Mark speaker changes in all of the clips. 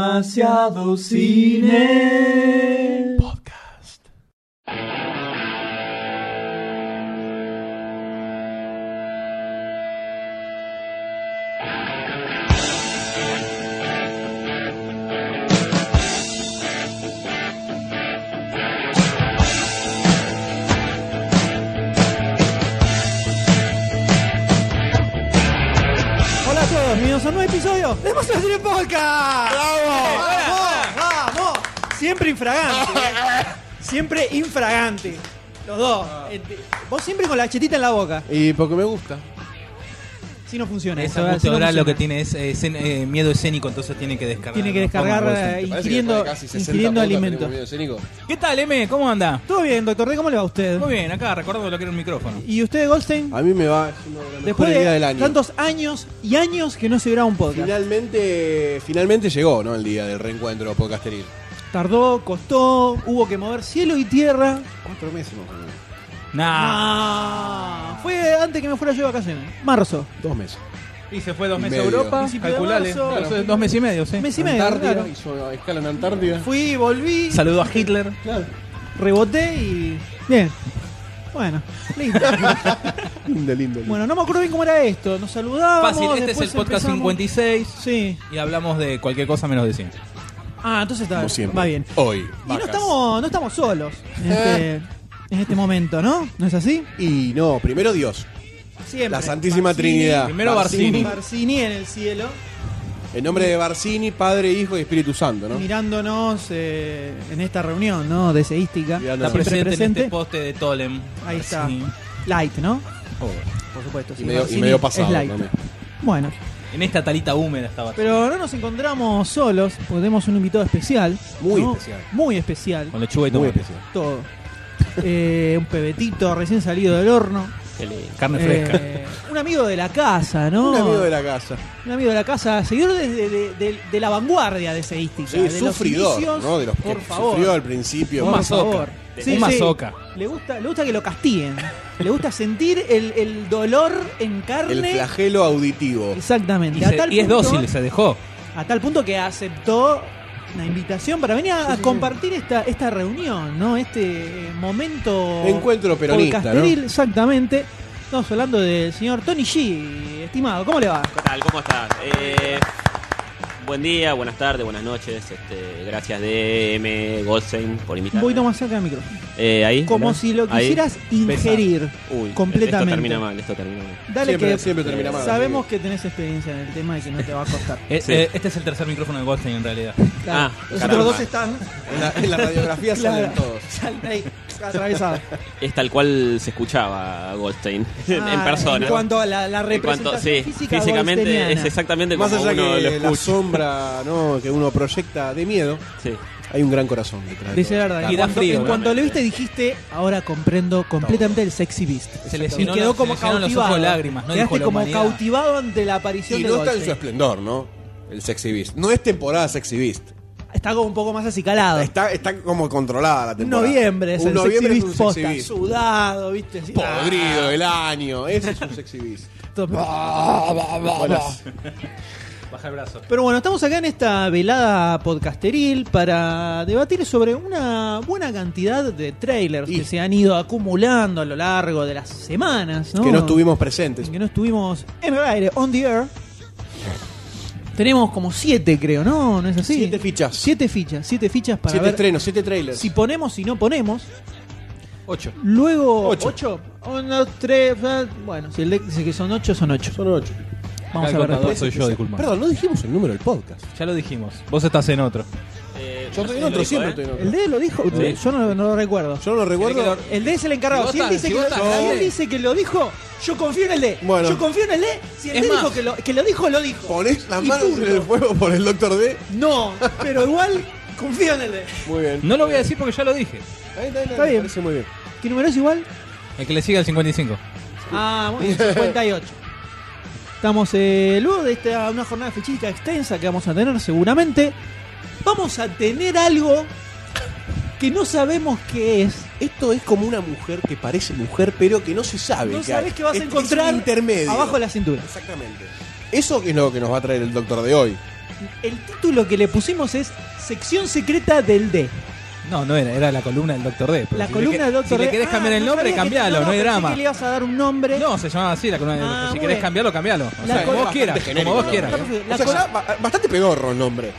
Speaker 1: Demasiado cine.
Speaker 2: Podcast.
Speaker 1: Hola a todos, bienvenidos a un nuevo episodio de Demasiado cine podcast. ¡Bravo! ¡Vamos! ¡Vamos! Siempre infragante. ¿eh? Siempre infragante. Los dos.
Speaker 2: Ah.
Speaker 1: Eh, te- Vos siempre con la chetita en la boca.
Speaker 2: Y porque me gusta.
Speaker 1: Si no funciona.
Speaker 3: Esa
Speaker 1: así no
Speaker 3: computadora
Speaker 1: funciona.
Speaker 3: lo que tiene es eh, escen- eh, miedo escénico, entonces tiene que descargar.
Speaker 1: Tiene que
Speaker 3: ¿no?
Speaker 1: descargar
Speaker 3: Forma de
Speaker 1: eh,
Speaker 3: bolsa.
Speaker 2: Parece que
Speaker 1: ingiriendo,
Speaker 2: después de casi 60
Speaker 1: ingiriendo
Speaker 2: podcasts
Speaker 1: alimentos.
Speaker 2: tenemos miedo escénico.
Speaker 3: ¿Qué tal, M? ¿Cómo anda?
Speaker 1: Todo bien, doctor D, ¿cómo le va a usted?
Speaker 3: Muy bien, acá recordando lo que era un micrófono.
Speaker 1: ¿Y usted, Goldstein?
Speaker 2: A mí me va es una de las
Speaker 1: Después
Speaker 2: mejores ideas del
Speaker 1: de
Speaker 2: año.
Speaker 1: tantos años y años que no se graba un podcast.
Speaker 2: Finalmente, finalmente llegó, ¿no? El día del reencuentro podcasteril.
Speaker 1: Tardó, costó, hubo que mover cielo y tierra.
Speaker 2: Cuatro meses más o menos.
Speaker 3: Nah.
Speaker 1: Ah, fue antes que me fuera yo de vacaciones. Marzo.
Speaker 2: Dos meses.
Speaker 3: Y se fue dos meses
Speaker 2: Medio.
Speaker 3: a Europa.
Speaker 1: Principio de
Speaker 3: Calculale.
Speaker 1: marzo.
Speaker 3: Claro, son Dos meses y medio, sí.
Speaker 1: Mes y medio.
Speaker 2: Antártida,
Speaker 1: claro.
Speaker 2: hizo escala en Antártida.
Speaker 1: Fui, volví,
Speaker 3: Saludó a Hitler.
Speaker 2: Claro.
Speaker 1: reboté y. Bien. Bueno, listo.
Speaker 2: Lindo, lindo. lindo.
Speaker 1: bueno, no me acuerdo bien cómo era esto. Nos saludábamos.
Speaker 3: Fácil, este es el
Speaker 1: después
Speaker 3: podcast
Speaker 1: empezamos-
Speaker 3: 56
Speaker 1: Sí.
Speaker 3: y hablamos de cualquier cosa menos de cine.
Speaker 1: Ah, entonces está
Speaker 2: Como siempre.
Speaker 1: va bien.
Speaker 2: Hoy.
Speaker 1: Y no
Speaker 2: vacas.
Speaker 1: estamos, no estamos solos
Speaker 3: Eh.
Speaker 1: en este, en este momento, ¿no? ¿No es así?
Speaker 2: Y no, primero Dios.
Speaker 1: Siempre.
Speaker 2: La Santísima
Speaker 1: Barcini,
Speaker 2: Trinidad.
Speaker 3: Primero Barcini.
Speaker 1: Barcini en el cielo,
Speaker 2: En nombre de Barcini, Padre, Hijo y Espíritu Santo, ¿no?
Speaker 1: mirándonos eh, en esta reunión, ¿no? Deseística.
Speaker 2: Mirándonos.
Speaker 3: Está
Speaker 2: Siempre
Speaker 3: presente, en
Speaker 1: presente.
Speaker 3: este poste de Tolem.
Speaker 1: Ahí está.
Speaker 3: Sí.
Speaker 1: Light, ¿no?
Speaker 3: Oh.
Speaker 1: Por supuesto.
Speaker 2: Y
Speaker 1: sí,
Speaker 2: medio, y
Speaker 1: Barcini
Speaker 2: medio
Speaker 1: es
Speaker 2: pasado.
Speaker 1: light.
Speaker 2: también.
Speaker 1: Bueno.
Speaker 3: En esta talita húmeda estaba.
Speaker 1: Pero no nos encontramos solos, porque tenemos un invitado especial.
Speaker 2: Muy
Speaker 1: ¿no?
Speaker 2: especial.
Speaker 1: Muy especial.
Speaker 3: Con lechuga y
Speaker 2: Muy
Speaker 3: tomate.
Speaker 2: especial.
Speaker 1: Todo. Eh, un pebetito recién salido del horno.
Speaker 3: Carne fresca.
Speaker 1: Eh, un amigo de la casa, ¿no?
Speaker 2: Un amigo de la casa.
Speaker 1: Un amigo de la casa, seguidor de, de- de- de- de la vanguardia de Seística.
Speaker 2: Sí,
Speaker 1: de los
Speaker 2: sufridor,
Speaker 1: inicios,
Speaker 2: ¿no? De los que
Speaker 1: por favor.
Speaker 2: sufrió al principio.
Speaker 1: por
Speaker 3: Un masoca.
Speaker 1: favor.
Speaker 3: Un masoca.
Speaker 1: Le gusta, le gusta que lo castiguen. le gusta sentir el, el dolor en
Speaker 2: El
Speaker 1: carne.
Speaker 2: flagelo auditivo.
Speaker 1: Exactamente.
Speaker 3: Y,
Speaker 1: A
Speaker 3: se-
Speaker 1: tal
Speaker 3: y es
Speaker 1: punto-
Speaker 3: dócil, se dejó.
Speaker 1: A tal punto que aceptó la invitación para venir a, a compartir esta, esta reunión, ¿no? Este eh, momento.
Speaker 2: Encuentro peronista, ¿no?
Speaker 1: podcasteril, exactamente. Estamos hablando del señor Tony G, estimado. ¿Cómo le va?
Speaker 4: ¿Qué tal? ¿Cómo estás? Eh, buen día, buenas tardes, buenas noches. Este, gracias DM Goldstein por
Speaker 1: Un
Speaker 4: invitarme.
Speaker 1: poquito más cerca del micrófono.
Speaker 4: Eh, ahí.
Speaker 1: Como
Speaker 4: mirá.
Speaker 1: si lo
Speaker 4: Ahí.
Speaker 1: quisieras ingerir
Speaker 4: Uy,
Speaker 1: completamente.
Speaker 4: Esto termina mal, esto termina mal.
Speaker 1: Dale
Speaker 2: Siempre-
Speaker 1: que
Speaker 2: siempre termina mal,
Speaker 1: sabemos
Speaker 2: sí.
Speaker 1: que tenés experiencia en el tema y que no te va a costar.
Speaker 3: Eh,
Speaker 4: Sí.
Speaker 3: eh, este es el tercer micrófono de Goldstein en realidad.
Speaker 1: Claro, los
Speaker 4: Ah, caramba.
Speaker 1: otros dos están
Speaker 2: En la, en la radiografía salen
Speaker 1: Claro.
Speaker 2: todos.
Speaker 1: sal- ahí, atravesados.
Speaker 4: Es tal cual se escuchaba a Goldstein en
Speaker 1: Ah,
Speaker 4: persona.
Speaker 1: En cuanto a la, la
Speaker 4: En
Speaker 1: representación
Speaker 4: cuanto- sí,
Speaker 1: física
Speaker 4: físicamente
Speaker 1: goldsteiniana.
Speaker 4: es exactamente como
Speaker 2: Más allá
Speaker 4: uno lo
Speaker 2: que la
Speaker 4: escucha.
Speaker 2: sombra ¿no? que uno proyecta de miedo,
Speaker 4: Sí.
Speaker 2: hay un gran corazón
Speaker 3: Ah,
Speaker 2: detrás. de
Speaker 1: Dice
Speaker 2: todo.
Speaker 1: la verdad.
Speaker 3: Y
Speaker 1: en
Speaker 3: da
Speaker 1: cuanto-
Speaker 3: frío,
Speaker 1: En cuanto le viste, dijiste, ahora comprendo completamente el sexy beast.
Speaker 3: Se lesionó
Speaker 1: y quedó
Speaker 3: los-
Speaker 1: como
Speaker 3: se lesionaron los
Speaker 1: cautivado.
Speaker 3: ojos lágrimas, no
Speaker 1: Quedaste
Speaker 3: dijo la
Speaker 1: como
Speaker 3: humanidad.
Speaker 1: cautivado ante la aparición
Speaker 2: Y
Speaker 1: de
Speaker 2: no está en su
Speaker 1: Goldstein.
Speaker 2: esplendor, ¿no? El sexy beast. No es temporada sexy beast.
Speaker 1: Está como un poco más acicalado.
Speaker 2: Está, está como controlada la
Speaker 1: Un
Speaker 2: temporada.
Speaker 1: Ah. noviembre es
Speaker 2: Un
Speaker 1: el
Speaker 2: noviembre
Speaker 1: sexy beast
Speaker 2: es un sexy
Speaker 1: posta, Ah.
Speaker 2: beast.
Speaker 1: sudado, viste. Así,
Speaker 2: Podrido el año. Ese es un sexy beast.
Speaker 1: ah, todo-
Speaker 2: Buenas.
Speaker 3: Baja el brazo.
Speaker 1: Pero bueno, estamos acá en esta velada podcasteril para debatir sobre una buena cantidad de trailers
Speaker 2: Y-
Speaker 1: que se han ido acumulando a lo largo de las semanas, ¿no?
Speaker 2: Que no estuvimos presentes.
Speaker 1: que no estuvimos en el aire, on the air. Tenemos como siete, creo, ¿no? ¿No es así?
Speaker 2: Siete fichas.
Speaker 1: Siete fichas, siete fichas para
Speaker 2: siete
Speaker 1: ver
Speaker 2: estrenos, siete trailers.
Speaker 1: si ponemos, si no ponemos.
Speaker 3: Ocho.
Speaker 1: Luego,
Speaker 2: Ocho.
Speaker 1: ocho. Uno, tres, ah, bueno, si el deck dice que son ocho, son ocho.
Speaker 2: Son ocho.
Speaker 1: Vamos
Speaker 3: Acá
Speaker 1: a
Speaker 3: el
Speaker 1: ver
Speaker 3: contador
Speaker 1: después.
Speaker 3: soy yo, disculpa.
Speaker 2: Perdón, no dijimos el número del podcast.
Speaker 3: Ya lo dijimos. Vos estás en otro.
Speaker 4: Eh,
Speaker 2: Yo
Speaker 4: no
Speaker 2: estoy en
Speaker 4: sé si
Speaker 2: otro,
Speaker 4: lo dijo,
Speaker 2: siempre
Speaker 4: ¿eh?
Speaker 2: estoy en otro.
Speaker 1: ¿El D lo dijo?
Speaker 4: Sí.
Speaker 1: Yo no, no lo recuerdo.
Speaker 2: Yo no lo recuerdo.
Speaker 3: Querés
Speaker 1: El D es el encargado.
Speaker 3: Si
Speaker 1: Si, él
Speaker 3: vos
Speaker 1: dice,
Speaker 3: tan- si
Speaker 1: que
Speaker 3: vos
Speaker 1: lo,
Speaker 3: tan
Speaker 1: si él
Speaker 3: grande-
Speaker 1: dice que lo dijo, yo confío en el D.
Speaker 2: Bueno.
Speaker 1: Yo confío en el D. Si el
Speaker 3: Es
Speaker 1: D dijo
Speaker 3: más,
Speaker 1: que lo, que lo dijo, lo dijo.
Speaker 2: Ponés las
Speaker 1: Y
Speaker 2: manos en
Speaker 1: punto.
Speaker 2: el fuego por el Doctor D.
Speaker 1: No, pero igual confío en el D.
Speaker 2: Muy bien.
Speaker 3: No lo voy a decir porque ya lo dije.
Speaker 2: Ahí está, ahí
Speaker 1: Está
Speaker 2: me
Speaker 1: bien.
Speaker 2: parece muy bien.
Speaker 1: ¿Qué número es igual?
Speaker 3: El que le siga el 55.
Speaker 1: Ah, muy bien, 58. Estamos eh, luego de esta una jornada fichística extensa que vamos a tener seguramente. Vamos a tener algo que no sabemos qué es.
Speaker 2: Esto es como una mujer que parece mujer, pero que no se sabe.
Speaker 1: No
Speaker 2: que
Speaker 1: sabes
Speaker 2: hay.
Speaker 1: qué vas
Speaker 2: Es-
Speaker 1: a
Speaker 2: es
Speaker 1: encontrar
Speaker 2: un intermedio.
Speaker 1: abajo de la cintura.
Speaker 2: Exactamente. Eso es lo que nos va a traer el doctor de hoy.
Speaker 1: el título que le pusimos es Sección Secreta del D.
Speaker 3: No, no era, era la columna del Doctor D. pero
Speaker 1: La
Speaker 3: si le que-
Speaker 1: columna del Doctor
Speaker 3: Si
Speaker 1: D.
Speaker 3: le querés
Speaker 1: Ah,
Speaker 3: cambiar el
Speaker 1: no
Speaker 3: nombre,
Speaker 1: sabía que-
Speaker 3: cambialo, no, hay
Speaker 1: pensé
Speaker 3: drama.
Speaker 1: que le ibas a dar un nombre.
Speaker 3: No, se llamaba así la columna del
Speaker 1: Ah,
Speaker 3: Doctor D. Si
Speaker 1: bueno.
Speaker 3: querés cambiarlo, cambialo. O
Speaker 1: La
Speaker 3: sea, como
Speaker 1: col-
Speaker 3: vos quieras, como vos quieras.
Speaker 1: ¿no?
Speaker 2: O sea,
Speaker 1: La
Speaker 2: ya ba- bastante pedorro el nombre.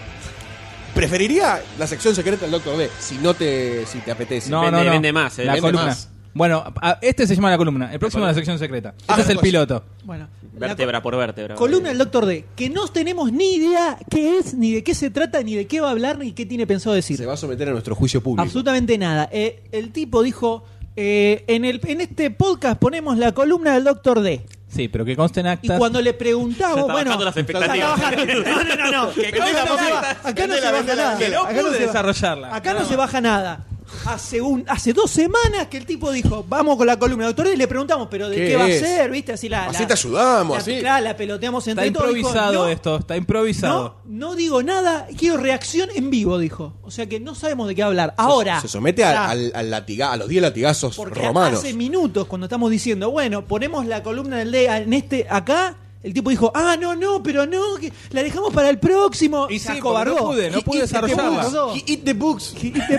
Speaker 2: Preferiría la sección secreta del Doctor D, si no te, si te apetece.
Speaker 3: No,
Speaker 4: Vende-
Speaker 3: no, no.
Speaker 4: vende más, eh,
Speaker 3: la
Speaker 4: vende
Speaker 3: columna.
Speaker 4: más.
Speaker 3: Bueno, a- este se llama la columna. El próximo
Speaker 4: Vale.
Speaker 3: la sección secreta.
Speaker 2: Ah,
Speaker 3: este es el
Speaker 2: después.
Speaker 3: piloto.
Speaker 1: Bueno, la
Speaker 4: Vértebra por vértebra.
Speaker 1: columna del Doctor D, que no tenemos ni idea qué es, ni de qué se trata, ni de qué va a hablar, ni qué tiene pensado decir.
Speaker 2: Se va a someter a nuestro juicio público.
Speaker 1: Absolutamente nada. Eh, el tipo dijo, eh, en, el, en este podcast ponemos la columna del Doctor D.
Speaker 3: Sí, pero que conste en
Speaker 1: Y
Speaker 3: actas.
Speaker 1: cuando le
Speaker 4: Ya
Speaker 1: preguntamos,
Speaker 4: está
Speaker 1: bueno,
Speaker 4: bajando las
Speaker 1: ya está
Speaker 4: expectativas.
Speaker 1: bajando. no, no, no, no.
Speaker 4: Que
Speaker 1: Acá no
Speaker 4: la
Speaker 1: se
Speaker 4: motiva.
Speaker 1: baja- acá no se
Speaker 2: Vendela,
Speaker 1: baja
Speaker 2: vendela,
Speaker 1: nada.
Speaker 2: vendela.
Speaker 3: no
Speaker 1: Acá no
Speaker 3: pude
Speaker 1: se baja-
Speaker 3: desarrollarla.
Speaker 1: Acá no
Speaker 3: Nada
Speaker 1: se
Speaker 3: más.
Speaker 1: baja nada. Hace, un, hace dos semanas que el tipo dijo, vamos con la columna del doctor D, y le preguntamos, pero ¿de qué,
Speaker 2: ¿Qué
Speaker 1: va a
Speaker 2: es?
Speaker 1: ser? ¿Viste? Así la,
Speaker 2: Así
Speaker 1: la-
Speaker 2: te ayudamos,
Speaker 1: la-
Speaker 2: así.
Speaker 1: claro, la peloteamos entre
Speaker 3: Está
Speaker 1: todos. Dijo,
Speaker 3: improvisado
Speaker 1: no,
Speaker 3: esto, está improvisado.
Speaker 1: No, no digo nada, quiero reacción en vivo, dijo. O sea que no sabemos de qué hablar. Ahora.
Speaker 2: Se somete a,
Speaker 1: ya,
Speaker 2: al- al latiga- a los 10 latigazos
Speaker 1: porque
Speaker 2: romanos.
Speaker 1: hace minutos cuando estamos diciendo, bueno, ponemos la columna del D en este acá, el tipo dijo, ah, no, no, pero no, que la dejamos para el próximo.
Speaker 3: Y
Speaker 1: se
Speaker 3: sí,
Speaker 1: acobardó.
Speaker 3: porque no pude, no
Speaker 1: Y-
Speaker 3: pude
Speaker 1: y se
Speaker 3: desarrollarla.
Speaker 1: acobardó.
Speaker 2: He eat the books.
Speaker 1: Y- y te-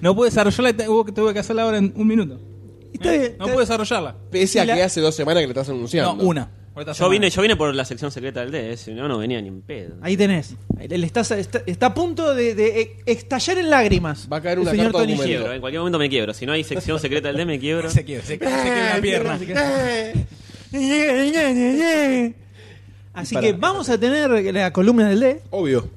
Speaker 3: No pude desarrollarla y te- hubo que- tuve que hacerla ahora en un minuto.
Speaker 1: Está bien,
Speaker 3: No
Speaker 1: está-
Speaker 3: pude desarrollarla.
Speaker 2: Pese a
Speaker 1: Y la-
Speaker 2: que hace dos semanas que le estás
Speaker 3: No,
Speaker 2: anunciando.
Speaker 3: una. Por esta
Speaker 4: Yo
Speaker 3: semana.
Speaker 4: vine, yo vine por la sección secreta del D, eh, si no, no venía ni en pedo.
Speaker 1: Ahí tenés. Él está, está, está a punto de, de e, estallar en lágrimas.
Speaker 2: Va a caer
Speaker 1: el
Speaker 2: una
Speaker 1: señor
Speaker 2: carta
Speaker 1: Tony
Speaker 4: Me
Speaker 2: documento.
Speaker 1: Gill.
Speaker 4: quiebro, en cualquier momento me quiebro. Si no hay sección secreta del D, me quiebro.
Speaker 3: Se quiebra,
Speaker 2: Eh,
Speaker 3: se, quiebra- se quiebra
Speaker 1: Eh,
Speaker 3: la pierna.
Speaker 1: Así que vamos a tener la columna del D.
Speaker 2: Obvio.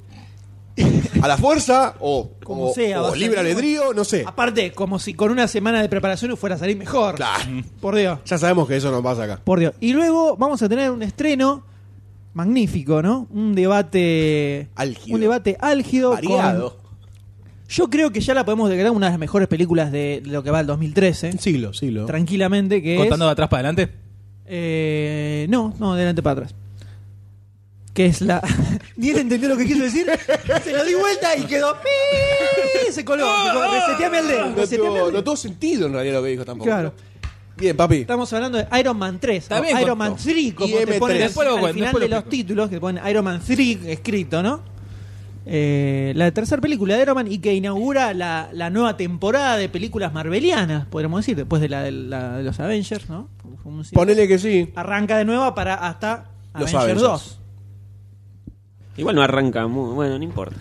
Speaker 2: A la fuerza o,
Speaker 1: Como
Speaker 2: o-
Speaker 1: sea,
Speaker 2: o
Speaker 1: va a
Speaker 2: libre
Speaker 1: salir.
Speaker 2: albedrío, no sé.
Speaker 1: Aparte, como si con una semana de preparación fuera a salir mejor.
Speaker 2: Claro.
Speaker 1: Por Dios.
Speaker 2: Ya sabemos que eso no pasa acá.
Speaker 1: Por Dios. Y luego vamos a tener un estreno magnífico, ¿no? Un debate.
Speaker 2: Álgido.
Speaker 1: Un debate álgido. con-
Speaker 2: Variado.
Speaker 1: yo creo que ya la podemos declarar una de las mejores películas de lo que va el 2013.
Speaker 2: Siglo, siglo.
Speaker 1: Tranquilamente, que
Speaker 3: Contando de
Speaker 1: es.
Speaker 3: atrás para adelante.
Speaker 1: eh, no, no, delante para atrás. Que es la. Ni él entendió lo que quiso decir. Se lo di vuelta y quedó. ¡pi! Se coló. Se coló. Reseteame al dedo.
Speaker 2: No
Speaker 1: reseteame al
Speaker 2: tuvo,
Speaker 1: dedo.
Speaker 2: no tuvo sentido en realidad lo que dijo tampoco.
Speaker 1: Claro.
Speaker 2: Bien, papi.
Speaker 1: Estamos hablando de Iron Man 3.
Speaker 3: Está
Speaker 1: o
Speaker 3: bien,
Speaker 1: Iron
Speaker 3: Coto.
Speaker 1: Man 3, como
Speaker 2: Y
Speaker 1: te
Speaker 2: M3.
Speaker 1: ponen al-
Speaker 3: Después lo
Speaker 1: al
Speaker 3: cuen-
Speaker 1: final
Speaker 3: después lo
Speaker 1: de los
Speaker 3: explico.
Speaker 1: títulos, que ponen Iron Man 3 escrito, ¿no? Eh, la tercera película de Iron Man y que inaugura la, la nueva temporada de películas marvelianas, podríamos decir, después de la de, la- de los Avengers, ¿no? Como si-
Speaker 2: Ponele que sí.
Speaker 1: Arranca de nuevo para hasta
Speaker 2: Los
Speaker 1: Avengers,
Speaker 2: Avengers.
Speaker 1: 2.
Speaker 4: Igual no arranca muy. Bueno, no importa.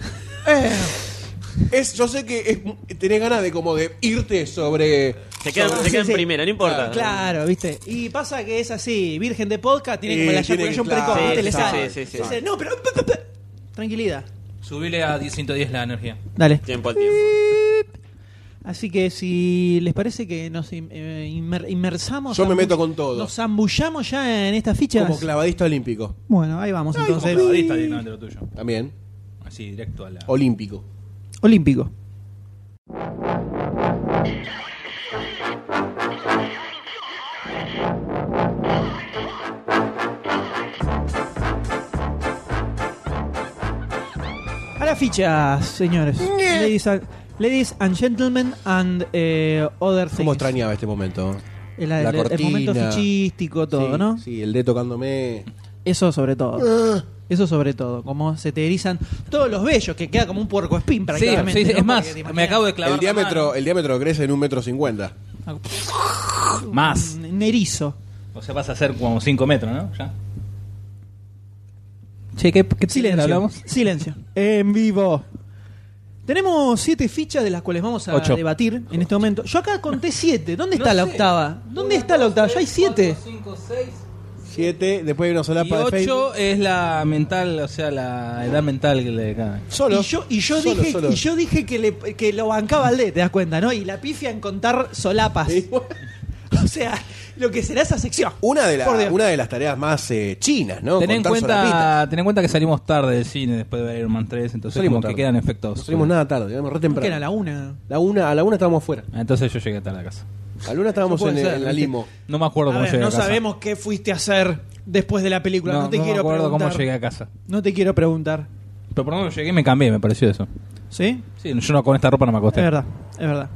Speaker 2: Es, yo sé que es- tenés ganas de como de irte sobre.
Speaker 4: Se queda,
Speaker 1: Sí,
Speaker 4: se queda
Speaker 1: sí.
Speaker 4: en primera, no importa.
Speaker 1: Claro, ¿viste? Y pasa que es así, virgen de podcast, tiene
Speaker 2: Sí,
Speaker 1: como la
Speaker 2: tiene que-
Speaker 1: eyaculación
Speaker 2: claro,
Speaker 1: precoz, ¿viste?
Speaker 4: sí,
Speaker 1: Le
Speaker 4: sí,
Speaker 1: sale.
Speaker 4: sí, sí, sí.
Speaker 1: Dice, No, pero... Tranquilidad.
Speaker 3: Subile a 110 la energía.
Speaker 1: Dale.
Speaker 4: Tiempo al tiempo.
Speaker 1: Así que si les parece que nos im- eh, inmer- inmersamos.
Speaker 2: Yo me
Speaker 1: zambull-
Speaker 2: meto con todo.
Speaker 1: Nos zambullamos ya en estas fichas.
Speaker 2: Como clavadista olímpico.
Speaker 1: bueno, ahí vamos entonces.
Speaker 3: Clavadista directamente lo tuyo.
Speaker 2: También.
Speaker 3: Así, directo a la.
Speaker 2: Olímpico.
Speaker 1: Olímpico. A las fichas, señores. Ladies and, ladies and gentlemen and eh, other
Speaker 2: ¿Cómo
Speaker 1: things.
Speaker 2: extrañaba este momento?
Speaker 1: El,
Speaker 2: La
Speaker 1: el- el
Speaker 2: cortina.
Speaker 1: momento fichístico, todo,
Speaker 2: Sí,
Speaker 1: ¿no?
Speaker 2: Sí, el D tocándome.
Speaker 1: Eso sobre
Speaker 2: Ah.
Speaker 1: todo. Eso sobre todo. Como se te erizan todos los vellos, que queda como un puerco espín
Speaker 3: Sí,
Speaker 1: prácticamente.
Speaker 3: sí, sí,
Speaker 1: ¿no?
Speaker 3: es
Speaker 1: Porque te
Speaker 3: más, me
Speaker 1: imaginas-
Speaker 3: acabo de clavar.
Speaker 2: El
Speaker 3: la
Speaker 2: diámetro, el diámetro crece en un metro cincuenta.
Speaker 3: mano. Más.
Speaker 1: Un erizo.
Speaker 3: O sea, vas a hacer como 5 metros, ¿no? Ya.
Speaker 1: Che, ¿qué,
Speaker 3: silencio.
Speaker 1: hablamos? Silencio. En vivo. Tenemos siete fichas de las cuales vamos a
Speaker 3: Ocho.
Speaker 1: debatir en este momento. Yo acá conté siete. ¿Dónde está
Speaker 3: No
Speaker 1: la
Speaker 3: sé.
Speaker 1: octava? ¿Dónde está la octava? Ya hay siete.
Speaker 3: 5, 6.
Speaker 2: Siete, después hay una
Speaker 3: Y
Speaker 2: solapa de Facebook.
Speaker 3: 8 es la mental, o sea, la edad mental que le cae.
Speaker 2: Solo.
Speaker 1: Y yo, y yo
Speaker 2: Solo,
Speaker 1: dije,
Speaker 2: solo.
Speaker 1: y yo dije que, le- que lo bancaba al D, te das cuenta, ¿no? Y la pifia en contar solapas.
Speaker 2: Sí.
Speaker 1: O sea, lo que será esa sección.
Speaker 2: Una de, la-
Speaker 1: Por Dios.
Speaker 2: una de las tareas más eh, chinas, ¿no?
Speaker 3: Ten en,
Speaker 2: Contar solapitas.
Speaker 3: cuenta, ten en cuenta que salimos tarde del cine después de ver Iron Man 3, entonces
Speaker 2: Salimos
Speaker 3: como
Speaker 2: tarde.
Speaker 3: que quedan efectos.
Speaker 2: No salimos nada tarde, llegamos re
Speaker 1: Creo
Speaker 2: temprano.
Speaker 1: que era la una.
Speaker 2: La una, a la una estábamos afuera.
Speaker 3: Ah, Entonces yo llegué tarde a casa.
Speaker 2: A la una estábamos
Speaker 1: Eso
Speaker 2: en,
Speaker 1: puede ser,
Speaker 2: en la
Speaker 1: ¿viste?
Speaker 2: limo.
Speaker 3: No me acuerdo
Speaker 1: A
Speaker 3: cómo
Speaker 1: ver,
Speaker 3: llegué
Speaker 1: no
Speaker 3: a casa.
Speaker 1: sabemos qué fuiste a hacer después de la película. No,
Speaker 3: No,
Speaker 1: te
Speaker 3: no me
Speaker 1: quiero
Speaker 3: acuerdo
Speaker 1: preguntar.
Speaker 3: cómo llegué a casa.
Speaker 1: No te quiero preguntar.
Speaker 3: Pero por lo menos llegué y me cambié, me pareció eso.
Speaker 1: ¿Sí?
Speaker 3: Sí, yo no con esta ropa no me
Speaker 1: Es
Speaker 3: acosté.
Speaker 1: verdad, es verdad.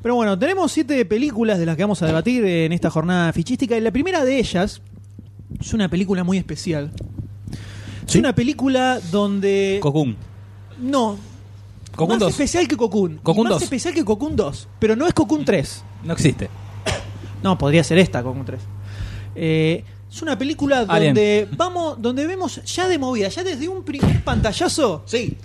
Speaker 1: Pero bueno, tenemos siete películas de las que vamos a debatir en esta jornada fichística. Y la primera de ellas es una película muy especial. Es
Speaker 2: Sí.
Speaker 1: una película donde.
Speaker 3: Cocoon.
Speaker 1: no.
Speaker 3: Cocoon
Speaker 1: más
Speaker 3: 2.
Speaker 1: especial que Cocoon. Y
Speaker 3: Cocoon
Speaker 1: más
Speaker 3: 2.
Speaker 1: especial que Cocoon 2. Pero no es Cocoon 3.
Speaker 3: No existe.
Speaker 1: No, podría ser esta Cocoon 3. Eh, es una película
Speaker 2: Ah,
Speaker 3: Alien.
Speaker 1: donde vamos, donde vemos ya de movida, ya desde un primer pantallazo,
Speaker 2: Sí.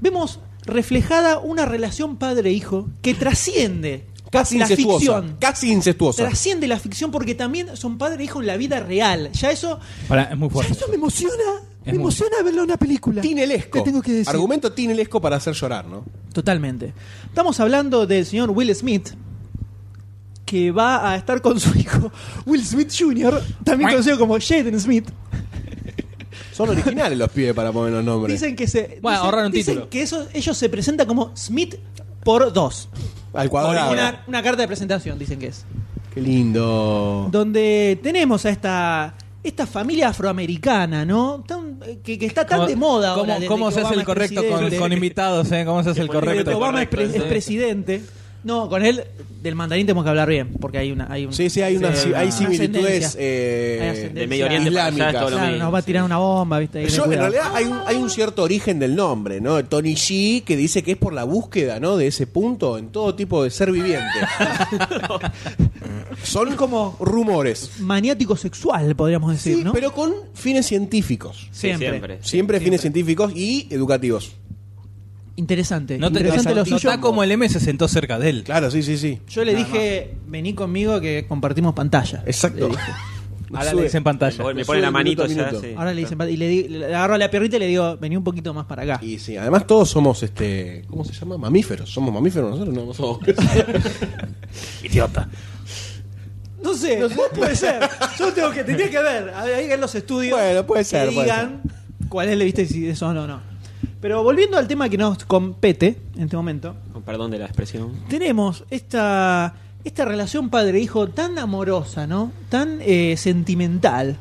Speaker 1: vemos reflejada una relación padre-hijo que trasciende
Speaker 2: Casi
Speaker 1: la
Speaker 2: incestuosa.
Speaker 1: ficción.
Speaker 2: Casi incestuosa.
Speaker 1: Trasciende la ficción porque también son padre-hijo en la vida real. Ya eso,
Speaker 3: Pará, es muy
Speaker 1: ya
Speaker 3: fuerte.
Speaker 1: eso me emociona.
Speaker 3: Es
Speaker 1: Me
Speaker 3: muy-
Speaker 1: emociona verlo en una película.
Speaker 2: Tinelesco.
Speaker 1: Te tengo que decir.
Speaker 2: Argumento tinelesco para hacer llorar, ¿no?
Speaker 1: Totalmente. Estamos hablando del señor Will Smith, que va a estar con su hijo, Will Smith Jr., también conocido como Jaden Smith.
Speaker 2: Son originales los pibes para poner los nombres.
Speaker 1: Dicen que se.
Speaker 3: Bueno,
Speaker 1: dicen-
Speaker 3: ahorraron
Speaker 1: dicen
Speaker 3: título.
Speaker 1: que eso, ellos se presentan como Smith por dos.
Speaker 2: Al cuadrado.
Speaker 1: Una, una carta de presentación, dicen que es.
Speaker 2: Qué lindo.
Speaker 1: Donde tenemos a esta. Esta familia afroamericana, ¿no? Tan- eh, que, que está tan
Speaker 3: ¿Cómo-
Speaker 1: de moda ahora.
Speaker 3: ¿Cómo,
Speaker 1: desde
Speaker 3: cómo
Speaker 1: que
Speaker 3: se hace
Speaker 1: Obama
Speaker 3: el
Speaker 1: es
Speaker 3: correcto con,
Speaker 1: presidente.
Speaker 3: con invitados? eh? ¿Cómo se hace el
Speaker 4: Desde que
Speaker 1: Desde que
Speaker 3: correcto?
Speaker 1: Obama es, pre-
Speaker 4: correcto,
Speaker 1: es presidente. No, con él, del mandarín tenemos que hablar bien, porque hay una. Hay un-
Speaker 2: Sí, sí, hay, una,
Speaker 1: sí,
Speaker 2: hay
Speaker 1: una
Speaker 2: similitudes
Speaker 1: ascendencia.
Speaker 2: eh,
Speaker 1: Hay ascendencia.
Speaker 4: Del Medio Oriente para allá es
Speaker 2: Islámicas.
Speaker 4: todo lo
Speaker 1: Claro,
Speaker 4: mismo.
Speaker 1: nos va a tirar una bomba, ¿viste? Ahí de
Speaker 2: Yo, en
Speaker 1: cuidado.
Speaker 2: realidad hay un, hay un cierto origen del nombre, ¿no? Tony G, que dice que es por la búsqueda, ¿no? De ese punto en todo tipo de ser viviente. Son como rumores.
Speaker 1: Maniático sexual, podríamos decir,
Speaker 2: Sí,
Speaker 1: ¿no?
Speaker 2: pero con fines científicos.
Speaker 1: siempre.
Speaker 4: siempre.
Speaker 2: Siempre fines científicos y educativos.
Speaker 1: Interesante.
Speaker 3: No te,
Speaker 1: interesante lo
Speaker 3: notá
Speaker 1: suyo.
Speaker 3: cómo el M se sentó cerca de él.
Speaker 2: Claro, sí, sí, sí.
Speaker 1: Yo le dije, vení conmigo que compartimos pantalla.
Speaker 2: Exacto.
Speaker 1: Le dije.
Speaker 2: Nos
Speaker 3: Ahora
Speaker 2: sube.
Speaker 3: le dicen pantalla.
Speaker 4: Me
Speaker 2: Sube
Speaker 4: pone la
Speaker 2: de
Speaker 4: manito
Speaker 2: minuto a
Speaker 4: ya.
Speaker 2: minuto.
Speaker 4: sí.
Speaker 1: Ahora le dicen, y le, di- le agarro a la perrita y le digo, vení un poquito más para acá.
Speaker 2: Y sí, además todos somos, este, ¿cómo se llama? Mamíferos. Somos mamíferos nosotros, no somos.
Speaker 4: Idiota.
Speaker 1: No sé, puede ser. Yo tengo que, tenía que ver. Ahí en los estudios.
Speaker 2: Bueno, puede ser,
Speaker 1: Que
Speaker 2: puede
Speaker 1: digan cuál es, le viste si eso no, no. Pero volviendo al tema que nos compete en este momento,
Speaker 4: Con perdón de la expresión.
Speaker 1: tenemos esta, esta relación padre-hijo tan amorosa, ¿no? Tan eh, sentimental,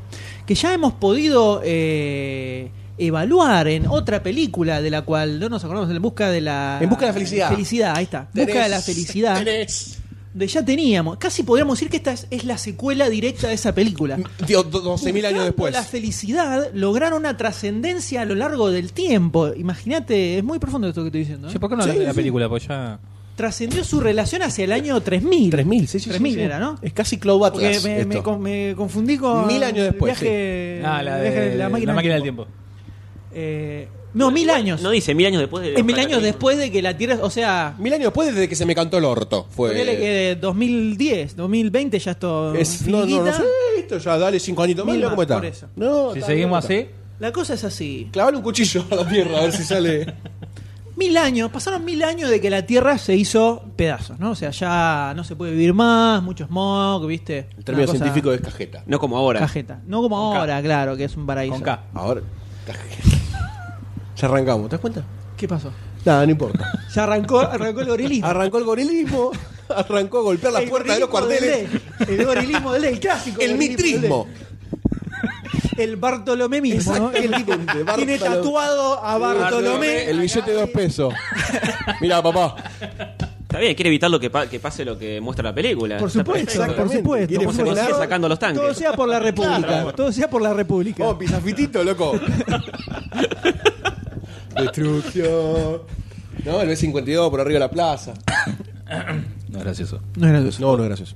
Speaker 1: que ya hemos podido eh, evaluar en otra película de la cual no nos acordamos, en busca de la...
Speaker 2: En busca de la felicidad.
Speaker 1: Felicidad, ahí está. busca de la felicidad.
Speaker 2: Tenés.
Speaker 1: De ya teníamos. Casi podríamos decir que esta es, es la secuela directa de esa película.
Speaker 2: Tío, do- 12.000 años
Speaker 1: Buscando
Speaker 2: después.
Speaker 1: La felicidad lograron una trascendencia a lo largo del tiempo. Imagínate, es muy profundo esto que estoy diciendo. ¿eh?
Speaker 3: Che, ¿Por qué no
Speaker 2: Sí,
Speaker 3: hablas de la
Speaker 2: sí.
Speaker 3: película? Pues ya...
Speaker 1: Trascendió su relación hacia el año 3000.
Speaker 2: 3.000, sí, sí.
Speaker 1: 3000
Speaker 2: sí, sí.
Speaker 1: era, ¿no?
Speaker 2: Es casi Cloud
Speaker 1: Porque
Speaker 2: Atlas.
Speaker 1: me, me
Speaker 2: esto.
Speaker 1: con- me confundí con.
Speaker 2: Mil años después,
Speaker 1: Viaje,
Speaker 3: Ah, la,
Speaker 1: viaje
Speaker 3: de, la máquina, del tiempo.
Speaker 1: Eh, no, mil años.
Speaker 4: No dice mil años después de.
Speaker 1: es mil años después de que la Tierra. O sea,
Speaker 2: Mil años después desde que se me cantó el orto.
Speaker 1: ponele que
Speaker 2: Fue.
Speaker 1: de 2010, 2020 ya esto.
Speaker 2: Pues- Es, no, no, no
Speaker 1: finiquita.
Speaker 2: sé. Esto ya, dale cinco añitos más.
Speaker 1: Mil
Speaker 2: mira ¿Cómo
Speaker 1: más,
Speaker 2: está?
Speaker 1: por eso.
Speaker 2: No,
Speaker 3: Si
Speaker 2: está
Speaker 3: seguimos
Speaker 2: bien,
Speaker 3: así,
Speaker 1: La cosa es así.
Speaker 2: está. Clavale un cuchillo a la tierra a ver si sale.
Speaker 1: Mil años, pasaron mil años de que la Tierra se hizo pedazos, ¿no? O sea, ya no se puede vivir más, muchos smog, ¿viste?
Speaker 2: El término
Speaker 1: Una cosa-
Speaker 2: científico es cajeta.
Speaker 4: No como ahora.
Speaker 1: Cajeta. No como
Speaker 3: Con K.
Speaker 1: ahora, claro, que es un paraíso.
Speaker 3: con K.
Speaker 2: Ahora. Cajeta. Ya arrancamos, ¿te das cuenta?
Speaker 1: ¿Qué pasó?
Speaker 2: Nada, no importa.
Speaker 1: Ya arrancó, arrancó el gorilismo.
Speaker 2: Arrancó el gorilismo, arrancó a golpear la
Speaker 1: El
Speaker 2: puerta de los
Speaker 1: gorilismo del
Speaker 2: cuarteles.
Speaker 1: D, El gorilismo del D, el clásico.
Speaker 2: El
Speaker 1: gorilismo del Este.
Speaker 2: mitrismo.
Speaker 1: D. El bartolomemismo. ¿no? El tipo
Speaker 2: Bartolomé.
Speaker 1: tiene tatuado a Bartolomé.
Speaker 2: El billete de dos pesos. Mira, papá.
Speaker 4: Está bien, quiere evitar lo que, pa- que pase lo que muestra la película.
Speaker 1: Por
Speaker 4: Está
Speaker 1: supuesto,
Speaker 4: perfecto.
Speaker 1: por
Speaker 2: Exactamente.
Speaker 1: supuesto.
Speaker 2: Quiere
Speaker 1: por
Speaker 4: se consigue
Speaker 1: supuesto.
Speaker 4: sacando los tanques.
Speaker 1: Todo sea por la República.
Speaker 2: Claro.
Speaker 1: Todo sea por la República.
Speaker 2: Oh, pizafitito, loco. Destrucción. No, el B52 por arriba de la plaza.
Speaker 3: No, gracioso.
Speaker 1: No era eso.
Speaker 2: No, no, gracias.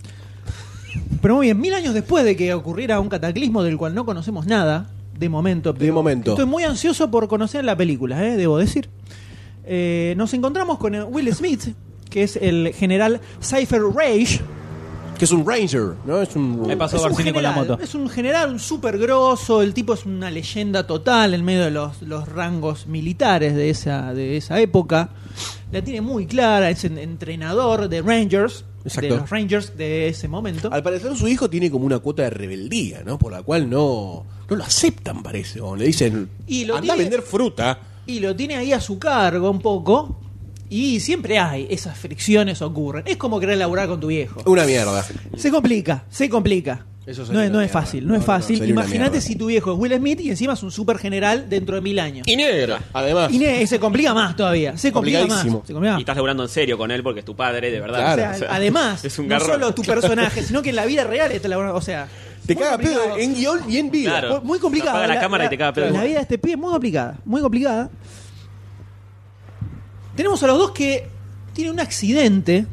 Speaker 1: Pero muy bien, mil años después de que ocurriera un cataclismo del cual no conocemos nada, de momento. pero
Speaker 2: momento.
Speaker 1: Estoy muy ansioso por conocer la película, eh, debo decir. Eh, nos encontramos con eh, Will Smith, que es el general Cypher Rage.
Speaker 2: Que es un Ranger, ¿no? Es
Speaker 3: Ahí
Speaker 2: un.
Speaker 3: pasó
Speaker 1: Es un
Speaker 3: Barcini con la
Speaker 1: general,
Speaker 3: moto.
Speaker 1: Es un general, un súper grosso, el tipo es una leyenda total en medio de los, los rangos militares de esa, de esa época. La tiene muy clara, es en- entrenador de Rangers,
Speaker 2: Exacto.
Speaker 1: de los Rangers de ese momento.
Speaker 2: Al parecer su hijo tiene como una cuota de rebeldía, ¿no? Por la cual no, no lo aceptan, parece. O le dicen,
Speaker 1: Y lo
Speaker 2: anda a
Speaker 1: tiene-
Speaker 2: vender fruta.
Speaker 1: Y lo tiene ahí a su cargo un poco. Y siempre hay, esas fricciones ocurren. Es como querer laburar con tu viejo.
Speaker 2: Una mierda.
Speaker 1: Uh, Se complica, se complica.
Speaker 2: Eso sería
Speaker 1: no es,
Speaker 2: una
Speaker 1: no es
Speaker 2: mierda.
Speaker 1: fácil, no,
Speaker 2: No,
Speaker 1: es
Speaker 2: no,
Speaker 1: fácil.
Speaker 2: sería una
Speaker 1: Imagínate
Speaker 2: mierda.
Speaker 1: si tu viejo es Will Smith y encima es un super general dentro de mil años.
Speaker 2: Y negra, además.
Speaker 1: Y ne- se complica más todavía. Se complica más.
Speaker 2: Complicadísimo.
Speaker 1: se complica
Speaker 4: Y
Speaker 1: más.
Speaker 4: estás laburando en serio con él porque es tu padre, de verdad.
Speaker 2: Claro.
Speaker 1: O sea, además,
Speaker 4: es un
Speaker 1: no
Speaker 4: garrón.
Speaker 1: solo tu personaje, sino que en la vida real está laburando. O sea,
Speaker 2: Te caga pedo
Speaker 1: complicado.
Speaker 2: en guión y en vida.
Speaker 4: Claro.
Speaker 1: Muy complicado.
Speaker 4: Apaga la cámara y te caga pedo
Speaker 1: La
Speaker 4: igual.
Speaker 1: vida de este pibe es muy complicada. Muy complicada. Tenemos a los dos que tienen un accidente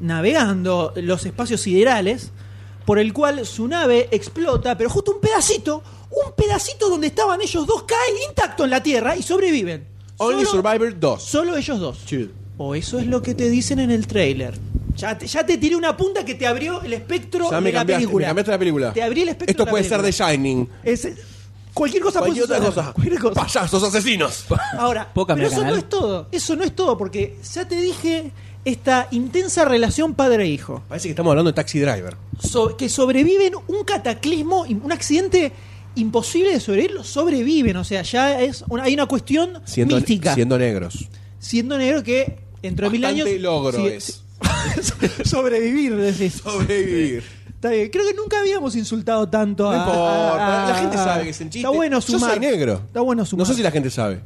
Speaker 1: navegando los espacios siderales, por el cual su nave explota, pero justo un pedacito, un pedacito donde estaban ellos dos cae intacto en la Tierra y sobreviven.
Speaker 2: Only
Speaker 1: Solo-
Speaker 2: Survivor 2.
Speaker 1: Solo ellos dos.
Speaker 2: Chill.
Speaker 1: O eso es lo que te dicen en el trailer. Ya te, ya te tiré una punta que te abrió el espectro
Speaker 2: Ya
Speaker 1: de
Speaker 2: me
Speaker 1: la
Speaker 2: cambiaste,
Speaker 1: película.
Speaker 2: me cambiaste la película.
Speaker 1: Te abrí el espectro
Speaker 2: Esto
Speaker 1: de la
Speaker 2: puede ser
Speaker 1: película.
Speaker 2: de Shining.
Speaker 1: Es, cualquier cosa puede
Speaker 2: Cualquier otra
Speaker 1: suceder.
Speaker 2: cosa.
Speaker 1: Cualquier cosa.
Speaker 2: Payasos asesinos.
Speaker 1: Ahora,
Speaker 3: Poca
Speaker 1: pero eso
Speaker 3: canal.
Speaker 1: no es todo. Eso no es todo, porque ya te dije esta intensa relación padre-hijo.
Speaker 2: Parece que estamos hablando de Taxi Driver.
Speaker 1: So- que sobreviven un cataclismo, im- un accidente imposible de sobrevivir, lo sobreviven. O sea, ya es una- hay una cuestión
Speaker 2: Siendo,
Speaker 1: mística. Siendo,
Speaker 2: siendo negros.
Speaker 1: negro que dentro de mil
Speaker 2: Bastante
Speaker 1: años.
Speaker 2: logro
Speaker 1: sí-
Speaker 2: es.
Speaker 1: sí- sobrevivir, decís.
Speaker 2: Sobrevivir.
Speaker 1: Está bien. Creo que nunca habíamos insultado tanto
Speaker 2: No
Speaker 1: a,
Speaker 2: importa,
Speaker 1: a-
Speaker 2: la gente
Speaker 1: a-
Speaker 2: sabe que es un chiste.
Speaker 1: Está bueno
Speaker 2: Yo
Speaker 1: sumar.
Speaker 2: soy negro.
Speaker 1: Está bueno sumar.
Speaker 2: No sé si la gente sabe.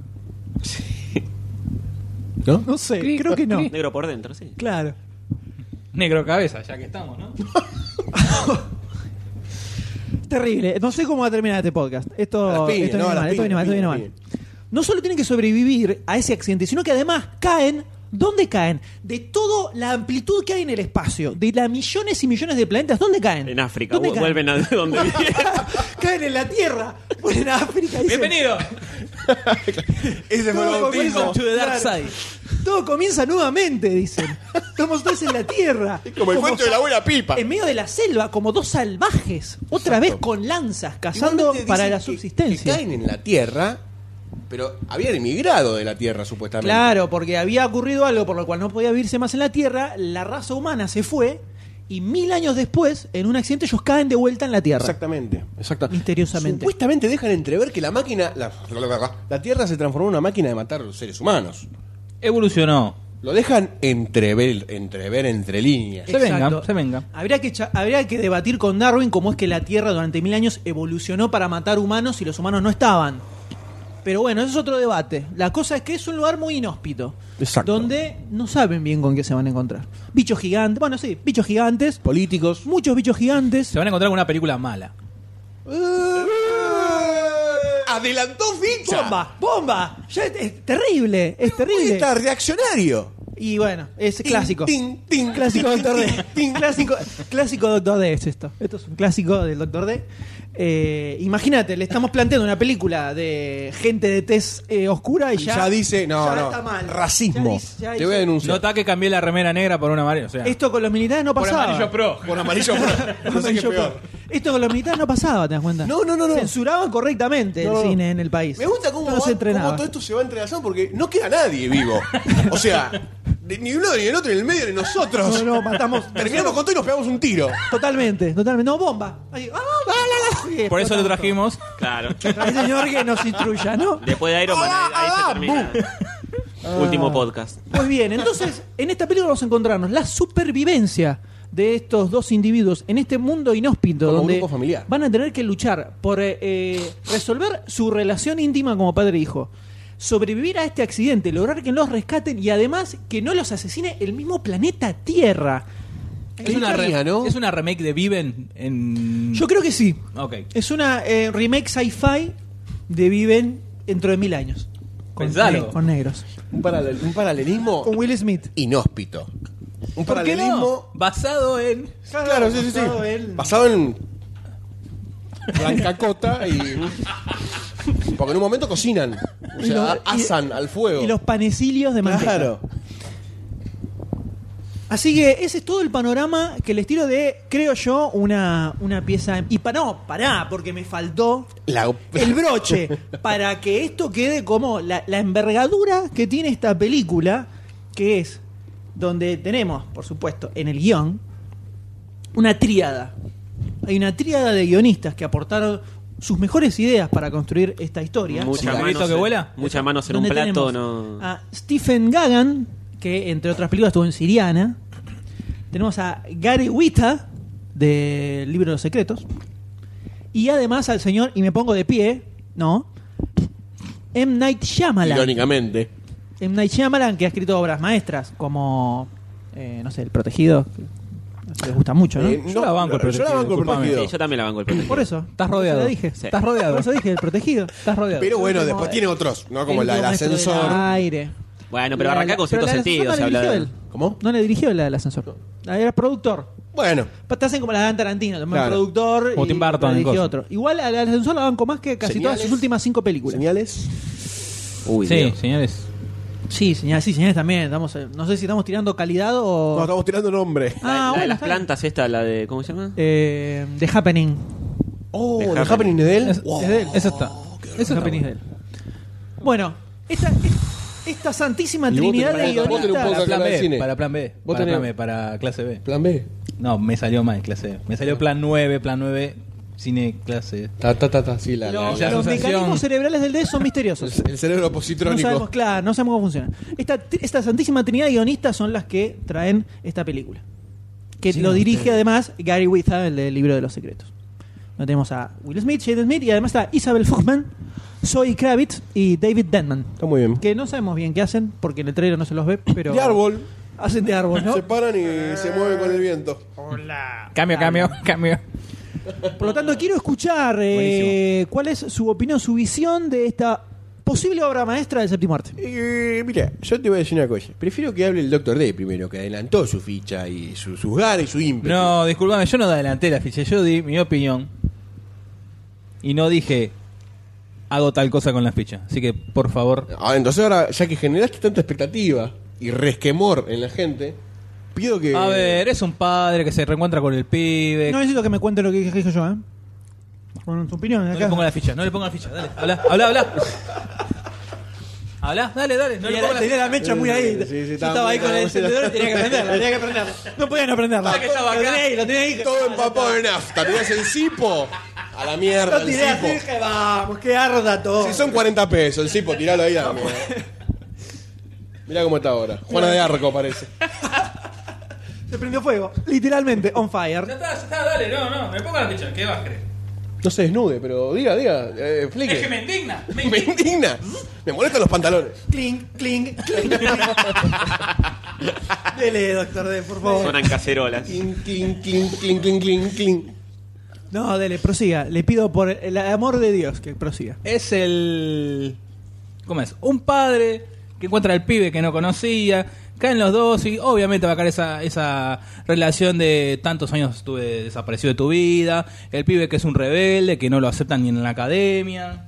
Speaker 2: ¿No?
Speaker 1: No sé, creo que no.
Speaker 4: Negro por dentro, sí.
Speaker 1: Claro.
Speaker 3: Negro cabeza, ya que estamos, ¿no?
Speaker 1: Terrible. No sé cómo va a terminar este podcast. Esto,
Speaker 2: A las piñas,
Speaker 1: esto viene
Speaker 2: no, a las
Speaker 1: mal, esto viene mal,
Speaker 2: piñas,
Speaker 1: esto viene mal.
Speaker 2: piñas,
Speaker 1: No solo tienen que sobrevivir a ese accidente, sino que además caen. ¿Dónde caen? De toda la amplitud que hay en el espacio, de las millones y millones de planetas, ¿dónde caen?
Speaker 4: En África.
Speaker 1: ¿Dónde
Speaker 4: vu-
Speaker 1: caen?
Speaker 4: Vuelven a donde vinieron.
Speaker 1: caen en la Tierra, vuelven a África. dicen,
Speaker 3: Bienvenido.
Speaker 2: Ese fue el
Speaker 1: Todo
Speaker 2: bautismo.
Speaker 1: comienza-
Speaker 3: to the dark
Speaker 1: claro.
Speaker 3: side.
Speaker 1: Todo comienza nuevamente, dicen. Estamos todos en la Tierra.
Speaker 2: Como el cuento de la abuela Pipa.
Speaker 1: En medio de la selva, como dos salvajes, otra vez con lanzas, cazando
Speaker 2: Igualmente
Speaker 1: para
Speaker 2: dicen
Speaker 1: la
Speaker 2: que-
Speaker 1: subsistencia.
Speaker 2: que caen en la tierra, pero habían emigrado de la tierra, supuestamente.
Speaker 1: Claro, porque había ocurrido algo por lo cual no podía vivirse más en la Tierra, la raza humana se fue y mil años después, en un accidente, ellos caen de vuelta en la Tierra.
Speaker 2: Exactamente, exacto.
Speaker 1: Misteriosamente.
Speaker 2: Supuestamente dejan entrever que la máquina. La, la tierra se transformó en una máquina de matar a los seres humanos.
Speaker 3: Evolucionó.
Speaker 2: Lo dejan entrever, entrever entre líneas.
Speaker 3: Se
Speaker 1: Exacto.
Speaker 3: venga, se venga.
Speaker 1: Habría que, cha- habría que debatir con Darwin cómo es que la Tierra durante mil años evolucionó para matar humanos y los humanos no estaban. Pero bueno, eso es otro debate. La cosa es que es un lugar muy inhóspito.
Speaker 2: Exacto.
Speaker 1: Donde no saben bien con qué se van a encontrar. Bichos gigantes, bueno, sí, bichos gigantes.
Speaker 2: Políticos.
Speaker 1: Muchos bichos gigantes.
Speaker 3: Se van a encontrar con una película mala.
Speaker 2: Eh. Adelantó ficha.
Speaker 1: ¡Bomba! ¡Bomba! Ya es, es terrible, es terrible.
Speaker 2: Está reaccionario.
Speaker 1: Y bueno, es clásico.
Speaker 2: Tin, tin,
Speaker 1: Clásico
Speaker 2: tin,
Speaker 1: Doctor
Speaker 2: tin,
Speaker 1: D.
Speaker 2: tin.
Speaker 1: Clásico, clásico Doctor D es esto. Esto es un clásico del Doctor D. Eh, imagínate, le estamos planteando una película de gente de tez eh, oscura y
Speaker 2: Y ya,
Speaker 1: ya.
Speaker 2: dice, no,
Speaker 1: ya
Speaker 2: no,
Speaker 1: está mal. Ya
Speaker 2: racismo.
Speaker 1: dice- ya
Speaker 2: Te voy a
Speaker 1: dice-
Speaker 2: denunciar.
Speaker 3: Nota que cambié la remera negra por una amarilla. O sea,
Speaker 1: Esto con los militares no
Speaker 3: por
Speaker 1: pasaba.
Speaker 3: amarillo pro.
Speaker 2: Por amarillo, por- no sé qué es
Speaker 1: Amarillo
Speaker 2: peor.
Speaker 1: pro. Esto con los militares no pasaba, ¿te das cuenta?
Speaker 2: No, no, no, no.
Speaker 1: Censuraban correctamente
Speaker 2: No, no,
Speaker 1: el
Speaker 2: no.
Speaker 1: cine en el país.
Speaker 2: Me gusta cómo,
Speaker 1: No
Speaker 2: va-
Speaker 1: se entrenaba.
Speaker 2: cómo todo esto se va entrelazando porque no queda nadie vivo. O sea, de- ni uno ni el otro en el medio de nosotros.
Speaker 1: No, no, matamos.
Speaker 2: Terminamos con todo y nos pegamos un tiro.
Speaker 1: Totalmente, totalmente. No, bomba. Ahí, ¡ah, la, la, la! Y
Speaker 3: Por eso lo
Speaker 1: explotamos
Speaker 3: trajimos.
Speaker 4: Claro.
Speaker 1: todo. Al señor que nos instruya, ¿no?
Speaker 4: Después de Iron Man, ahí, ahí
Speaker 2: Ah, ah,
Speaker 4: se termina.
Speaker 1: ah,
Speaker 4: Último podcast.
Speaker 1: Pues bien, entonces en esta película vamos a encontrarnos la supervivencia de estos dos individuos en este mundo inhóspito
Speaker 2: Como
Speaker 1: donde
Speaker 2: grupo familiar.
Speaker 1: van a tener que luchar por eh, eh, resolver su relación íntima como padre e hijo, sobrevivir a este accidente, lograr que los rescaten y además que no los asesine el mismo planeta Tierra.
Speaker 3: Es una, re-
Speaker 2: Italia, ¿no?
Speaker 3: es una remake de Viven en.
Speaker 1: Yo creo que sí.
Speaker 3: Ok.
Speaker 1: Es una eh, remake sci-fi de Viven dentro de mil años. Con,
Speaker 3: Pensalo.
Speaker 1: con negros.
Speaker 2: Un, paral- un paralelismo
Speaker 1: Con Will Smith.
Speaker 2: inhóspito. Un
Speaker 3: ¿Por qué no?
Speaker 2: paralelismo.
Speaker 3: Basado en.
Speaker 2: Claro, sí, sí, sí.
Speaker 1: Basado en-
Speaker 2: Basado en. Blanca cota y. Porque en un momento cocinan. O
Speaker 1: Y
Speaker 2: sea,
Speaker 1: los- y-
Speaker 2: asan al fuego.
Speaker 1: Y los panecillos de manteca.
Speaker 2: Claro.
Speaker 1: Así que ese es todo el panorama que les tiro de, creo yo, una, una pieza. Y para no, pará, porque me faltó
Speaker 2: La-
Speaker 1: el broche para que esto quede como la, la envergadura que tiene esta película, que es donde tenemos, por supuesto, en el guión, una tríada. Hay una tríada de guionistas que aportaron sus mejores ideas para construir esta historia.
Speaker 4: Muchas
Speaker 3: ¿El grito
Speaker 4: manos.
Speaker 3: que
Speaker 4: en-
Speaker 3: vuela?
Speaker 4: Muchas manos en un
Speaker 1: Donde
Speaker 4: plato,
Speaker 1: tenemos
Speaker 4: no. Ah,
Speaker 1: A Stephen Gagan, que entre otras películas estuvo en Siriana. Tenemos a Gary Wita, de Libro de los Secretos. Y además al señor, y me pongo de pie, ¿no? M. Night Shyamalan.
Speaker 2: Irónicamente.
Speaker 1: M. Night Shyamalan, que ha escrito obras maestras como, eh, no sé, El Protegido, Les gusta mucho, ¿no?
Speaker 2: Eh,
Speaker 3: Yo la banco el
Speaker 2: yo la
Speaker 3: protegido,
Speaker 2: banco el
Speaker 3: disculpame.
Speaker 2: protegido.
Speaker 4: Sí, yo también la banco el protegido.
Speaker 1: Por eso.
Speaker 3: Estás rodeado.
Speaker 1: Por eso la dije.
Speaker 4: Sí.
Speaker 3: Estás rodeado.
Speaker 1: Por eso dije, el protegido.
Speaker 3: Estás rodeado.
Speaker 2: Pero bueno, después tiene otros, ¿no? Como la del
Speaker 1: Maestro del
Speaker 2: ascensor.
Speaker 1: Aire.
Speaker 4: Bueno, pero
Speaker 1: La-
Speaker 4: arrancá
Speaker 1: pero
Speaker 4: con cierto
Speaker 1: la del
Speaker 4: sentido.
Speaker 1: ascensor
Speaker 4: se
Speaker 1: no la
Speaker 4: habla
Speaker 1: dirigió
Speaker 4: de...
Speaker 1: él.
Speaker 2: ¿Cómo?
Speaker 1: No le dirigió la del ascensor. Era productor.
Speaker 2: Bueno,
Speaker 1: Te hacen como la de Dan Tarantino, también
Speaker 2: Claro.
Speaker 1: productor
Speaker 3: O
Speaker 1: y
Speaker 3: Tim Burton,
Speaker 1: la dirigió
Speaker 3: cosas.
Speaker 1: otro. Igual al al ascensor la banco más que casi todas
Speaker 2: Señales.
Speaker 1: sus últimas cinco películas.
Speaker 2: señales.
Speaker 4: Uy,
Speaker 3: Sí,
Speaker 4: Dios.
Speaker 3: señores.
Speaker 1: Sí, señales, sí, señales también. Estamos, eh, no sé si estamos tirando calidad o. Ah,
Speaker 2: No, estamos tirando nombre.
Speaker 4: La, la de
Speaker 1: bueno,
Speaker 4: las
Speaker 1: está bien.
Speaker 4: plantas esta, la de... ¿Cómo se llama?
Speaker 1: Eh, The Happening.
Speaker 2: Oh,
Speaker 4: The
Speaker 2: The
Speaker 4: Happening.
Speaker 2: Happening de él.
Speaker 3: Es,
Speaker 2: Wow.
Speaker 3: es de él. Eso está. Eso
Speaker 1: The
Speaker 3: está
Speaker 1: Happening
Speaker 3: bueno.
Speaker 1: es de él. Bueno, esta, esta santísima
Speaker 2: Y vos
Speaker 1: trinidad de
Speaker 2: tenés- vos tenés un
Speaker 1: guionistas.
Speaker 2: poco-
Speaker 3: Para
Speaker 2: sacar
Speaker 3: plan,
Speaker 2: al
Speaker 3: B,
Speaker 2: cine.
Speaker 3: para plan B,
Speaker 2: Vos
Speaker 3: para
Speaker 2: tenés-
Speaker 3: plan B, para clase B.
Speaker 2: Plan B.
Speaker 3: No, me salió mal clase B. Me salió plan 9, plan 9, cine clase.
Speaker 2: Ta, ta, ta, ta. Sí, la, la-
Speaker 1: Los,
Speaker 3: la
Speaker 1: los
Speaker 3: asociación.
Speaker 1: mecanismos cerebrales del D son misteriosos.
Speaker 2: el, el cerebro
Speaker 1: No sabemos,
Speaker 2: positrónico.
Speaker 1: claro, no sabemos cómo funciona. Esta, tri- esta santísima trinidad de guionistas son las que traen esta película. Que
Speaker 3: Sí,
Speaker 1: lo
Speaker 3: no,
Speaker 1: dirige además Gary Whitta, el del libro de los secretos. Nos tenemos a Will Smith, Jaden Smith y además está Isabel Fuchman, Zoe Kravitz y David Denman.
Speaker 2: Está muy bien.
Speaker 1: Que no sabemos bien qué hacen, porque en el trailer no se los ve, pero.
Speaker 2: De árbol.
Speaker 1: Hacen de árbol, ¿no?
Speaker 2: Se paran y se mueven con el viento.
Speaker 3: Cambio, cambio, cambio.
Speaker 1: Por lo tanto, quiero escuchar eh, cuál es su opinión, su visión de esta posible obra maestra del séptimo arte.
Speaker 2: Eh, mira, yo te voy a decir una cosa. Prefiero que hable el Dr. D primero, que adelantó su ficha y su, sus ganas y su ímpetu.
Speaker 3: No, disculpame, yo no adelanté la ficha, yo di mi opinión y no dije hago tal cosa con la ficha. Así que, por favor,
Speaker 2: Ah, entonces ahora, ya que generaste tanta expectativa y resquemor en la gente, pido que...
Speaker 3: a ver, es un padre que se reencuentra con el pibe.
Speaker 1: Eh. No
Speaker 3: No,
Speaker 1: necesito que me cuente lo que dije, que dije yo, ¿eh? Con tu opinión, acá.
Speaker 3: le pongo la ficha, no le pongo la ficha, dale, habla, habla, habla. Habla, dale, dale, no le pongo la
Speaker 1: Tenía
Speaker 3: ficha. Eh,
Speaker 1: la mecha muy ahí.
Speaker 2: Sí, sí,
Speaker 1: Yo
Speaker 2: estaba
Speaker 1: estaba ahí
Speaker 2: muy
Speaker 1: con el
Speaker 2: cabrón.
Speaker 1: encendedor y tenía que prenderla, tenía que prenderla. No podían no prenderla.
Speaker 2: Ya que estaba
Speaker 1: Lo tenía ahí, lo tenía ahí.
Speaker 2: Todo empapado de nafta. Tirás el cipo a la mierda.
Speaker 1: Lo
Speaker 2: El
Speaker 1: tiré así,
Speaker 3: eh.
Speaker 2: cipo.
Speaker 1: dije, vamos, que arda todo.
Speaker 2: Si son 40 pesos, el cipo, tiralo ahí a la mierda. Mirá cómo está ahora. Juana de Arco parece.
Speaker 1: Se prendió fuego, literalmente, on
Speaker 3: Ya
Speaker 1: fire.
Speaker 3: está, ya está, dale, no, no, me pongo la ficha, ¿qué vas a creer?
Speaker 2: No se desnude, pero diga, diga. Eh, explique.
Speaker 3: Es que me indigna, me
Speaker 2: Me
Speaker 3: indigna.
Speaker 2: indigna. Me molestan los pantalones.
Speaker 1: Cling, cling, cling. Dele, doctor D, por favor.
Speaker 4: Sonan cacerolas.
Speaker 2: Clink, clink, clink, clink, clink, clink, clink.
Speaker 1: No, dele, prosiga. Le pido por el amor de Dios que prosiga.
Speaker 3: es el. ¿Cómo es? Un padre que encuentra al pibe que no conocía. Caen los dos y obviamente va a caer esa, esa relación de tantos años estuve desaparecido de tu vida. El pibe que es un rebelde, que no lo aceptan ni en la academia.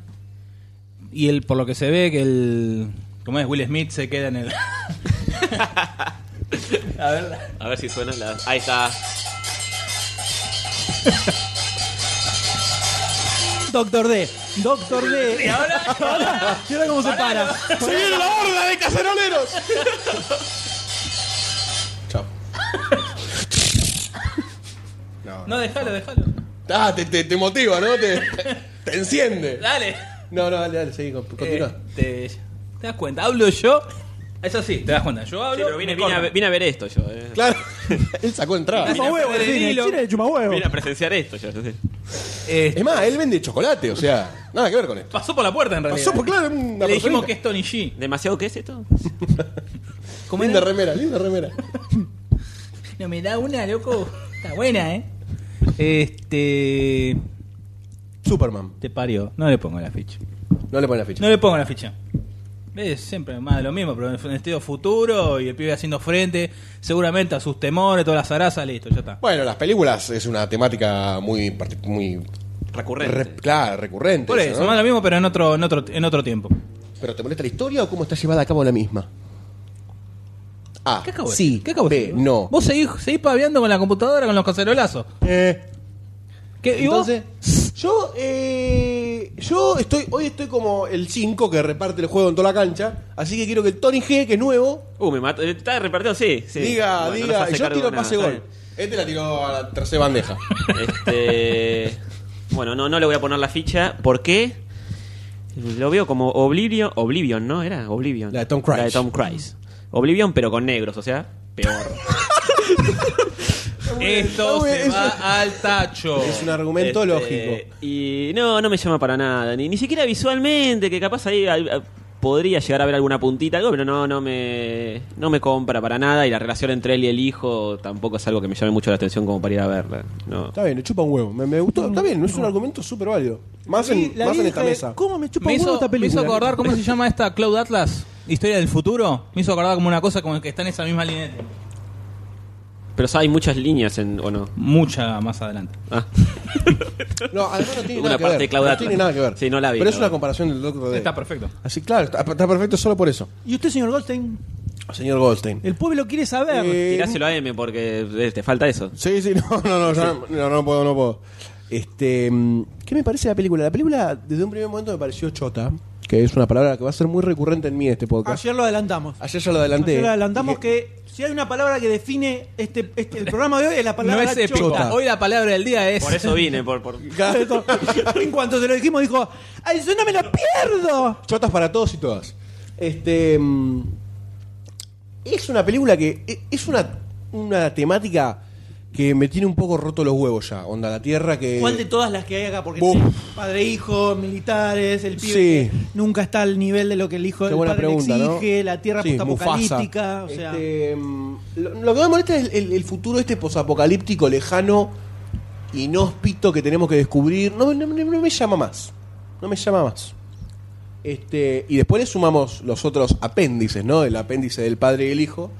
Speaker 3: Y él, por lo que se ve, que el. ¿Cómo es? Will Smith se queda en el. a ver.
Speaker 4: A ver si suena la... Ahí está.
Speaker 1: Doctor D, Doctor D. ahora? ¿Y ahora cómo se para?
Speaker 2: ¡Se viene la horda de caceroleros! Chao. No,
Speaker 3: No, déjalo, déjalo.
Speaker 2: Ah, te, te, te motiva, ¿no? Te, te enciende.
Speaker 3: Dale.
Speaker 2: No, no, dale, dale, seguí, con- continúa.
Speaker 3: Este, ¿Te das cuenta? Hablo yo. Eso sí, te das cuenta. Yo hablo.
Speaker 4: Sí, pero vine,
Speaker 3: me
Speaker 4: vine a,
Speaker 3: cortan.
Speaker 4: ver- vine a ver esto yo. eh.
Speaker 2: Claro, él sacó entrada.
Speaker 1: Chuma huevo,
Speaker 3: Freddy
Speaker 1: sí, el
Speaker 3: Dilo.
Speaker 1: cine de chuma huevo.
Speaker 4: Vine a presenciar esto yo. no sé.
Speaker 3: Este,
Speaker 2: Es más, él vende chocolate, o sea, nada que ver con esto.
Speaker 3: Pasó por la puerta en realidad.
Speaker 2: Pasó por claro, una
Speaker 3: Le dijimos
Speaker 2: personita.
Speaker 3: que es Tony G.
Speaker 4: ¿Demasiado qué es esto?
Speaker 3: ¿Cómo
Speaker 2: Linda
Speaker 3: era?
Speaker 2: remera, linda remera.
Speaker 3: No me da una, loco. Está buena, ¿eh? Este.
Speaker 2: Superman.
Speaker 3: Te parió. No le pongo la ficha.
Speaker 2: No le ponen la ficha.
Speaker 3: No le pongo la ficha. Es siempre más de lo mismo, pero en el sentido futuro y el pibe haciendo frente, seguramente a sus temores, todas las zarazas, listo, ya está.
Speaker 2: Bueno, las películas es una temática muy. partic- muy re-
Speaker 4: Recurrente.
Speaker 2: claro, recurrente.
Speaker 3: Por
Speaker 2: eso,
Speaker 3: eso,
Speaker 2: ¿no?
Speaker 3: más de lo mismo, pero en otro, en otro, en otro tiempo.
Speaker 2: ¿Pero te molesta la historia o cómo está llevada a cabo la misma? A.
Speaker 3: ¿Qué acabo de
Speaker 2: sí.
Speaker 3: decir? ¿Qué acabo de
Speaker 2: B.
Speaker 3: decir?
Speaker 2: No.
Speaker 3: Vos seguís, seguís paviando con la computadora, con los cacerolazos.
Speaker 2: Eh,
Speaker 3: ¿Qué, ¿Y vos?
Speaker 2: entonces, yo, eh, yo estoy, hoy estoy como el 5 que reparte el juego en toda la cancha, así que quiero que el Tony G, que es nuevo,
Speaker 4: Uh, me mató. Está repartido, sí. sí.
Speaker 2: diga,
Speaker 4: Bueno, no se
Speaker 2: diga,
Speaker 4: hace
Speaker 2: yo
Speaker 4: cargo
Speaker 2: tiro
Speaker 4: de
Speaker 2: el
Speaker 4: nada,
Speaker 2: pase
Speaker 4: está
Speaker 2: gol. Este la tiró a la tercera bandeja.
Speaker 4: bien. Este... Bueno, no, no le voy a poner la ficha. ¿Por qué? Lo veo como Oblivion, Oblivion, ¿no? Era Oblivion.
Speaker 2: La de Tom Cruise.
Speaker 4: La de Tom Cruise. Oblivion, pero con negros, o sea, peor.
Speaker 3: Esto
Speaker 2: Está
Speaker 3: se
Speaker 2: bien, eso-
Speaker 3: va al tacho.
Speaker 2: es un argumento
Speaker 4: Este,
Speaker 2: lógico.
Speaker 4: Y no, no me llama para nada. Ni, ni siquiera visualmente, que capaz ahí. ah, ah, podría llegar a ver alguna puntita, algo, pero no, no me, no me compra para nada y la relación entre él y el hijo tampoco es algo que me llame mucho la atención como para ir a verla. No.
Speaker 2: Está bien, le chupa un huevo. Me, me gustó. Está bien, es un argumento súper válido. Más en,
Speaker 1: La
Speaker 2: más en
Speaker 1: vi y
Speaker 2: esta
Speaker 1: dije,
Speaker 2: mesa.
Speaker 1: ¿Cómo me chupa
Speaker 3: Me
Speaker 1: un huevo
Speaker 3: hizo,
Speaker 1: esta
Speaker 3: me hizo
Speaker 1: película?
Speaker 3: acordar, ¿cómo se llama esta? Cloud Atlas, Historia del Futuro. Me hizo acordar como una cosa como que está en esa misma línea. de tiempo.
Speaker 4: Pero o sea, hay muchas líneas en, o no.
Speaker 3: Mucha más adelante.
Speaker 4: Ah.
Speaker 2: No, además no tiene
Speaker 4: Una
Speaker 2: nada que
Speaker 4: parte
Speaker 2: ver.
Speaker 4: de Cloud
Speaker 2: no
Speaker 4: Atlas.
Speaker 2: tiene nada que ver.
Speaker 4: Sí, no la vi,
Speaker 2: Pero es
Speaker 4: la
Speaker 2: una
Speaker 4: verdad.
Speaker 2: comparación del Doctor D.
Speaker 3: Está perfecto.
Speaker 2: Así, claro, está, está perfecto solo por eso.
Speaker 1: ¿Y usted, señor Goldstein?
Speaker 2: Señor Goldstein.
Speaker 1: El pueblo quiere saber.
Speaker 2: Eh,
Speaker 4: Tiráselo a M porque eh, te falta eso.
Speaker 2: Sí, sí, no, no, no, ya no, no, no puedo, no puedo. Este, mm, ¿Qué me parece la película? La película desde un primer momento me pareció chota, que es una palabra que va a ser muy recurrente en mí este podcast.
Speaker 1: Ayer lo adelantamos.
Speaker 2: Ayer ya lo adelanté.
Speaker 1: Ayer lo adelantamos
Speaker 2: Dije,
Speaker 1: que si hay una palabra que define este, este- el programa de hoy es la
Speaker 3: No
Speaker 1: palabra
Speaker 3: es épica.
Speaker 1: chota.
Speaker 3: Hoy la palabra del día es.
Speaker 4: Por eso vine, por, por...
Speaker 1: en cuanto se lo dijimos dijo, ¡ay, yo no me la pierdo!
Speaker 2: Chotas para todos y todas. Este. mm, Es una película que. e- Es una, una temática que me tiene un poco roto los huevos ya. Onda, la tierra que.
Speaker 1: ¿Cuál de todas las que hay acá? Porque
Speaker 2: Uf.
Speaker 1: sí, padre, e hijo, militares, el pibe que
Speaker 2: Sí.
Speaker 1: nunca está al nivel de lo que el hijo
Speaker 2: Qué
Speaker 1: del
Speaker 2: buena
Speaker 1: padre le
Speaker 2: pregunta, ¿no?
Speaker 1: exige, la tierra
Speaker 2: Sí,
Speaker 1: postapocalíptica,
Speaker 2: Mufasa.
Speaker 1: o sea,
Speaker 2: Este, mm, lo, lo que me molesta es el, el- el futuro este posapocalíptico, lejano, inhóspito que tenemos que descubrir. No, no- no- no me llama más. No me llama más. Este, y después le sumamos los otros apéndices, ¿no? El apéndice del padre y el hijo.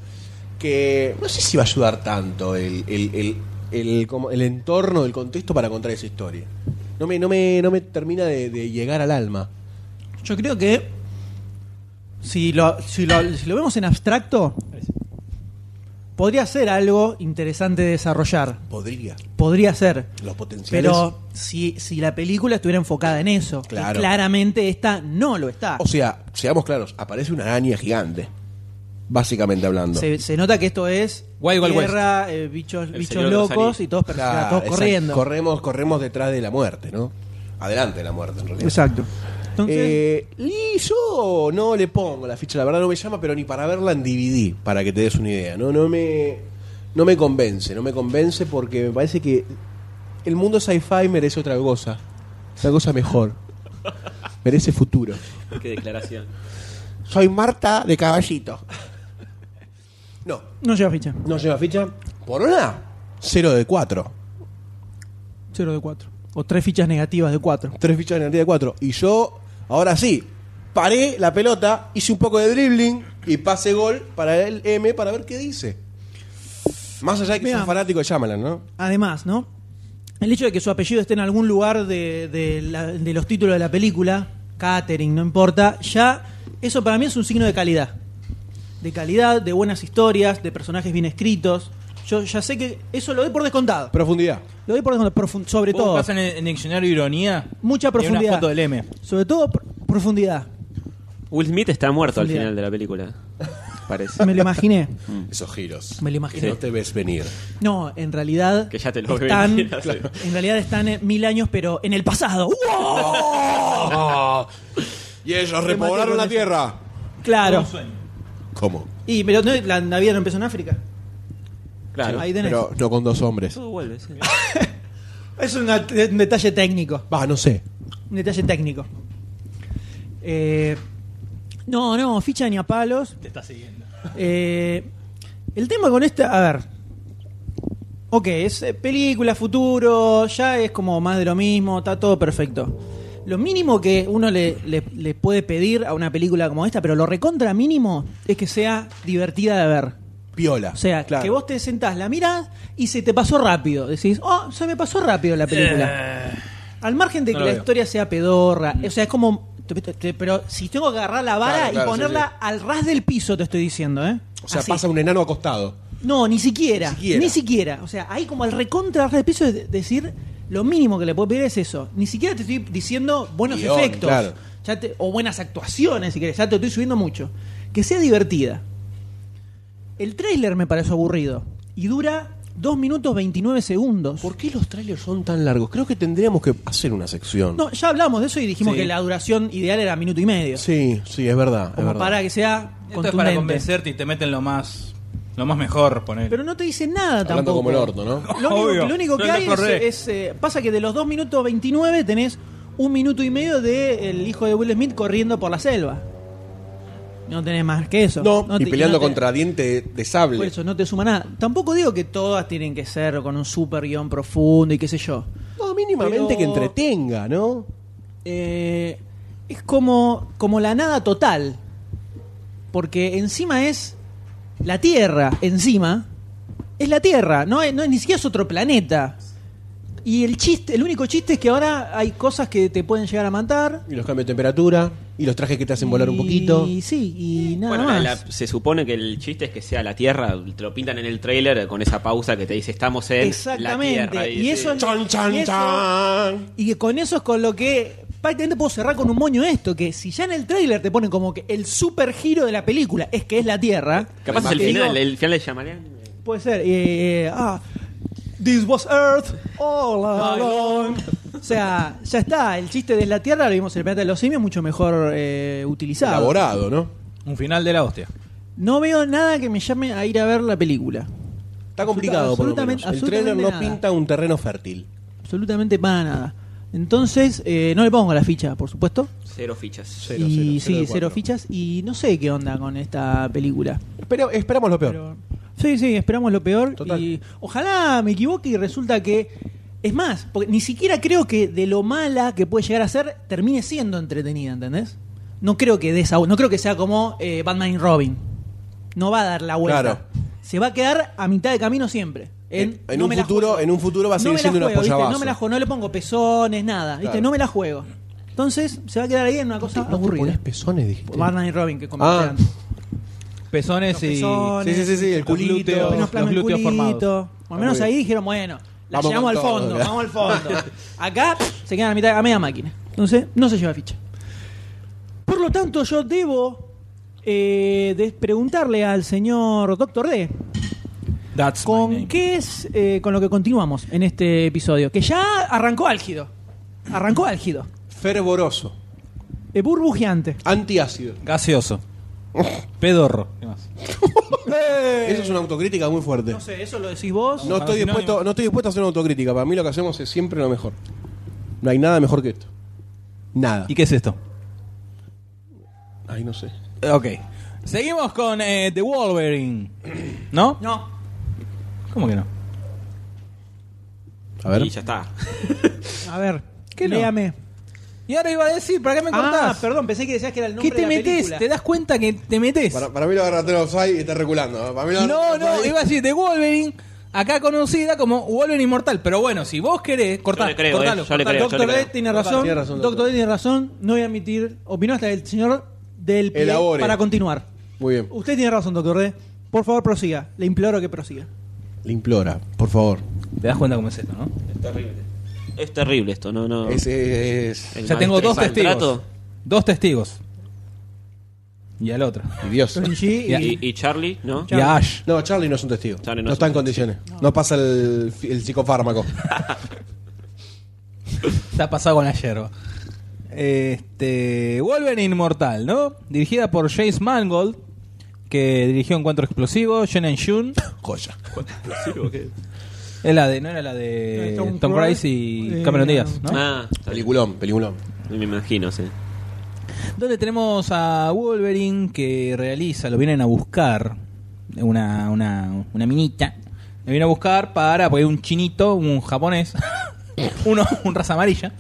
Speaker 2: Que no sé si va a ayudar tanto el, el- el- el- como el entorno, el contexto para contar esa historia. No me, no me, no me termina de, de llegar al alma.
Speaker 1: yo creo que si lo, si lo, si lo vemos en abstracto, podría ser algo interesante de desarrollar.
Speaker 2: Podría.
Speaker 1: Podría ser.
Speaker 2: Los potenciales.
Speaker 1: Pero si, si la película estuviera enfocada en eso, que
Speaker 2: Claro.
Speaker 1: claramente esta no lo está.
Speaker 2: O sea, seamos claros, aparece una araña gigante. Básicamente hablando.
Speaker 1: se, se nota que esto es
Speaker 3: Wild Wild
Speaker 1: tierra, eh, bichos,
Speaker 4: El
Speaker 1: bichos
Speaker 4: Señor de los
Speaker 1: locos
Speaker 4: Anillos.
Speaker 1: y todos, per-
Speaker 2: Claro,
Speaker 1: todos
Speaker 2: exacto.
Speaker 1: corriendo.
Speaker 2: Corremos, corremos detrás de la muerte, ¿no? Adelante de la muerte, en realidad.
Speaker 1: Exacto. Entonces,
Speaker 2: Eh, y yo no le pongo la ficha, la verdad no me llama, pero ni para verla en DVD, para que te des una idea. No, no me, no me convence, no me convence porque me parece que el mundo sci-fi merece otra cosa, una cosa mejor, merece futuro.
Speaker 4: Qué declaración.
Speaker 2: Soy Marta de Caballito. No,
Speaker 1: no lleva ficha.
Speaker 2: No lleva ficha. Por una, 0 de 4.
Speaker 1: 0 de 4. O tres fichas negativas de 4.
Speaker 2: Tres fichas en el día de 4. Y yo, ahora sí, paré la pelota, hice un poco de dribbling y pase gol para el M para ver qué dice. Más allá de que
Speaker 1: Veamos.
Speaker 2: soy fanático de Shyamalan, ¿no?
Speaker 1: Además, ¿no? El hecho de que su apellido esté en algún lugar de, de la- de los títulos de la película, catering, no importa, ya eso para mí es un signo de calidad. De calidad, de buenas historias, de personajes bien escritos. Yo ya sé que eso lo doy por descontado.
Speaker 2: Profundidad.
Speaker 1: Lo doy por descontado, profun- sobre
Speaker 3: Vos
Speaker 1: todo.
Speaker 3: buscás en el, en el diccionario ironía.
Speaker 1: Mucha
Speaker 3: y hay
Speaker 1: profundidad.
Speaker 3: Una foto del M.
Speaker 1: Sobre todo pr- profundidad.
Speaker 4: Will Smith está muerto al
Speaker 1: Fundida.
Speaker 4: final de la película. Parece.
Speaker 1: Me lo imaginé.
Speaker 2: Mm. Esos giros.
Speaker 1: Me lo imaginé.
Speaker 2: Que No te ves venir.
Speaker 1: No, en realidad.
Speaker 4: Que ya te lo
Speaker 1: están,
Speaker 4: venir, así.
Speaker 1: En realidad están en mil años, pero en el pasado. ¡Wow!
Speaker 2: ¡Oh! Y ellos repoblaron la tierra.
Speaker 1: Claro.
Speaker 2: ¿Cómo?
Speaker 1: Y pero no, la, la vida no empezó en África.
Speaker 4: Claro.
Speaker 1: Ahí tenés.
Speaker 2: Pero no con dos hombres.
Speaker 4: Todo vuelve, sí.
Speaker 1: Es una- un detalle técnico.
Speaker 2: Va, no sé.
Speaker 1: Un detalle técnico. Eh, no, no, ficha ni a palos.
Speaker 3: Te está siguiendo.
Speaker 1: Eh, el tema con esta, a ver. Ok, es eh, película, futuro, ya es como más de lo mismo, está todo perfecto. Lo mínimo que uno le, le- le puede pedir a una película como esta, pero lo recontra mínimo, es que sea divertida de ver.
Speaker 2: Piola.
Speaker 1: O sea,
Speaker 2: Claro.
Speaker 1: que vos te sentás, la mirás y se te pasó rápido. Decís, oh, se me pasó rápido la película.
Speaker 2: Eh.
Speaker 1: Al margen de
Speaker 3: no
Speaker 1: que
Speaker 3: lo
Speaker 1: la
Speaker 3: veo.
Speaker 1: historia sea pedorra, o sea, es como. te- te- te- Pero si tengo que agarrar la vara
Speaker 2: Mm. Claro, claro,
Speaker 1: y
Speaker 2: sí,
Speaker 1: ponerla
Speaker 2: sí.
Speaker 1: al ras del piso, te estoy diciendo, ¿eh?
Speaker 2: O sea,
Speaker 1: Así.
Speaker 2: pasa un enano acostado.
Speaker 1: No, ni siquiera,
Speaker 2: Ni
Speaker 1: ni
Speaker 2: siquiera.
Speaker 1: siquiera. O sea, ahí como el recontra ras del piso es de- decir, lo mínimo que le puedo pedir es eso. Ni siquiera te estoy diciendo buenos
Speaker 2: Guión,
Speaker 1: efectos.
Speaker 2: claro.
Speaker 1: Ya te- o buenas actuaciones, si querés. Ya te estoy subiendo mucho. Que sea divertida. El tráiler me pareció aburrido. Y dura 2 minutos 29 segundos.
Speaker 2: ¿Por qué los trailers son tan largos? Creo que tendríamos que hacer una sección.
Speaker 1: No, ya hablamos de eso y dijimos
Speaker 3: Sí.
Speaker 1: que la duración ideal era minuto y medio.
Speaker 2: Sí, sí, es verdad. es
Speaker 1: como
Speaker 2: verdad.
Speaker 1: para que sea
Speaker 3: Esto es para
Speaker 1: contundente.
Speaker 3: convencerte y te meten lo más, lo más mejor, poner.
Speaker 1: Pero no te dicen nada
Speaker 2: Hablando
Speaker 1: tampoco.
Speaker 2: como el orto, ¿no?
Speaker 1: Lo único,
Speaker 3: Obvio.
Speaker 1: lo único que
Speaker 3: No, no
Speaker 1: hay es,
Speaker 3: corré.
Speaker 1: es, eh, pasa que de los 2 minutos 29 tenés un minuto y medio de el hijo de Will Smith corriendo por la selva. No tenés más que eso.
Speaker 2: No,
Speaker 1: No
Speaker 2: y
Speaker 1: te-
Speaker 2: peleando
Speaker 1: no te-
Speaker 2: contra diente de, de sable.
Speaker 1: Por eso no te suma nada. Tampoco digo que todas tienen que ser con un super guión profundo y qué sé yo.
Speaker 2: No, mínimamente
Speaker 1: Pero-
Speaker 2: que entretenga, ¿no?
Speaker 1: Eh, es como, como la nada total. Porque encima es la Tierra, encima. Es la Tierra, no es, no es ni siquiera es otro planeta. Y el chiste, el único chiste es que ahora hay cosas que te pueden llegar a matar.
Speaker 2: Y los cambios de temperatura, y los trajes que te hacen volar un poquito.
Speaker 1: Y sí, y nada
Speaker 4: Eh, Bueno, la-
Speaker 1: más.
Speaker 4: la- se supone que el chiste es que sea la Tierra, te lo pintan en el trailer con esa pausa que te dice estamos en
Speaker 1: Exactamente,
Speaker 4: la Tierra.
Speaker 1: y eso es-
Speaker 2: Chan, chan,
Speaker 1: Y eso-
Speaker 2: chan.
Speaker 1: Y que con eso es con lo que prácticamente puedo cerrar con un moño esto, que si ya en el tráiler te ponen como que el super giro de la película es que es la Tierra.
Speaker 4: Capaz es el
Speaker 1: que
Speaker 4: final,
Speaker 1: digo,
Speaker 4: el final de Shyamalan.
Speaker 1: Puede ser. eh, eh, ah, this was Earth all along. O sea, ya está. El chiste de la Tierra lo vimos en el planeta de los simios, mucho mejor eh, utilizado.
Speaker 2: Elaborado, ¿no?
Speaker 3: Un final de la hostia.
Speaker 1: No veo nada que me llame a ir a ver la película.
Speaker 2: Está complicado, por lo menos.
Speaker 1: absolutamente-
Speaker 2: El trailer no
Speaker 1: absolutamente nada.
Speaker 2: pinta un terreno fértil.
Speaker 1: Absolutamente para nada. Entonces, eh, no le pongo la ficha, por supuesto.
Speaker 4: Cero fichas.
Speaker 2: Cero,
Speaker 1: y
Speaker 2: cero, cero de
Speaker 1: sí, cero
Speaker 2: cuatro.
Speaker 1: fichas. Y no sé qué onda con esta película.
Speaker 2: Espera- esperamos lo peor.
Speaker 1: Pero- sí, sí, esperamos lo peor.
Speaker 2: Total.
Speaker 1: Y ojalá me equivoque y resulta que. Es más, porque ni siquiera creo que de lo mala que puede llegar a ser, termine siendo entretenida, ¿entendés? No creo que de esa, no creo que sea como eh, Batman y Robin. No va a dar la vuelta.
Speaker 2: Claro.
Speaker 1: Se va a quedar a mitad de camino siempre. En,
Speaker 2: En- en
Speaker 1: no
Speaker 2: un
Speaker 1: me la
Speaker 2: futuro-
Speaker 1: juego.
Speaker 2: en un futuro va a
Speaker 1: No
Speaker 2: seguir
Speaker 1: me la
Speaker 2: siendo una
Speaker 1: juego, ¿viste?
Speaker 2: pollabazo.
Speaker 1: No me la juego, no le pongo pezones, nada. ¿viste?
Speaker 2: Claro.
Speaker 1: No me la juego. Entonces, se va a quedar ahí en una cosa
Speaker 2: ¿No te
Speaker 1: aburrida.
Speaker 2: ponés pezones, dijiste?
Speaker 1: Batman y Robin, que comenté
Speaker 2: Ah.
Speaker 1: antes.
Speaker 3: Pezones
Speaker 1: Los
Speaker 3: y.
Speaker 1: pezones,
Speaker 2: Sí, sí, sí, sí, el
Speaker 3: los
Speaker 2: culito.
Speaker 3: glúteos,
Speaker 1: apenas
Speaker 3: los
Speaker 1: plano el
Speaker 3: glúteos
Speaker 1: culito.
Speaker 3: formados.
Speaker 1: Por lo menos
Speaker 2: Ah, Muy bien.
Speaker 1: ahí dijeron, bueno, la
Speaker 2: Vamos
Speaker 1: llevamos
Speaker 2: con
Speaker 1: al
Speaker 2: todo,
Speaker 1: fondo,
Speaker 2: claro.
Speaker 1: vamos al fondo. Acá se quedan a mitad a media máquina. Entonces, no se lleva ficha. Por lo tanto, yo debo eh, de- preguntarle al señor Doctor D
Speaker 3: That's my
Speaker 1: con
Speaker 3: name.
Speaker 1: qué es eh, con lo que continuamos en este episodio, que ya arrancó álgido. Arrancó álgido.
Speaker 2: Fervoroso.
Speaker 1: Eh, burbujeante.
Speaker 2: Antiácido.
Speaker 3: Gaseoso. Pedorro. ¿Qué más?
Speaker 2: Eso es una autocrítica muy fuerte.
Speaker 1: No sé, eso lo decís vos.
Speaker 2: No estoy,
Speaker 3: Sinónimo.
Speaker 2: dispuesto, no estoy dispuesto a hacer una autocrítica. Para mí lo que hacemos es siempre lo mejor. No hay nada mejor que esto. Nada.
Speaker 3: ¿Y qué es esto?
Speaker 2: Ay, no sé.
Speaker 3: Eh, Ok. Seguimos con eh, The Wolverine. ¿No?
Speaker 1: No.
Speaker 3: ¿Cómo que no?
Speaker 2: A ver.
Speaker 4: Y ya está.
Speaker 1: A ver,
Speaker 3: ¿Qué no?
Speaker 1: léame.
Speaker 3: Y ahora iba a decir, ¿para qué me
Speaker 1: Ah,
Speaker 3: contás?
Speaker 1: perdón, pensé que decías que era el nombre
Speaker 3: ¿Qué
Speaker 1: de
Speaker 3: te
Speaker 1: la
Speaker 3: metes?
Speaker 1: película.
Speaker 3: ¿Te das cuenta que te metes?
Speaker 2: Para, para mí lo agarraste los offside y está reculando. ¿eh? Para mí lo
Speaker 3: No,
Speaker 2: agarraste
Speaker 3: no,
Speaker 2: offside.
Speaker 3: iba a decir The Wolverine. Acá conocida como Wolverine Inmortal. Pero bueno, si vos querés, cortá,
Speaker 4: le creo,
Speaker 3: cortalo.
Speaker 4: eh, yo le
Speaker 3: cortalo.
Speaker 4: creo.
Speaker 1: Doctor D tiene razón.
Speaker 2: Tiene razón,
Speaker 1: Doctor
Speaker 2: doctor.
Speaker 1: D tiene razón. No voy a admitir. Opinó hasta el señor del pie
Speaker 2: Elabore.
Speaker 1: para continuar.
Speaker 2: Muy bien.
Speaker 1: Usted tiene razón, doctor D. Por favor, prosiga. Le imploro que prosiga.
Speaker 2: Le implora, por favor.
Speaker 3: Te das cuenta cómo es esto, ¿no?
Speaker 4: Es terrible. Es terrible esto, no, no.
Speaker 2: Ese es.
Speaker 4: El
Speaker 3: ya tengo
Speaker 4: maestro
Speaker 3: dos
Speaker 4: del
Speaker 3: testigos.
Speaker 4: maltrato.
Speaker 3: Dos testigos. Y al otro.
Speaker 2: y Dios.
Speaker 1: Renji y-
Speaker 3: Ya.
Speaker 4: Y, y Charlie, ¿no?
Speaker 3: Y a Ash.
Speaker 2: No, Charlie no es un testigo.
Speaker 4: Charlie
Speaker 2: no
Speaker 4: no es
Speaker 2: está en
Speaker 4: un
Speaker 2: condiciones. No pasa el, el psicofármaco.
Speaker 3: Está pasado con la yerba. Este, Wolverine Inmortal, ¿no? Dirigida por Jace Mangold, que dirigió Encuentro Explosivo, Shonen Shun.
Speaker 2: Joya.
Speaker 3: Es la de, no era la de
Speaker 1: Eh,
Speaker 3: Tom,
Speaker 1: Tom
Speaker 3: Cruise
Speaker 1: Cruise
Speaker 3: y
Speaker 1: eh,
Speaker 3: Cameron Díaz, ¿no?
Speaker 4: Ah, está bien.
Speaker 2: Peliculón, peliculón.
Speaker 4: me imagino, sí.
Speaker 3: Donde tenemos a Wolverine que realiza, lo vienen a buscar, una, una, una minita. Lo vienen a buscar para, porque hay un chinito, un japonés, uno, un raza amarilla,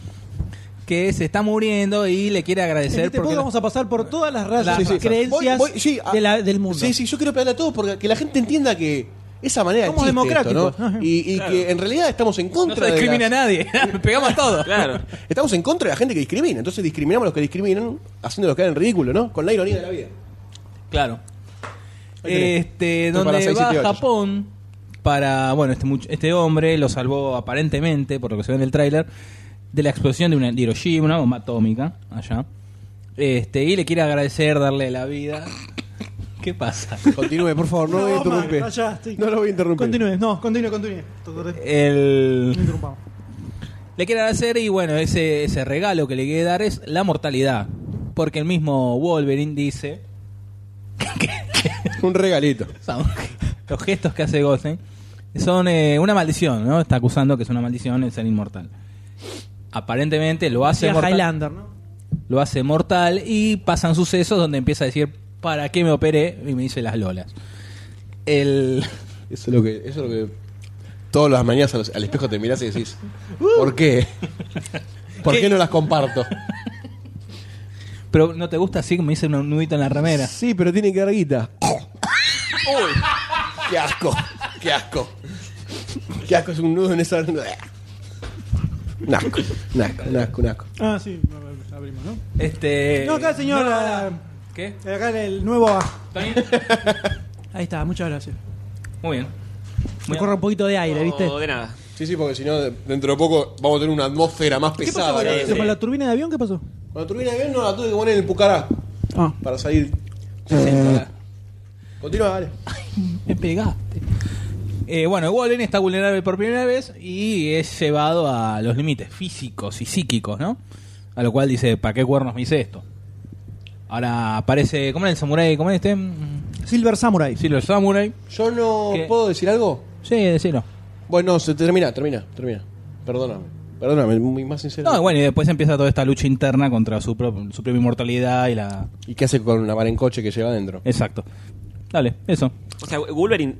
Speaker 3: que se está muriendo y le quiere
Speaker 1: En
Speaker 3: agradecer
Speaker 1: este
Speaker 3: porque...
Speaker 1: podcast vamos a pasar por todas las razas
Speaker 3: Sí, sí.
Speaker 1: y creencias
Speaker 2: Voy- voy- sí, ah,
Speaker 1: de la- del mundo.
Speaker 2: Sí, sí, yo quiero pegarle a todos porque que la gente entienda que esa manera
Speaker 1: Somos
Speaker 2: de chiste esto,
Speaker 1: democráticos.
Speaker 2: ¿no? Y, y que en realidad estamos en
Speaker 3: No
Speaker 2: contra
Speaker 3: se discrimina
Speaker 2: de
Speaker 3: a
Speaker 2: las-
Speaker 3: nadie, pegamos a todos.
Speaker 4: Claro.
Speaker 2: Estamos en contra de la gente que discrimina, entonces discriminamos a los que discriminan, haciéndolos quedar en ridículo, ¿no? Con la ironía de la vida.
Speaker 3: Claro.
Speaker 2: Ahí tenés.
Speaker 1: Eh,
Speaker 3: Este,
Speaker 2: Esto para
Speaker 3: donde
Speaker 2: seis,
Speaker 3: va
Speaker 2: siete,
Speaker 3: a
Speaker 2: ocho.
Speaker 3: Japón para, bueno, este, much- este hombre lo salvó aparentemente, por lo que se ve en el tráiler, de la explosión de una de Hiroshima, una bomba atómica allá. Este, y le quiere agradecer, darle la vida. ¿Qué pasa?
Speaker 2: Continúe, por favor, no, lo voy a
Speaker 1: No, Mac,
Speaker 2: interrumpir.
Speaker 1: allá estoy.
Speaker 2: No lo voy a interrumpir.
Speaker 1: Continúe, no, continúe, continúe. Doctor D,
Speaker 3: El
Speaker 1: no interrumpamos.
Speaker 3: le quiere agradecer y bueno, ese ese regalo que le quiere dar es la mortalidad, porque el mismo Wolverine dice
Speaker 2: Un regalito.
Speaker 3: son- los gestos que hace Gosen son eh, una maldición, ¿no? Está acusando que es una maldición el ser inmortal. Aparentemente lo hace
Speaker 1: Decía
Speaker 3: mortal.
Speaker 1: Highlander, ¿no?
Speaker 3: Lo hace mortal y pasan sucesos donde empieza a decir para qué me operé y me hice las lolas. El...
Speaker 2: Eso es lo que. Eso es lo que todas las mañanas al, al espejo te mirás y decís,
Speaker 1: Uh.
Speaker 2: ¿por qué? ¿Por qué, no las comparto?
Speaker 3: Pero no te gusta así que me hice un nudito en la remera.
Speaker 2: Sí, pero tiene que dar guita. ¡Qué asco! ¡Qué asco! ¡Qué asco es un nudo en esa. Un asco, un asco, un asco, un asco.
Speaker 1: Ah, sí, a ver, abrimos, ¿no?
Speaker 3: Este.
Speaker 1: No, acá, señor. eh,
Speaker 3: no, no. ¿Qué?
Speaker 1: Acá el nuevo A.
Speaker 3: ¿Está bien?
Speaker 1: Ahí está, muchas gracias.
Speaker 3: Muy bien.
Speaker 1: Me corre un poquito de aire, ¿viste?
Speaker 4: No, de nada.
Speaker 2: Sí, sí, porque si no, de- dentro de poco vamos a tener una atmósfera más
Speaker 1: ¿Qué pasó
Speaker 2: pesada.
Speaker 1: con,
Speaker 2: acá
Speaker 1: la-
Speaker 2: dentro.
Speaker 1: con la turbina de avión? ¿Qué pasó?
Speaker 2: Cuando turbina de avión no la tuve que poner en el Pucará
Speaker 1: Ah,
Speaker 2: para salir. Continúa, dale.
Speaker 3: Me pegaste. Eh, bueno, Golden está vulnerable por primera vez y es llevado a los límites físicos y psíquicos, ¿no? A lo cual dice, ¿para qué cuernos me hice esto? Ahora aparece, ¿cómo era el samurai? ¿Cómo era este? Mm,
Speaker 1: Silver Samurai.
Speaker 3: Silver Samurai.
Speaker 2: Yo no
Speaker 3: ¿Qué?
Speaker 2: puedo decir algo.
Speaker 3: Sí, decirlo.
Speaker 2: Bueno, se termina, termina, termina. Perdóname. Perdóname, muy más sincero.
Speaker 3: No, bueno, y después empieza toda esta lucha interna contra su, prop- su propia inmortalidad y la...
Speaker 2: ¿Y qué hace con una vara en coche que lleva adentro?
Speaker 3: Exacto. Dale, eso.
Speaker 4: O sea, Wolverine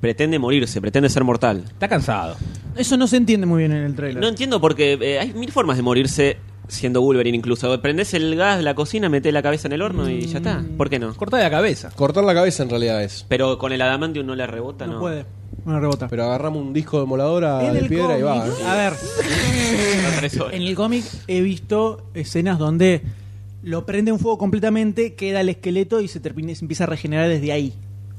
Speaker 4: pretende morirse, pretende ser mortal.
Speaker 3: Está cansado.
Speaker 1: Eso no se entiende muy bien en el trailer.
Speaker 4: No entiendo porque eh, hay mil formas de morirse siendo Wolverine incluso. Prendés el gas, la cocina, metés la cabeza en el horno y ya está.
Speaker 1: Mm.
Speaker 4: ¿Por qué no?
Speaker 3: Corta de la cabeza.
Speaker 2: Cortar la cabeza en realidad es.
Speaker 4: Pero con el adamantium no la rebota,
Speaker 1: no,
Speaker 4: ¿no?
Speaker 1: puede. Una rebota.
Speaker 2: Pero agarramos un disco de moladora
Speaker 1: en
Speaker 2: de
Speaker 1: el
Speaker 2: piedra
Speaker 1: cómic,
Speaker 2: y va. ¿eh?
Speaker 1: a ver,
Speaker 4: No, por eso.
Speaker 1: en el cómic he visto escenas donde lo prende un fuego completamente, queda el esqueleto y se, termina, se empieza a regenerar desde ahí.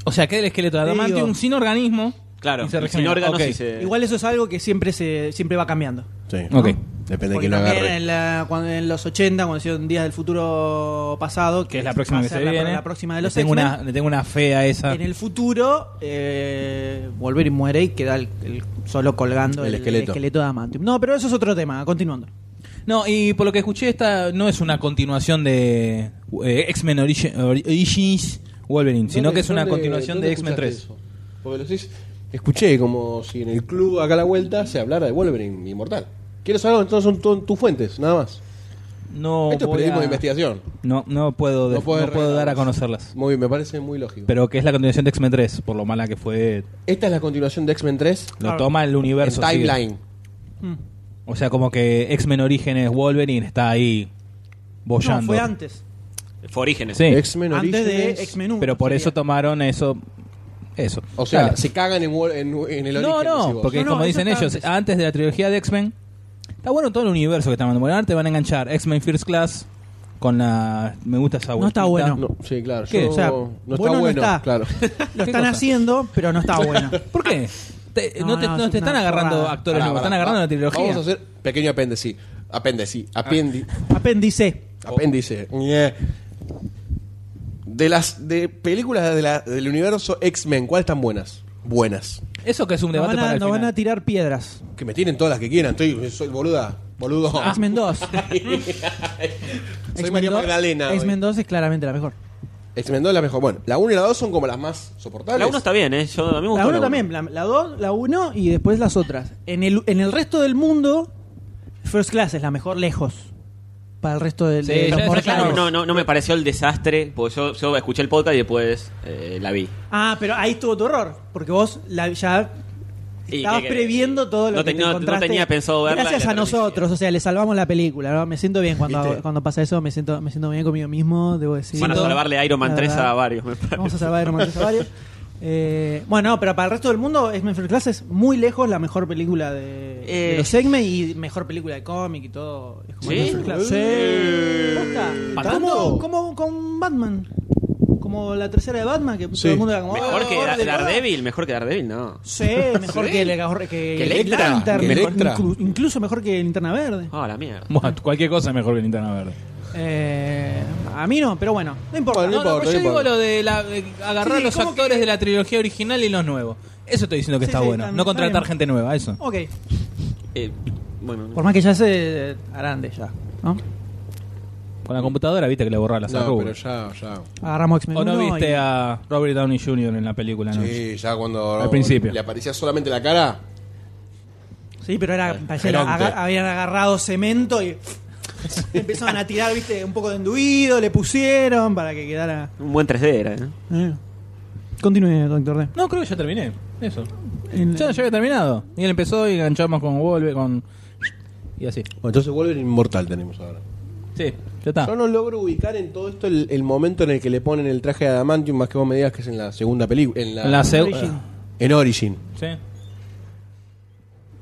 Speaker 3: O sea, que el esqueleto de
Speaker 1: Te
Speaker 3: adamantium
Speaker 1: digo.
Speaker 3: sin organismo.
Speaker 4: Claro,
Speaker 3: y se
Speaker 4: y sin
Speaker 3: regenera.
Speaker 4: órganos
Speaker 3: Ok.
Speaker 4: y
Speaker 2: Eh.
Speaker 4: se...
Speaker 1: Igual eso es algo que siempre se siempre va cambiando.
Speaker 2: Sí.
Speaker 3: Ok.
Speaker 2: Depende de
Speaker 1: Porque
Speaker 2: quién lo
Speaker 1: también
Speaker 2: agarre.
Speaker 1: En, la- cuando- en los 80, cuando hicieron Días del Futuro Pasado,
Speaker 3: que es la próxima
Speaker 1: va a
Speaker 3: que
Speaker 1: ser
Speaker 3: se
Speaker 1: la-
Speaker 3: viene.
Speaker 1: La próxima de los
Speaker 3: le tengo,
Speaker 1: X-Men.
Speaker 3: una, le tengo una fe a esa.
Speaker 1: En el futuro, eh, volver y muere y queda el, el- solo colgando
Speaker 2: El
Speaker 1: el,
Speaker 2: esqueleto.
Speaker 1: esqueleto. de Amantium. No, pero eso es otro tema, continuando.
Speaker 3: No, y por lo que escuché, esta no es una continuación de eh, X-Men Origi- Origins Wolverine, sino
Speaker 2: ¿Dónde-
Speaker 3: que es una
Speaker 2: dónde-
Speaker 3: continuación
Speaker 2: dónde
Speaker 3: de X-Men 3.
Speaker 2: escuchaste eso? Porque lo decís- escuché como si en el club acá a la vuelta se hablara de Wolverine Inmortal. Quiero saber dónde son to- tus fuentes, nada más.
Speaker 3: No,
Speaker 2: Esto es
Speaker 3: voy
Speaker 2: periodismo
Speaker 3: a-
Speaker 2: de investigación.
Speaker 3: No, no puedo, de-
Speaker 2: No
Speaker 3: no
Speaker 2: puedes
Speaker 3: puedo, dar a
Speaker 2: revelarlas.
Speaker 3: conocerlas.
Speaker 2: Muy bien, me parece muy lógico.
Speaker 3: Pero que es la continuación de X-Men 3, por lo mala que fue.
Speaker 2: Esta es la continuación de X-Men 3
Speaker 3: Lo
Speaker 1: Claro.
Speaker 3: toma el
Speaker 2: en
Speaker 3: universo. sigue.
Speaker 2: Timeline.
Speaker 1: Mm.
Speaker 3: O sea, como que X-Men Origins Wolverine está ahí bollando.
Speaker 1: No, fue antes.
Speaker 4: Fue Orígenes.
Speaker 3: Sí,
Speaker 2: X-Men
Speaker 1: Antes de
Speaker 2: Origins.
Speaker 1: X-Men uno,
Speaker 3: pero por
Speaker 1: sería.
Speaker 3: eso tomaron eso. Eso.
Speaker 2: O sea,
Speaker 3: Dale.
Speaker 2: se cagan en, Wol- en- en el
Speaker 3: No,
Speaker 2: origen. decís
Speaker 3: no,
Speaker 2: vos.
Speaker 3: porque
Speaker 1: No, no,
Speaker 3: como
Speaker 1: eso
Speaker 3: dicen
Speaker 1: está
Speaker 3: ellos, antes.
Speaker 1: antes.
Speaker 3: de la trilogía de X-Men, está bueno todo el universo que está mandando. Bueno, ahora te van a enganchar X-Men First Class con la... Me gusta esa
Speaker 1: No está
Speaker 3: vueltita.
Speaker 1: bueno.
Speaker 2: No, sí, claro.
Speaker 3: ¿Qué?
Speaker 2: yo-
Speaker 1: O sea,
Speaker 2: no está
Speaker 1: bueno
Speaker 2: bueno.
Speaker 1: no está.
Speaker 2: Claro.
Speaker 1: Lo
Speaker 3: ¿Qué
Speaker 1: están
Speaker 3: cosa?
Speaker 1: haciendo, pero no está bueno.
Speaker 3: ¿Por qué? Te- no,
Speaker 1: No,
Speaker 3: te,
Speaker 1: no,
Speaker 3: Ah, no
Speaker 1: es
Speaker 3: te
Speaker 1: una
Speaker 3: están agarrando
Speaker 1: forrada.
Speaker 3: actores,
Speaker 2: Pará,
Speaker 3: nuevos,
Speaker 2: pará,
Speaker 3: están agarrando
Speaker 2: va-
Speaker 3: la trilogía. Ah.
Speaker 2: Vamos a hacer pequeño apéndice. Apéndice. Apendi,
Speaker 1: Apéndice.
Speaker 3: Oh.
Speaker 2: Apéndice. Ñe. De las de películas de la- del universo X-Men, ¿cuáles están buenas? Buenas.
Speaker 3: Eso que es un
Speaker 1: Nos
Speaker 3: debate
Speaker 1: van,
Speaker 3: para
Speaker 1: a,
Speaker 3: el
Speaker 1: nos van
Speaker 3: final.
Speaker 1: a tirar piedras.
Speaker 2: Que me tienen todas las que quieran. Estoy, soy boluda. Boludo.
Speaker 3: Ah.
Speaker 1: X-Men 2.
Speaker 2: soy María Magdalena. hoy.
Speaker 1: X-Men 2 es claramente la mejor.
Speaker 2: X-Men 2 es la mejor. Bueno, la 1 y la 2 son como las más soportables.
Speaker 4: La 1 está bien, ¿eh? Yo, a mí me gustó
Speaker 1: La 1
Speaker 4: uno.
Speaker 1: también, la- la 2, la 1 y después las otras. En el, en el resto del mundo, First Class es la mejor lejos. Para el resto del,
Speaker 3: Sí,
Speaker 1: de
Speaker 3: ya-
Speaker 1: los
Speaker 3: ya-
Speaker 1: mortales.
Speaker 4: Claro, no, no, no me pareció el desastre, porque yo, yo escuché el podcast y después eh, la vi.
Speaker 1: Ah, pero ahí estuvo tu error, porque vos la, ya
Speaker 4: Y
Speaker 1: estabas
Speaker 4: que- que-
Speaker 1: previendo todo lo
Speaker 4: no
Speaker 1: que
Speaker 4: te-
Speaker 1: te
Speaker 4: no- no
Speaker 1: encontraste.
Speaker 4: tenía pensado verla y
Speaker 1: Gracias
Speaker 4: la
Speaker 1: a
Speaker 4: perdí.
Speaker 1: nosotros, o sea, le salvamos la película, ¿no? Me siento bien cuando,
Speaker 2: ¿Viste?
Speaker 1: cuando pasa eso, me siento, me siento bien conmigo mismo, debo decir.
Speaker 4: Van a salvarle a Iron Man 3 a varios, me parece.
Speaker 1: Vamos a salvar a Iron Man 3 a varios. Eh, bueno, no, pero para el resto del mundo, X-Men First Class es muy lejos la mejor película de, de
Speaker 4: Eh.
Speaker 1: los X-Men y mejor película de cómic y todo. Es como
Speaker 4: ¿Sí?
Speaker 1: X-Men First Class.
Speaker 2: Sí.
Speaker 1: Sí. Posta.
Speaker 2: ¿Tanto?
Speaker 1: Como, como con Batman. Como la tercera de Batman, que
Speaker 2: Sí.
Speaker 1: todo el mundo era como.
Speaker 4: Mejor
Speaker 1: "Oh,
Speaker 4: que Dar-
Speaker 1: de todo".
Speaker 4: Daredevil, mejor que Daredevil, no.
Speaker 1: Sí, mejor que, que, que
Speaker 2: Electra,
Speaker 1: Lantern,
Speaker 2: que
Speaker 1: mejor-
Speaker 2: Electra.
Speaker 1: inclu- incluso mejor que Linterna Verde.
Speaker 4: Ah, la mierda.
Speaker 3: Bueno, cualquier cosa es mejor que Nintendo Verde.
Speaker 1: Eh, a mí no, pero bueno, no importa.
Speaker 2: Bueno,
Speaker 3: No, no,
Speaker 2: importa,
Speaker 3: pero yo
Speaker 2: no
Speaker 3: digo
Speaker 2: importa.
Speaker 3: lo de, la, de agarrar
Speaker 1: Sí,
Speaker 3: los
Speaker 1: como
Speaker 3: actores
Speaker 1: que-
Speaker 3: de la trilogía original y los nuevos. Eso estoy diciendo que
Speaker 1: Sí,
Speaker 3: está
Speaker 1: sí,
Speaker 3: bueno.
Speaker 1: está-
Speaker 3: no
Speaker 1: está
Speaker 3: contratar
Speaker 1: bien.
Speaker 3: gente nueva, eso.
Speaker 1: Ok,
Speaker 4: Eh, bueno,
Speaker 1: por más que ya se eh, harán de ya, ¿no?
Speaker 3: Con la computadora viste que le borra las
Speaker 2: No, pero
Speaker 3: arrugas.
Speaker 2: ya, ya.
Speaker 1: Agarramos X-Men.
Speaker 3: ¿O no
Speaker 1: uno
Speaker 3: viste
Speaker 1: y-
Speaker 3: a Robert Downey Jr. en la película? Ah, No?
Speaker 2: Sí, ya cuando
Speaker 3: Al principio.
Speaker 2: le aparecía solamente la cara.
Speaker 1: Sí, pero era, parecía
Speaker 4: Eh,
Speaker 2: Geronte.
Speaker 1: aga- habían agarrado cemento y Le empezaban a tirar, viste, un poco de enduido, le pusieron para que quedara.
Speaker 4: Un buen 3D era, ¿eh?
Speaker 1: Continúe, doctor D.
Speaker 3: No, creo que ya terminé. Eso.
Speaker 1: El-
Speaker 3: Ya, ya había terminado. Y él empezó y enganchamos con Volve, con. Y así.
Speaker 2: Bueno, entonces Wolverine Inmortal tenemos ahora.
Speaker 3: Sí, ya está.
Speaker 2: Yo no logro ubicar en todo esto el, el momento en el que le ponen el traje de Adamantium, más que vos me digas que es en la segunda película. En la,
Speaker 3: En la seu-
Speaker 1: Origin.
Speaker 2: en Origin.
Speaker 3: Sí.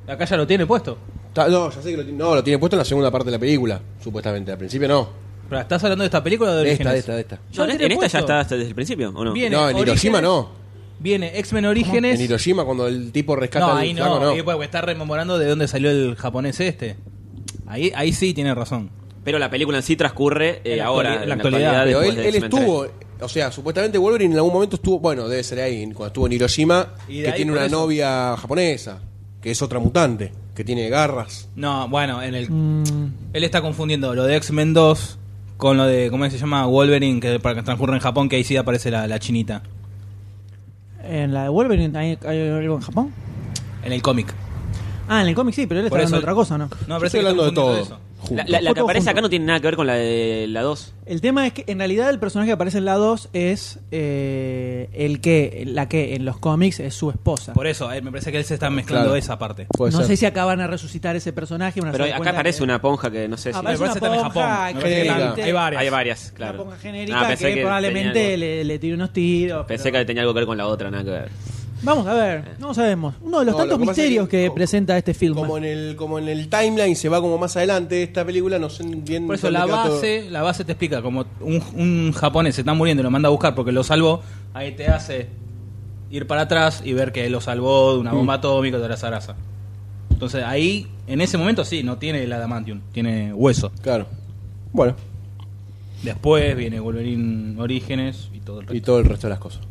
Speaker 3: Acá ya lo tiene puesto.
Speaker 2: Ta- No, ya sé que lo, tiene- no, lo tiene puesto en la segunda parte de la película, supuestamente. Al principio no.
Speaker 3: Pero estás hablando de esta película o de
Speaker 2: De
Speaker 3: Orígenes?
Speaker 2: esta, de esta, de esta.
Speaker 3: Ya
Speaker 4: No, en,
Speaker 3: lo tiene
Speaker 4: en esta ya
Speaker 3: puesto.
Speaker 4: está hasta desde el principio, ¿o no?
Speaker 3: Bien. Tiene
Speaker 2: No, en Hiroshima
Speaker 3: Orígenes.
Speaker 2: no.
Speaker 3: Viene X-Men Orígenes.
Speaker 2: En Hiroshima, cuando el tipo rescata
Speaker 3: No,
Speaker 2: al
Speaker 3: ahí
Speaker 2: flaco,
Speaker 3: no. ahí porque está rememorando de dónde salió el japonés este. Ahí, ahí sí tiene razón.
Speaker 4: Pero la película en sí transcurre eh,
Speaker 3: En la
Speaker 4: ahora,
Speaker 3: actualidad-
Speaker 4: en
Speaker 3: la
Speaker 4: la
Speaker 3: actualidad.
Speaker 4: actualidad.
Speaker 2: Pero
Speaker 4: después
Speaker 2: él,
Speaker 4: de
Speaker 2: él
Speaker 4: X-Men 3.
Speaker 2: estuvo, o sea, supuestamente Wolverine en algún momento estuvo, bueno, debe ser ahí, cuando estuvo en Hiroshima,
Speaker 3: Y de
Speaker 2: que
Speaker 3: ahí
Speaker 2: tiene
Speaker 3: por
Speaker 2: una
Speaker 3: eso.
Speaker 2: novia japonesa, que es otra mutante, que tiene garras.
Speaker 3: No, bueno, en el, él está confundiendo lo de X-Men 2 con lo de, ¿cómo se llama? Wolverine, que para que transcurre en Japón, que ahí sí aparece la, la chinita.
Speaker 1: En la de Wolverine hay, hay algo en Japón.
Speaker 3: En el cómic.
Speaker 1: Ah, en el cómic sí, pero él está
Speaker 3: Por eso-
Speaker 1: hablando de otra cosa, ¿no?
Speaker 3: No,
Speaker 2: Yo
Speaker 3: parece
Speaker 2: estoy
Speaker 3: que
Speaker 2: hablando de
Speaker 3: está
Speaker 2: todo.
Speaker 3: confundiendo
Speaker 2: junto.
Speaker 4: La, la- la que
Speaker 1: Todo
Speaker 4: aparece
Speaker 1: junto.
Speaker 4: acá no tiene nada que ver con la de la 2.
Speaker 1: El tema es que en realidad el personaje que aparece en la 2 es eh, el que, la que en los cómics es su esposa.
Speaker 3: eso. Por eso, eh, me parece que él se está mezclando
Speaker 2: Claro.
Speaker 3: esa parte.
Speaker 2: Puede
Speaker 1: no
Speaker 2: ser.
Speaker 1: sé si acaban a resucitar ese personaje. van a
Speaker 4: Pero
Speaker 1: hacer
Speaker 4: acá
Speaker 1: cuenta
Speaker 4: aparece
Speaker 1: que-
Speaker 4: una ponja que no sé si.
Speaker 1: Ah,
Speaker 3: Me
Speaker 1: Aparece
Speaker 3: parece que
Speaker 1: una
Speaker 3: está en Japón.
Speaker 1: ponja
Speaker 3: Me parece que la-
Speaker 2: genérica.
Speaker 3: hay varias.
Speaker 4: Hay varias,
Speaker 1: Una
Speaker 4: claro.
Speaker 1: ponja genérica
Speaker 4: Ah,
Speaker 1: que,
Speaker 4: tenía
Speaker 1: probablemente
Speaker 4: algo-
Speaker 1: le, le tire unos tiros.
Speaker 4: Pensé
Speaker 1: pero-
Speaker 4: que tenía algo que ver con la otra, nada que ver.
Speaker 1: Vamos a ver, no sabemos. Uno de los
Speaker 2: Eh. No,
Speaker 1: tantos
Speaker 2: lo que pasa es
Speaker 1: misterios que,
Speaker 2: que-
Speaker 1: presenta este film.
Speaker 2: Como en, el, como en el timeline se va como más adelante esta película, no sé bien...
Speaker 3: Por eso
Speaker 2: dónde
Speaker 3: la
Speaker 2: queda todo.
Speaker 3: base, la base te explica, como un, un japonés se está muriendo y lo manda a buscar porque lo salvó, ahí te hace ir para atrás y ver que lo salvó de una bomba atómica de la zaraza. Entonces ahí, en ese momento sí, no tiene el adamantium, tiene hueso.
Speaker 2: Claro. Bueno,
Speaker 3: Después viene Wolverine Orígenes y todo el
Speaker 2: y
Speaker 3: resto.
Speaker 2: todo el resto de las cosas.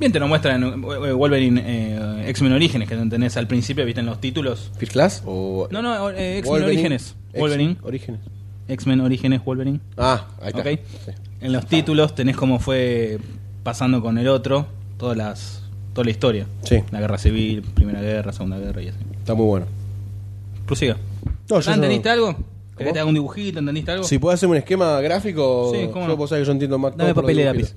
Speaker 3: Bien, te lo muestran en eh, Wolverine eh, X-Men Orígenes, que tenés al principio, viste en los títulos.
Speaker 2: ¿First Class o...?
Speaker 3: No, no, eh, X-Men
Speaker 2: Wolverine.
Speaker 3: Orígenes.
Speaker 2: Ex-
Speaker 3: Wolverine.
Speaker 2: Orígenes.
Speaker 3: X-Men Orígenes Wolverine.
Speaker 2: Ah, ahí está.
Speaker 3: Ok.
Speaker 2: Sí.
Speaker 3: En los títulos tenés cómo fue pasando con el otro todas las toda la historia.
Speaker 2: Sí.
Speaker 3: La guerra civil, primera guerra, segunda guerra y así.
Speaker 2: Está muy bueno.
Speaker 3: Prosiga.
Speaker 2: No, yo
Speaker 3: ¿Entendiste
Speaker 2: no-
Speaker 3: algo? ¿Querés que te haga un dibujito? ¿Entendiste algo?
Speaker 2: Si puede hacer un esquema gráfico,
Speaker 3: Sí, cómo
Speaker 2: yo
Speaker 3: no.
Speaker 2: vos sabés que yo entiendo más.
Speaker 3: Dame
Speaker 2: todo por los
Speaker 3: papel y
Speaker 2: dibujitos.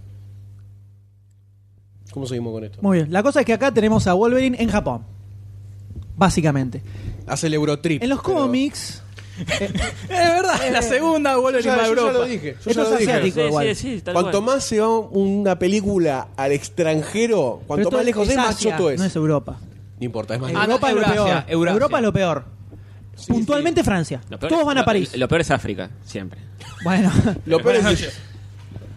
Speaker 2: ¿Cómo seguimos con esto?
Speaker 1: Muy bien, la cosa es que acá tenemos a Wolverine en Japón. Básicamente.
Speaker 2: Hace el Eurotrip.
Speaker 1: En los
Speaker 2: pero-
Speaker 1: cómics. eh,
Speaker 3: Es verdad, la segunda vuelve
Speaker 2: Yo ya, yo ya lo dije. yo ya
Speaker 1: Esto
Speaker 2: lo
Speaker 1: es
Speaker 2: dije.
Speaker 1: asiático.
Speaker 4: Sí,
Speaker 1: igual.
Speaker 4: sí, sí, tal
Speaker 2: Cuanto
Speaker 4: cual.
Speaker 2: más se va una película al extranjero, cuanto
Speaker 1: pero
Speaker 2: más lejos
Speaker 1: es
Speaker 2: es, más
Speaker 1: Asia,
Speaker 2: choto es.
Speaker 1: No es Eh, Europa.
Speaker 2: No importa, es más
Speaker 3: Ah,
Speaker 2: lejos.
Speaker 1: Europa es lo
Speaker 3: Eurasia,
Speaker 1: peor.
Speaker 3: Eurasia.
Speaker 1: Europa es lo peor. Puntualmente Francia.
Speaker 4: Lo peor
Speaker 1: Todos
Speaker 4: es-
Speaker 1: van a
Speaker 4: lo-
Speaker 1: París.
Speaker 4: Lo, peor es África, siempre.
Speaker 1: Bueno,
Speaker 2: Lo peor es que-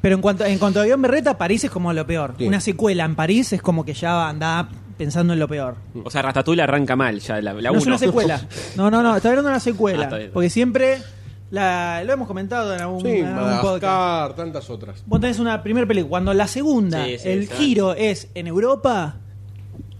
Speaker 1: pero en cuanto, en cuanto a Guión Berreta, París es como lo peor.
Speaker 2: Sí.
Speaker 1: Una secuela en París es como que ya anda pensando en lo peor.
Speaker 4: O sea, Ratatouille arranca mal ya, la, la
Speaker 1: Mm. no es
Speaker 4: uno.
Speaker 1: una secuela. No, no, no, está hablando de una secuela.
Speaker 4: Ah, está bien.
Speaker 1: porque siempre la- lo hemos comentado en algún,
Speaker 2: Sí,
Speaker 1: en algún podcast.
Speaker 2: Madagascar, tantas otras.
Speaker 1: Vos tenés una primera película. Cuando la segunda,
Speaker 4: Sí, sí,
Speaker 1: el
Speaker 4: sí.
Speaker 1: giro es en Europa,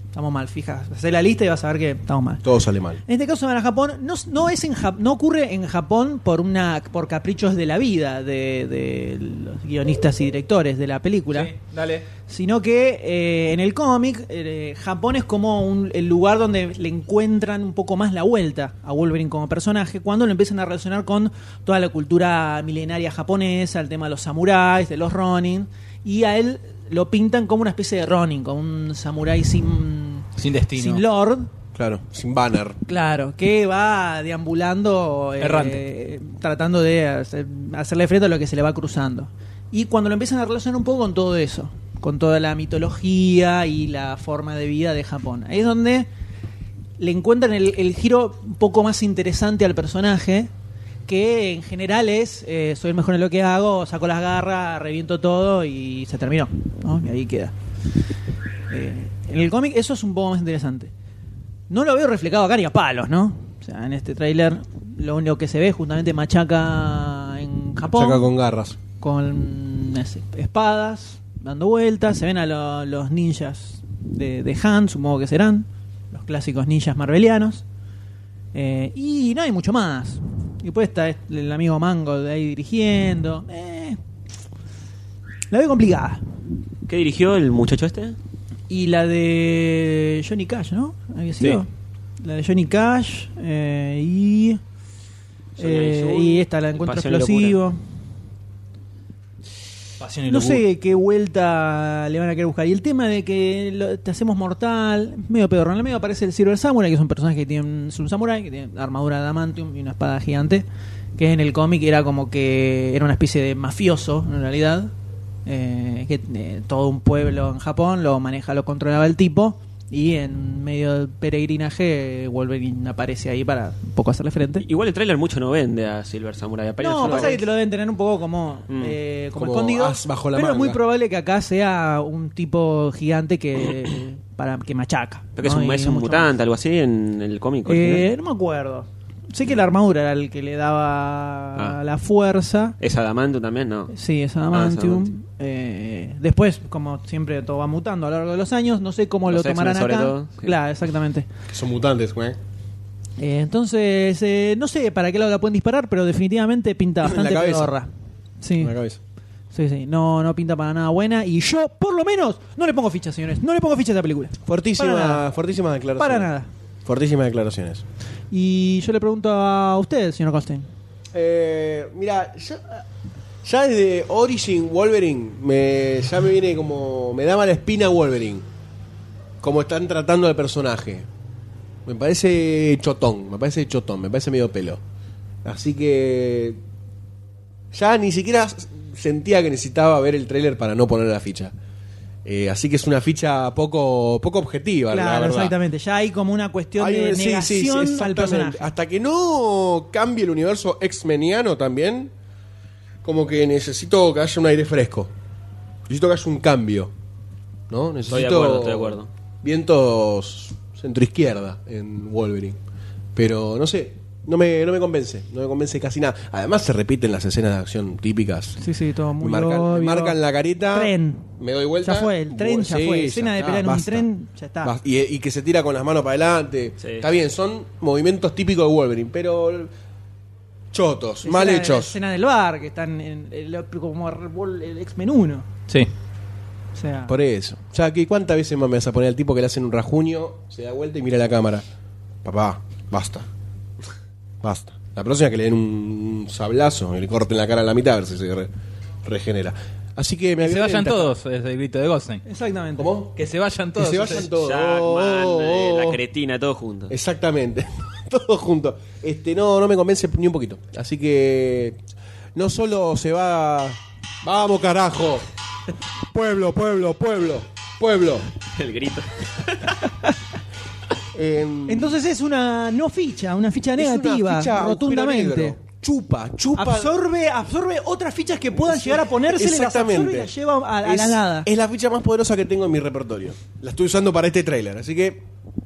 Speaker 1: estamos mal, fija. Hacé la lista y vas a ver que estamos mal.
Speaker 2: Todo sale mal.
Speaker 1: En este caso van a Japón, no, no es en Jap- no ocurre en Japón por una por caprichos de la vida de, de los guionistas y directores de la película,
Speaker 3: Sí, dale.
Speaker 1: sino que eh, en el cómic eh, Japón es como un- el lugar donde le encuentran un poco más la vuelta a Wolverine como personaje cuando lo empiezan a relacionar con toda la cultura milenaria japonesa, el tema de los samuráis, de los Ronin y a él lo pintan como una especie de Ronin, como un samurái sin
Speaker 3: Sin destino.
Speaker 1: sin lord
Speaker 2: Claro, sin banner.
Speaker 1: Claro, que va deambulando, eh,
Speaker 3: Errante.
Speaker 1: tratando de hacer- hacerle frente a lo que se le va cruzando. Y cuando lo empiezan a relacionar un poco con todo eso, con toda la mitología y la forma de vida de Japón, ahí es donde le encuentran el, el giro un poco más interesante al personaje, que en general es, eh, soy el mejor en lo que hago, saco las garras, reviento todo y se terminó. ¿no? Y ahí queda. Eh, en el cómic eso es un poco más interesante. No lo veo reflejado acá ni a palos, ¿no? O sea, en este tráiler lo único que se ve es justamente machaca en Japón
Speaker 2: Chaca con garras.
Speaker 1: con es- espadas dando vueltas. Se ven a lo- los ninjas de, de Han, supongo que serán. Los clásicos ninjas marvelianos. Eh, y no hay mucho más. Y después está este- el amigo Mango de ahí dirigiendo. Eh, la veo complicada.
Speaker 4: ¿Qué dirigió el muchacho este?
Speaker 1: Y la de Johnny Cash, ¿no? ¿Había sido? La de Johnny Cash eh, y...
Speaker 4: Pasión y
Speaker 1: Eh,
Speaker 4: Sur,
Speaker 1: y esta la encuentro
Speaker 4: Pasión y
Speaker 1: explosivo.
Speaker 3: Pasión y
Speaker 1: No
Speaker 3: locura.
Speaker 1: sé qué vuelta le van a querer buscar. Y el tema de que lo- te hacemos mortal, medio pedorro. En el medio aparece el Silver Samurai, que es un personaje que tiene, es un samurai, que tiene armadura de adamantium y una espada gigante. Que en el cómic era como que era una especie de mafioso, en realidad. eh, que eh, todo un pueblo en Japón lo maneja, lo controlaba el tipo. Y en medio del peregrinaje, Wolverine aparece ahí para un poco hacerle frente.
Speaker 4: Igual el tráiler mucho no vende a Silver Samurai. apenas
Speaker 1: No,
Speaker 4: uno-
Speaker 1: pasa que te lo deben tener un poco como,
Speaker 4: Mm.
Speaker 1: eh, como,
Speaker 2: Como
Speaker 1: escondido.
Speaker 2: as bajo la
Speaker 1: pero es muy
Speaker 2: manga.
Speaker 1: probable que acá sea un tipo gigante que para que machaca.
Speaker 4: Creo que es
Speaker 1: ¿no?
Speaker 4: un,
Speaker 1: Y
Speaker 4: es un
Speaker 1: mucho
Speaker 4: mutante, algo así, en el cómic.
Speaker 1: más. Eh,
Speaker 4: original.
Speaker 1: no me acuerdo. Sé que la armadura era el que le daba
Speaker 4: Ah.
Speaker 1: la fuerza.
Speaker 4: ¿Es Adamantum también? No.
Speaker 1: Sí, es
Speaker 4: Ah,
Speaker 1: Adamantium.
Speaker 4: es adamantium.
Speaker 1: Eh, después, como siempre, todo va mutando a lo largo de los años. No sé cómo
Speaker 4: Los
Speaker 1: lo tomarán
Speaker 4: X-Men sobre
Speaker 1: acá.
Speaker 4: todo, sí.
Speaker 1: Claro, exactamente.
Speaker 2: Que son mutantes, güey.
Speaker 1: Eh, entonces, eh, no sé para qué lado la pueden disparar, pero definitivamente pinta
Speaker 2: En la
Speaker 1: bastante
Speaker 2: cabeza.
Speaker 1: pedorra. Sí.
Speaker 2: En la cabeza.
Speaker 1: Sí, sí, no, no pinta para nada buena. Y yo, por lo menos, no le pongo fichas, señores. No le pongo fichas a esta película.
Speaker 2: Fortísima,
Speaker 1: Para nada.
Speaker 2: Fortísimas declaraciones.
Speaker 1: Para nada.
Speaker 2: Fortísimas declaraciones.
Speaker 1: Y yo le pregunto a usted, señor Constein.
Speaker 2: Eh, mira, ya, ya desde Origin Wolverine me, ya me viene como. Me da mala espina Wolverine. Como están tratando al personaje. Me parece chotón, me parece chotón, me parece medio pelo. Así que. Ya ni siquiera s- sentía que necesitaba ver el tráiler para no poner la ficha. Eh, así que es una ficha poco, poco objetiva, la
Speaker 1: Claro,
Speaker 2: verdad.
Speaker 1: exactamente. Ya hay como una cuestión
Speaker 2: Hay
Speaker 1: de
Speaker 2: un- sí, sí, sí,
Speaker 1: negación al
Speaker 2: exactamente.
Speaker 1: personaje.
Speaker 2: Hasta que no cambie el universo X-Meniano también, como que necesito que haya un aire fresco. Necesito que haya un cambio. ¿No? Necesito
Speaker 4: Estoy de acuerdo, estoy de acuerdo.
Speaker 2: vientos centroizquierda en Wolverine. Pero no sé, no me, no me convence. No me convence casi nada. Además se repiten las escenas de acción típicas.
Speaker 1: Sí, sí, todo muy
Speaker 2: Me marcan, me
Speaker 1: obvio.
Speaker 2: marcan la careta.
Speaker 1: Tren.
Speaker 2: Me doy vuelta.
Speaker 1: Ya fue, el tren ya fue. Escena de
Speaker 2: está,
Speaker 1: pelea en un
Speaker 2: basta.
Speaker 1: tren, ya está.
Speaker 2: Basta. Y, y que se tira con las manos para adelante.
Speaker 4: Sí.
Speaker 2: Está bien, son movimientos típicos de Wolverine, pero chotos,
Speaker 1: La
Speaker 2: mal
Speaker 1: escena de- La
Speaker 2: hechos.
Speaker 1: escena del bar, que están en el, como el X-Men 1.
Speaker 3: Sí.
Speaker 1: O sea,
Speaker 2: Por eso. O sea, que ¿cuántas veces más me vas a poner al tipo que le hacen un rajuño, se da vuelta y mira la cámara? Papá, basta. Basta. La próxima que le den un sablazo y le corten la cara a la mitad a ver si se re- regenera. Así que me
Speaker 3: Que se
Speaker 2: avienta.
Speaker 3: vayan todos, es el grito de Goldstein.
Speaker 1: exactamente.
Speaker 2: ¿Cómo?
Speaker 3: Que se vayan
Speaker 2: Que
Speaker 3: todos.
Speaker 2: se vayan todos.
Speaker 4: Jackman,
Speaker 2: Oh,
Speaker 4: eh,
Speaker 2: oh,
Speaker 4: la
Speaker 2: oh.
Speaker 4: cretina, todo junto.
Speaker 2: Exactamente. Todo junto. Este, no, no me convence ni un poquito. Así que no solo se va. ¡Vamos, carajo! Pueblo, pueblo, pueblo, pueblo.
Speaker 4: El grito.
Speaker 2: Em,
Speaker 1: Entonces es una no ficha, una ficha
Speaker 2: es una
Speaker 1: negativa,
Speaker 2: ficha
Speaker 1: rotundamente.
Speaker 2: agujero negro. Chupa, chupa.
Speaker 1: Absorbe, absorbe otras fichas que puedan llegar a ponerse, las absorbe y las lleva a, a
Speaker 2: es,
Speaker 1: la nada.
Speaker 2: Es la ficha más poderosa que tengo en mi repertorio. La estoy usando para este tráiler, así que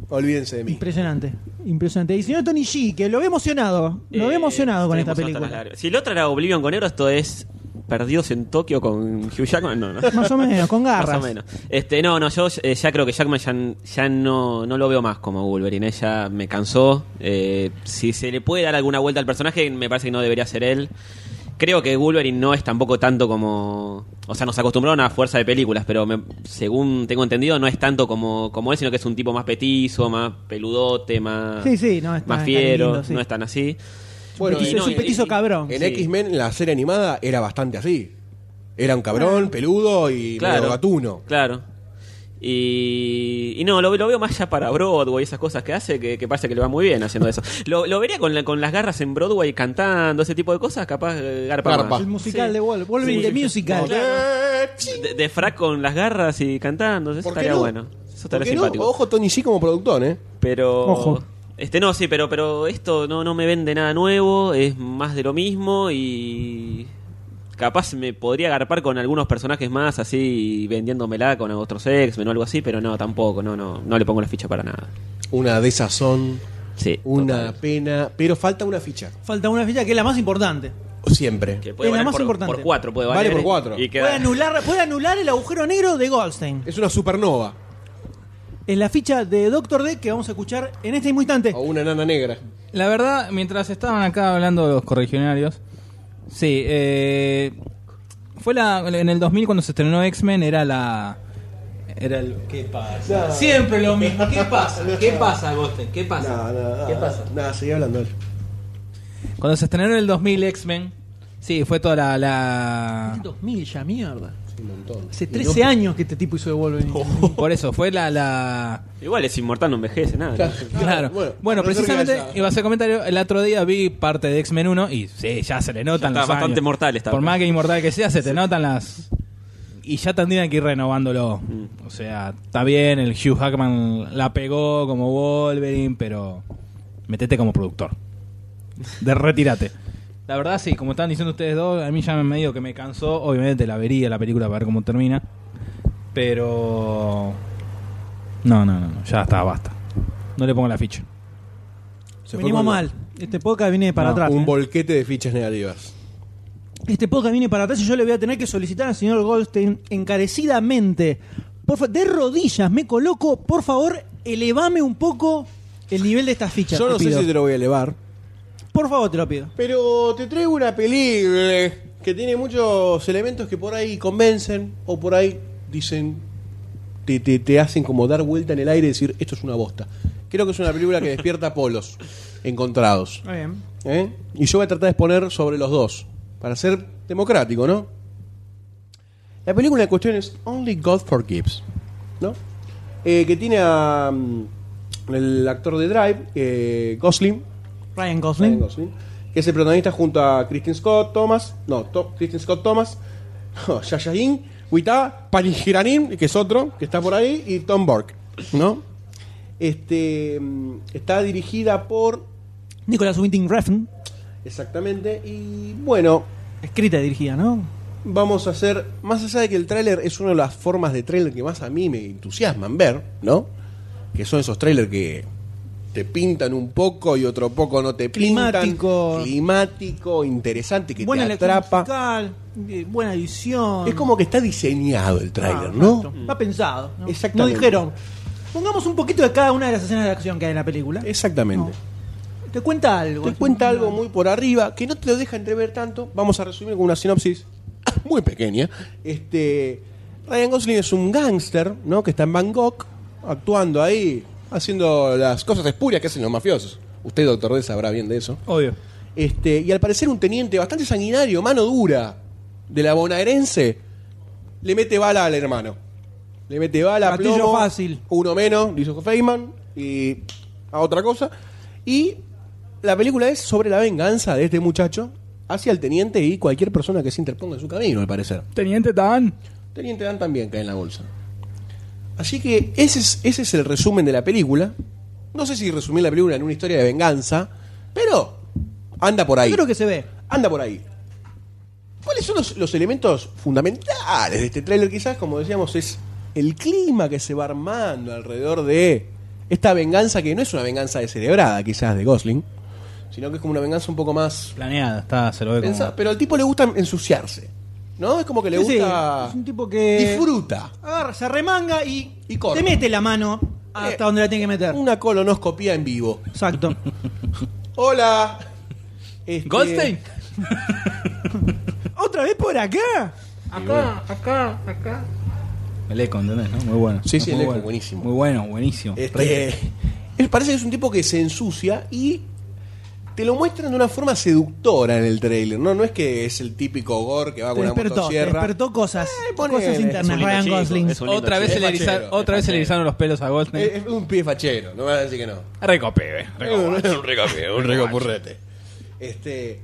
Speaker 2: olvídense de mí.
Speaker 1: Impresionante, impresionante. Y señor Tony G, que lo ve emocionado, lo ve
Speaker 4: Eh,
Speaker 1: emocionado con esta
Speaker 4: estoy emocionado hasta
Speaker 1: película.
Speaker 4: las lágrimas. Si el otro era Oblivion con Eros, esto es Perdidos en Tokio con Hugh Jackman. No, no.
Speaker 1: Más o menos, con garras.
Speaker 4: Más o menos. Este, no, no, yo eh, ya creo que Jackman ya, n- ya no, no lo veo más como Wolverine. eh, Ya me cansó. Eh, si se le puede dar alguna vuelta al personaje, me parece que no debería ser él. Creo que Wolverine no es tampoco tanto como. O sea, nos acostumbraron a fuerza de películas, pero me- según tengo entendido, no es tanto como, como él, sino que es un tipo más petizo, más peludote, más,
Speaker 1: Sí, sí, no es tan-
Speaker 4: más fiero,
Speaker 1: tan lindo, sí.
Speaker 4: no es tan así.
Speaker 1: Petizo-
Speaker 4: y no,
Speaker 1: es un
Speaker 4: y-
Speaker 1: petizo
Speaker 4: y-
Speaker 1: cabrón.
Speaker 2: En
Speaker 4: Sí.
Speaker 2: X-Men, la serie animada era bastante así. Era un cabrón, peludo y medio gatuno.
Speaker 4: Claro. Y, y no, lo, lo veo más ya para Broadway, esas cosas que hace, que, que parece que le va muy bien haciendo eso. Lo, lo vería con, la- con las garras en Broadway cantando, ese tipo de cosas, capaz eh, garpa.
Speaker 2: Garpa.
Speaker 4: más.
Speaker 1: El musical
Speaker 4: Sí.
Speaker 1: de Wolf, Wolverine
Speaker 4: Sí.
Speaker 1: the Musical.
Speaker 4: De, de frac con las garras y cantando, eso
Speaker 2: eh, ¿Por qué
Speaker 4: estaría
Speaker 2: no?
Speaker 4: bueno.
Speaker 2: ¿Por
Speaker 4: Eso estaría
Speaker 2: qué no?
Speaker 4: simpático.
Speaker 2: Ojo, Tony G como productor, ¿eh?
Speaker 4: Pero.
Speaker 1: Ojo.
Speaker 4: Este no, sí, pero, pero esto no, no me vende nada nuevo, es más de lo mismo y. Capaz me podría agarpar con algunos personajes más así vendiéndomela con otros X-Men o algo así, pero no, tampoco, no, no, no le pongo la ficha para nada.
Speaker 2: Una desazón,
Speaker 4: Sí.
Speaker 2: una
Speaker 4: total.
Speaker 2: pena. Pero falta una ficha.
Speaker 1: Falta una ficha que es la más importante.
Speaker 2: Siempre.
Speaker 4: Que puede
Speaker 1: Es la
Speaker 4: valer
Speaker 1: más
Speaker 4: por,
Speaker 1: importante.
Speaker 4: Por cuatro puede
Speaker 2: Vale
Speaker 4: valer.
Speaker 2: por cuatro.
Speaker 4: Y queda-
Speaker 1: Puede anular, puede anular el agujero negro de Goldstein.
Speaker 2: Es una supernova.
Speaker 1: Es la ficha de Doctor D que vamos a escuchar en este mismo instante.
Speaker 2: O una nana negra.
Speaker 3: La verdad, mientras estaban acá hablando los corregionarios, sí, eh, fue la, en el 2000 cuando se estrenó X-Men, era la... Era el... ¿Qué pasa? Siempre lo mismo. Ah, ¿Qué pasa? ¿Qué pasa, Goldstein? ¿Qué pasa? ¿Qué pasa?
Speaker 2: Nada, seguí hablando.
Speaker 3: Cuando se estrenó en el 2000 X-Men, sí, fue toda la... la-
Speaker 4: Oh.
Speaker 5: 2000 ya, mierda.
Speaker 2: un montón.
Speaker 5: Hace
Speaker 2: Y
Speaker 5: 13
Speaker 2: no-
Speaker 5: años que este tipo hizo de Wolverine.
Speaker 4: Oh.
Speaker 3: Por eso, fue la... la...
Speaker 4: Igual es inmortal, no envejece nada.
Speaker 2: Claro.
Speaker 3: Claro.
Speaker 2: Bueno,
Speaker 3: Bueno,
Speaker 2: no creo que
Speaker 3: precisamente
Speaker 2: haya-
Speaker 3: iba a hacer comentario. El otro día vi parte de X-Men 1 y sí, ya se le notan
Speaker 4: Ya está,
Speaker 3: los
Speaker 4: bastante
Speaker 3: años.
Speaker 4: mortal está.
Speaker 3: Por más que inmortal que sea, se te notan las. Y ya tendrían que ir renovándolo. O sea, está bien, el Hugh Hackman la pegó como Wolverine, pero. Metete como productor. De retírate. La verdad, sí, como estaban diciendo ustedes dos, a mí ya me medio que me cansó. Obviamente la vería la película para ver cómo termina. Pero. No, no, no, no, ya está, basta. No le pongo la ficha.
Speaker 2: Se fue
Speaker 5: Venimos
Speaker 2: con
Speaker 5: mal. Este podcast viene para
Speaker 3: No,
Speaker 5: atrás.
Speaker 2: Un
Speaker 5: ¿eh?
Speaker 2: volquete de fichas negativas.
Speaker 5: Este podcast viene para atrás y yo le voy a tener que solicitar al señor Goldstein encarecidamente. Por fa- de rodillas me coloco, por favor, elevame un poco el nivel de estas fichas.
Speaker 2: Yo
Speaker 5: te
Speaker 2: no sé
Speaker 5: pido.
Speaker 2: si te lo voy a elevar.
Speaker 5: Por favor, te lo pido.
Speaker 2: Pero te traigo una película que tiene muchos elementos que por ahí convencen o por ahí dicen, te, te, te hacen como dar vuelta en el aire y decir, esto es una bosta. Creo que es una película que despierta polos encontrados.
Speaker 5: Muy bien.
Speaker 2: ¿eh? Y yo voy a tratar de exponer sobre los dos, para ser democrático, ¿no? La película en cuestión es Only God Forgives, ¿no? Eh, que tiene a, mm, el actor de Drive, eh, Gosling,
Speaker 5: Ryan
Speaker 2: Ryan
Speaker 5: Gosling.
Speaker 2: Gosling, Pues que es el protagonista junto a Kristen Scott Thomas, no, To- Kristen Scott Thomas, Yasha Yin, Wita, Panigiranin, que es otro, que está por ahí, y Tom Burke, ¿no? Este, mm, está dirigida por,
Speaker 5: Nicolas Winting Refn.
Speaker 2: exactamente, y bueno,
Speaker 5: Escrita y dirigida, ¿no?
Speaker 2: vamos a hacer, más allá de que el tráiler es una de las formas de tráiler que más a mí me entusiasman ver, ¿no? Que son esos trailers que te pintan un poco y otro poco no te pintan.
Speaker 5: Climático.
Speaker 2: Climático, interesante, que te
Speaker 5: elección
Speaker 2: atrapa.
Speaker 5: musical, eh, buena edición.
Speaker 2: Es como que está diseñado el tráiler,
Speaker 5: Ah,
Speaker 2: ¿no?
Speaker 5: exacto. Está pensado. ¿no?
Speaker 2: Exactamente.
Speaker 5: No dijeron, pongamos un poquito de cada una de las escenas de acción que hay en la película.
Speaker 2: Exactamente.
Speaker 5: Te cuenta algo.
Speaker 2: Te cuenta algo muy por arriba que no te lo deja entrever tanto. Vamos a resumir con una sinopsis muy pequeña. Este, Ryan Gosling es un gángster, ¿no? Que está en Bangkok actuando ahí, haciendo las cosas espurias que hacen los mafiosos. Usted, doctor D, sabrá bien de eso.
Speaker 3: Obvio.
Speaker 2: Este, y al parecer un teniente bastante sanguinario, mano dura, de la bonaerense, le mete bala al hermano. Le mete bala,
Speaker 5: Gatillo
Speaker 2: plomo,
Speaker 5: fácil.
Speaker 2: uno menos, dice Feynman, y a otra cosa. Y la película es sobre la venganza de este muchacho hacia el teniente y cualquier persona que se interponga en su camino, al parecer.
Speaker 3: Teniente Dan.
Speaker 2: Teniente Dan también cae en la bolsa. Así que ese es, ese es el resumen de la película. No sé si resumir la película en una historia de venganza, pero anda por ahí.
Speaker 5: Yo creo que se ve.
Speaker 2: Anda por ahí. ¿Cuáles son los, los elementos fundamentales de este tráiler? Quizás, como decíamos, es el clima que se va armando alrededor de esta venganza que no es una venganza descerebrada, quizás, de Gosling, sino que es como una venganza un poco más...
Speaker 3: Planeada, está, se lo ve como-
Speaker 2: pensa- Pero al tipo le gusta ensuciarse, ¿no? Es como que le
Speaker 5: Sí, sí,
Speaker 2: gusta...
Speaker 5: es un tipo que-
Speaker 2: Disfruta.
Speaker 5: Agarra, se remanga y,
Speaker 2: Y corre.
Speaker 5: te mete la mano hasta
Speaker 2: Eh,
Speaker 5: donde la tiene que meter.
Speaker 2: Una colonoscopía en vivo.
Speaker 5: Exacto.
Speaker 2: Hola. Este-
Speaker 3: ¿Goldstein?
Speaker 5: ¿Otra vez por acá?
Speaker 3: El Eco, ¿entendés? no? Muy bueno.
Speaker 2: Sí, sí,
Speaker 3: Muy
Speaker 2: el Eco,
Speaker 3: bueno.
Speaker 2: buenísimo.
Speaker 3: Muy bueno, buenísimo.
Speaker 2: Este, es- parece que es un tipo que se ensucia y te lo muestran de una forma seductora en el trailer. No, no es que es el típico gore que va
Speaker 5: Te
Speaker 2: con una
Speaker 5: despertó, te
Speaker 2: motosierra.
Speaker 5: despertó cosas.
Speaker 2: Eh, ponele.
Speaker 5: cosas
Speaker 4: Es un
Speaker 5: internas,
Speaker 4: lindo
Speaker 5: Ryan
Speaker 4: chico,
Speaker 5: Gosling.
Speaker 4: es un lindo
Speaker 3: Otra vez,
Speaker 4: chico.
Speaker 3: se le
Speaker 2: Es
Speaker 3: erizaron-
Speaker 2: fachero,
Speaker 3: otra
Speaker 2: es
Speaker 3: vez se le
Speaker 2: fachero.
Speaker 3: erizaron los pelos a Goldstein.
Speaker 2: Es, es un pie fachero, no me van a decir que no.
Speaker 3: Recope, eh, recope.
Speaker 2: un recopie, un recopurrete. Este,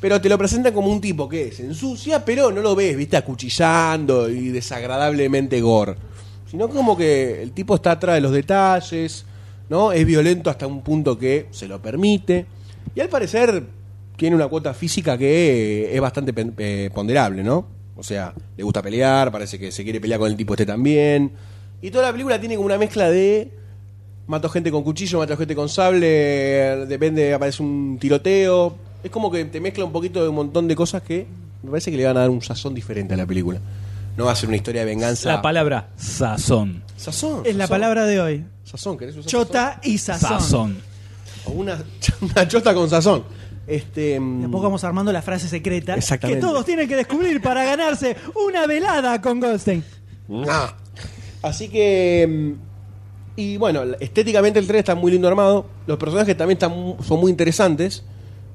Speaker 2: pero te lo presentan como un tipo que se ensucia, pero no lo ves, viste, acuchillando y desagradablemente gore. Sino como que el tipo está atrás de los detalles, ¿no? Es violento hasta un punto que se lo permite. Y al parecer tiene una cuota física que es bastante pen- eh, ponderable, ¿no? O sea, le gusta pelear, parece que se quiere pelear con el tipo este también. Y toda la película tiene como una mezcla de Mato gente con cuchillo, mato gente con sable, depende, aparece un tiroteo. Es como que te mezcla un poquito de un montón de cosas que me parece que le van a dar un sazón diferente a la película. No va a ser una historia de venganza.
Speaker 3: La palabra sazón.
Speaker 2: sazón.
Speaker 5: Es la
Speaker 2: sazón.
Speaker 5: palabra de hoy.
Speaker 2: Sazón, ¿querés usar
Speaker 5: Chota y sazón.
Speaker 3: Sazón.
Speaker 2: sazón? O una, una chota con sazón. Este, mm,
Speaker 5: De a poco vamos armando la frase secreta
Speaker 2: Exactamente.
Speaker 5: que todos tienen que descubrir para ganarse una velada con Goldstein.
Speaker 2: Ah. Así que. mm, Y bueno, la- estéticamente el tren está muy lindo armado. Los personajes también están, mu- son muy interesantes.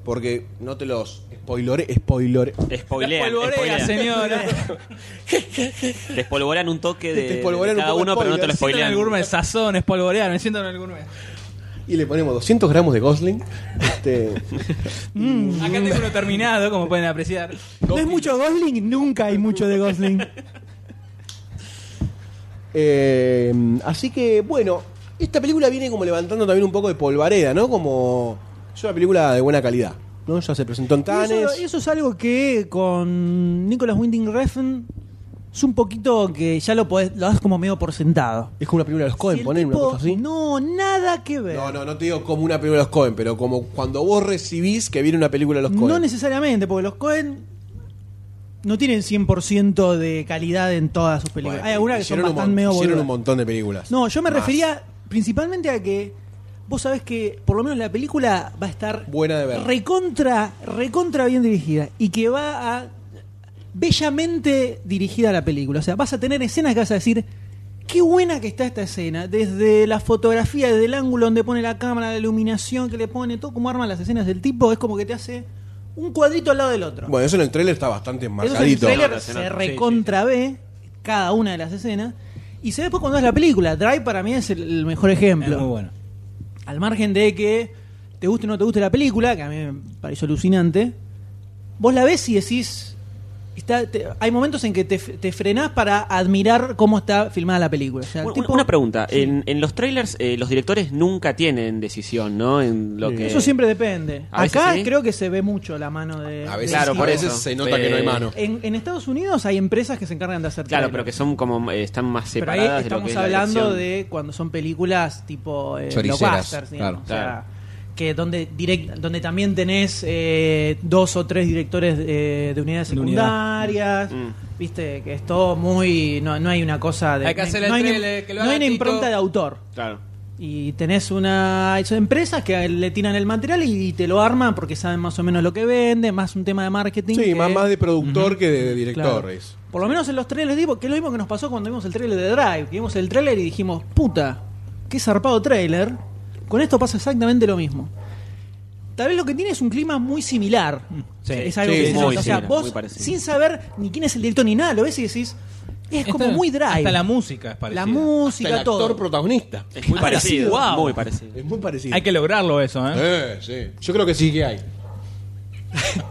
Speaker 2: Porque no te los spoilore, spoilore.
Speaker 4: Spoilean,
Speaker 3: Polvorea,
Speaker 4: spoilean.
Speaker 3: señora.
Speaker 4: Te espolvorean un toque de,
Speaker 2: Te espolvorean
Speaker 4: de
Speaker 2: un
Speaker 4: cada
Speaker 2: poco de
Speaker 4: uno, pero no te
Speaker 2: spoiler.
Speaker 3: Siento
Speaker 4: lo
Speaker 3: en
Speaker 4: spoilean.
Speaker 3: el gourmet sazón, es polvorear, me siento en el gourmet.
Speaker 2: Y le ponemos 200 gramos de Gosling. Este,
Speaker 3: Acá tengo uno terminado, como pueden apreciar.
Speaker 1: ¿No es mucho Gosling? Nunca hay mucho de Gosling.
Speaker 2: eh, así que, bueno, esta película viene como levantando también un poco de polvareda, ¿no? Como es una película de buena calidad. ¿no? Ya se presentó en Cannes.
Speaker 1: Eso, eso es algo que con Nicolas Winding Refn es un poquito que ya lo, podés- lo das como medio por sentado.
Speaker 2: Es como una película de los Cohen,
Speaker 1: Si el
Speaker 2: ponen una
Speaker 1: tipo-
Speaker 2: cosa así.
Speaker 1: No, nada que ver.
Speaker 2: No, no, no te digo como una película de los Cohen, pero como cuando vos recibís que viene una película de los Cohen.
Speaker 1: No necesariamente, porque los Cohen no tienen 100% de calidad en todas sus películas.
Speaker 2: Bueno,
Speaker 1: Hay algunas que son
Speaker 2: hicieron un
Speaker 1: bastante
Speaker 2: mon-
Speaker 1: medio
Speaker 2: Hicieron
Speaker 1: boludas.
Speaker 2: un montón de películas.
Speaker 1: No, yo me
Speaker 2: Más.
Speaker 1: refería principalmente a que vos sabés que por lo menos la película va a estar
Speaker 2: Buena de ver.
Speaker 1: recontra, recontra bien dirigida y que va a bellamente dirigida la película. O sea, vas a tener escenas que vas a decir, qué buena que está esta escena, desde la fotografía, desde el ángulo donde pone la cámara, la iluminación que le pone, todo como arman las escenas del tipo, es como que te hace un cuadrito al lado del otro.
Speaker 2: Bueno, eso en el tráiler está bastante
Speaker 1: Eso en el
Speaker 2: marcadito.
Speaker 1: trailer
Speaker 4: Se
Speaker 1: se,
Speaker 4: nota, se nota.
Speaker 1: recontra ve cada una de las escenas. Y se ve después cuando es la película. Drive para mí es el, el mejor ejemplo.
Speaker 3: Es muy bueno.
Speaker 1: Al margen de que te guste o no te guste la película, que a mí me pareció alucinante, vos la ves y decís. está- te- hay momentos en que te, f- te frenás para admirar cómo está filmada la película. O sea, el
Speaker 4: Bueno,
Speaker 1: tipo-
Speaker 4: Una pregunta, en, en los trailers eh, los directores nunca tienen decisión, ¿no? En lo que...
Speaker 1: Eso siempre depende.
Speaker 4: A veces
Speaker 1: Acá
Speaker 4: sí.
Speaker 1: creo que se ve mucho la mano de.
Speaker 2: A
Speaker 1: de-
Speaker 2: veces,
Speaker 4: Claro,
Speaker 2: a
Speaker 4: por
Speaker 2: veces
Speaker 4: eso.
Speaker 2: se nota que no hay
Speaker 4: Eh,
Speaker 2: mano.
Speaker 1: En, en Estados Unidos hay empresas que se encargan de hacer
Speaker 4: Claro,
Speaker 1: trailers.
Speaker 4: pero que son como eh, están más
Speaker 1: Pero
Speaker 4: separadas
Speaker 1: ahí
Speaker 4: de lo que
Speaker 1: estamos
Speaker 4: es la
Speaker 1: hablando
Speaker 4: dirección.
Speaker 1: de cuando son películas tipo eh,
Speaker 2: Choriceras,
Speaker 1: blockbusters, digamos.
Speaker 2: claro.
Speaker 1: O sea,
Speaker 4: Claro.
Speaker 1: que donde direct, donde también tenés eh, dos o tres directores eh, de unidades
Speaker 3: De unidad.
Speaker 1: secundarias,
Speaker 4: Mm.
Speaker 1: viste que es todo muy no, no hay una cosa de
Speaker 3: Hay que hacer el
Speaker 1: no hay, ni-
Speaker 3: trailer, que lo
Speaker 1: no
Speaker 3: haga
Speaker 1: hay una
Speaker 3: Tito.
Speaker 1: impronta de autor
Speaker 4: Claro.
Speaker 1: y tenés una son empresas que le tiran el material y, te lo arman porque saben más o menos lo que vende más un tema de marketing
Speaker 2: Sí,
Speaker 1: que-
Speaker 2: más, más de productor que de, de
Speaker 1: Claro.
Speaker 2: director. es.
Speaker 1: Por lo menos en los trailers, tipo, que es lo mismo que nos pasó cuando vimos el trailer de Drive. Que vimos el trailer y dijimos, puta, qué zarpado trailer. Con esto pasa exactamente lo mismo. Tal vez lo que tiene es un clima muy similar.
Speaker 3: sí.
Speaker 1: es algo
Speaker 2: Sí,
Speaker 1: que se
Speaker 2: muy
Speaker 1: nota. O sea,
Speaker 4: similar, muy
Speaker 1: vos,
Speaker 4: parecido.
Speaker 1: sin saber ni quién es el director ni nada, lo ves y decís, es como
Speaker 3: Hasta-
Speaker 1: muy Drive.
Speaker 3: Hasta la música es parecida.
Speaker 1: La
Speaker 2: Hasta
Speaker 1: música,
Speaker 2: el actor
Speaker 1: todo.
Speaker 2: protagonista.
Speaker 4: Es muy
Speaker 1: Ah,
Speaker 4: parecido,
Speaker 1: sí, wow.
Speaker 4: muy parecido.
Speaker 2: Es muy parecido.
Speaker 3: Hay que lograrlo eso, ¿eh?
Speaker 2: Eh, sí. Yo creo que sí que hay.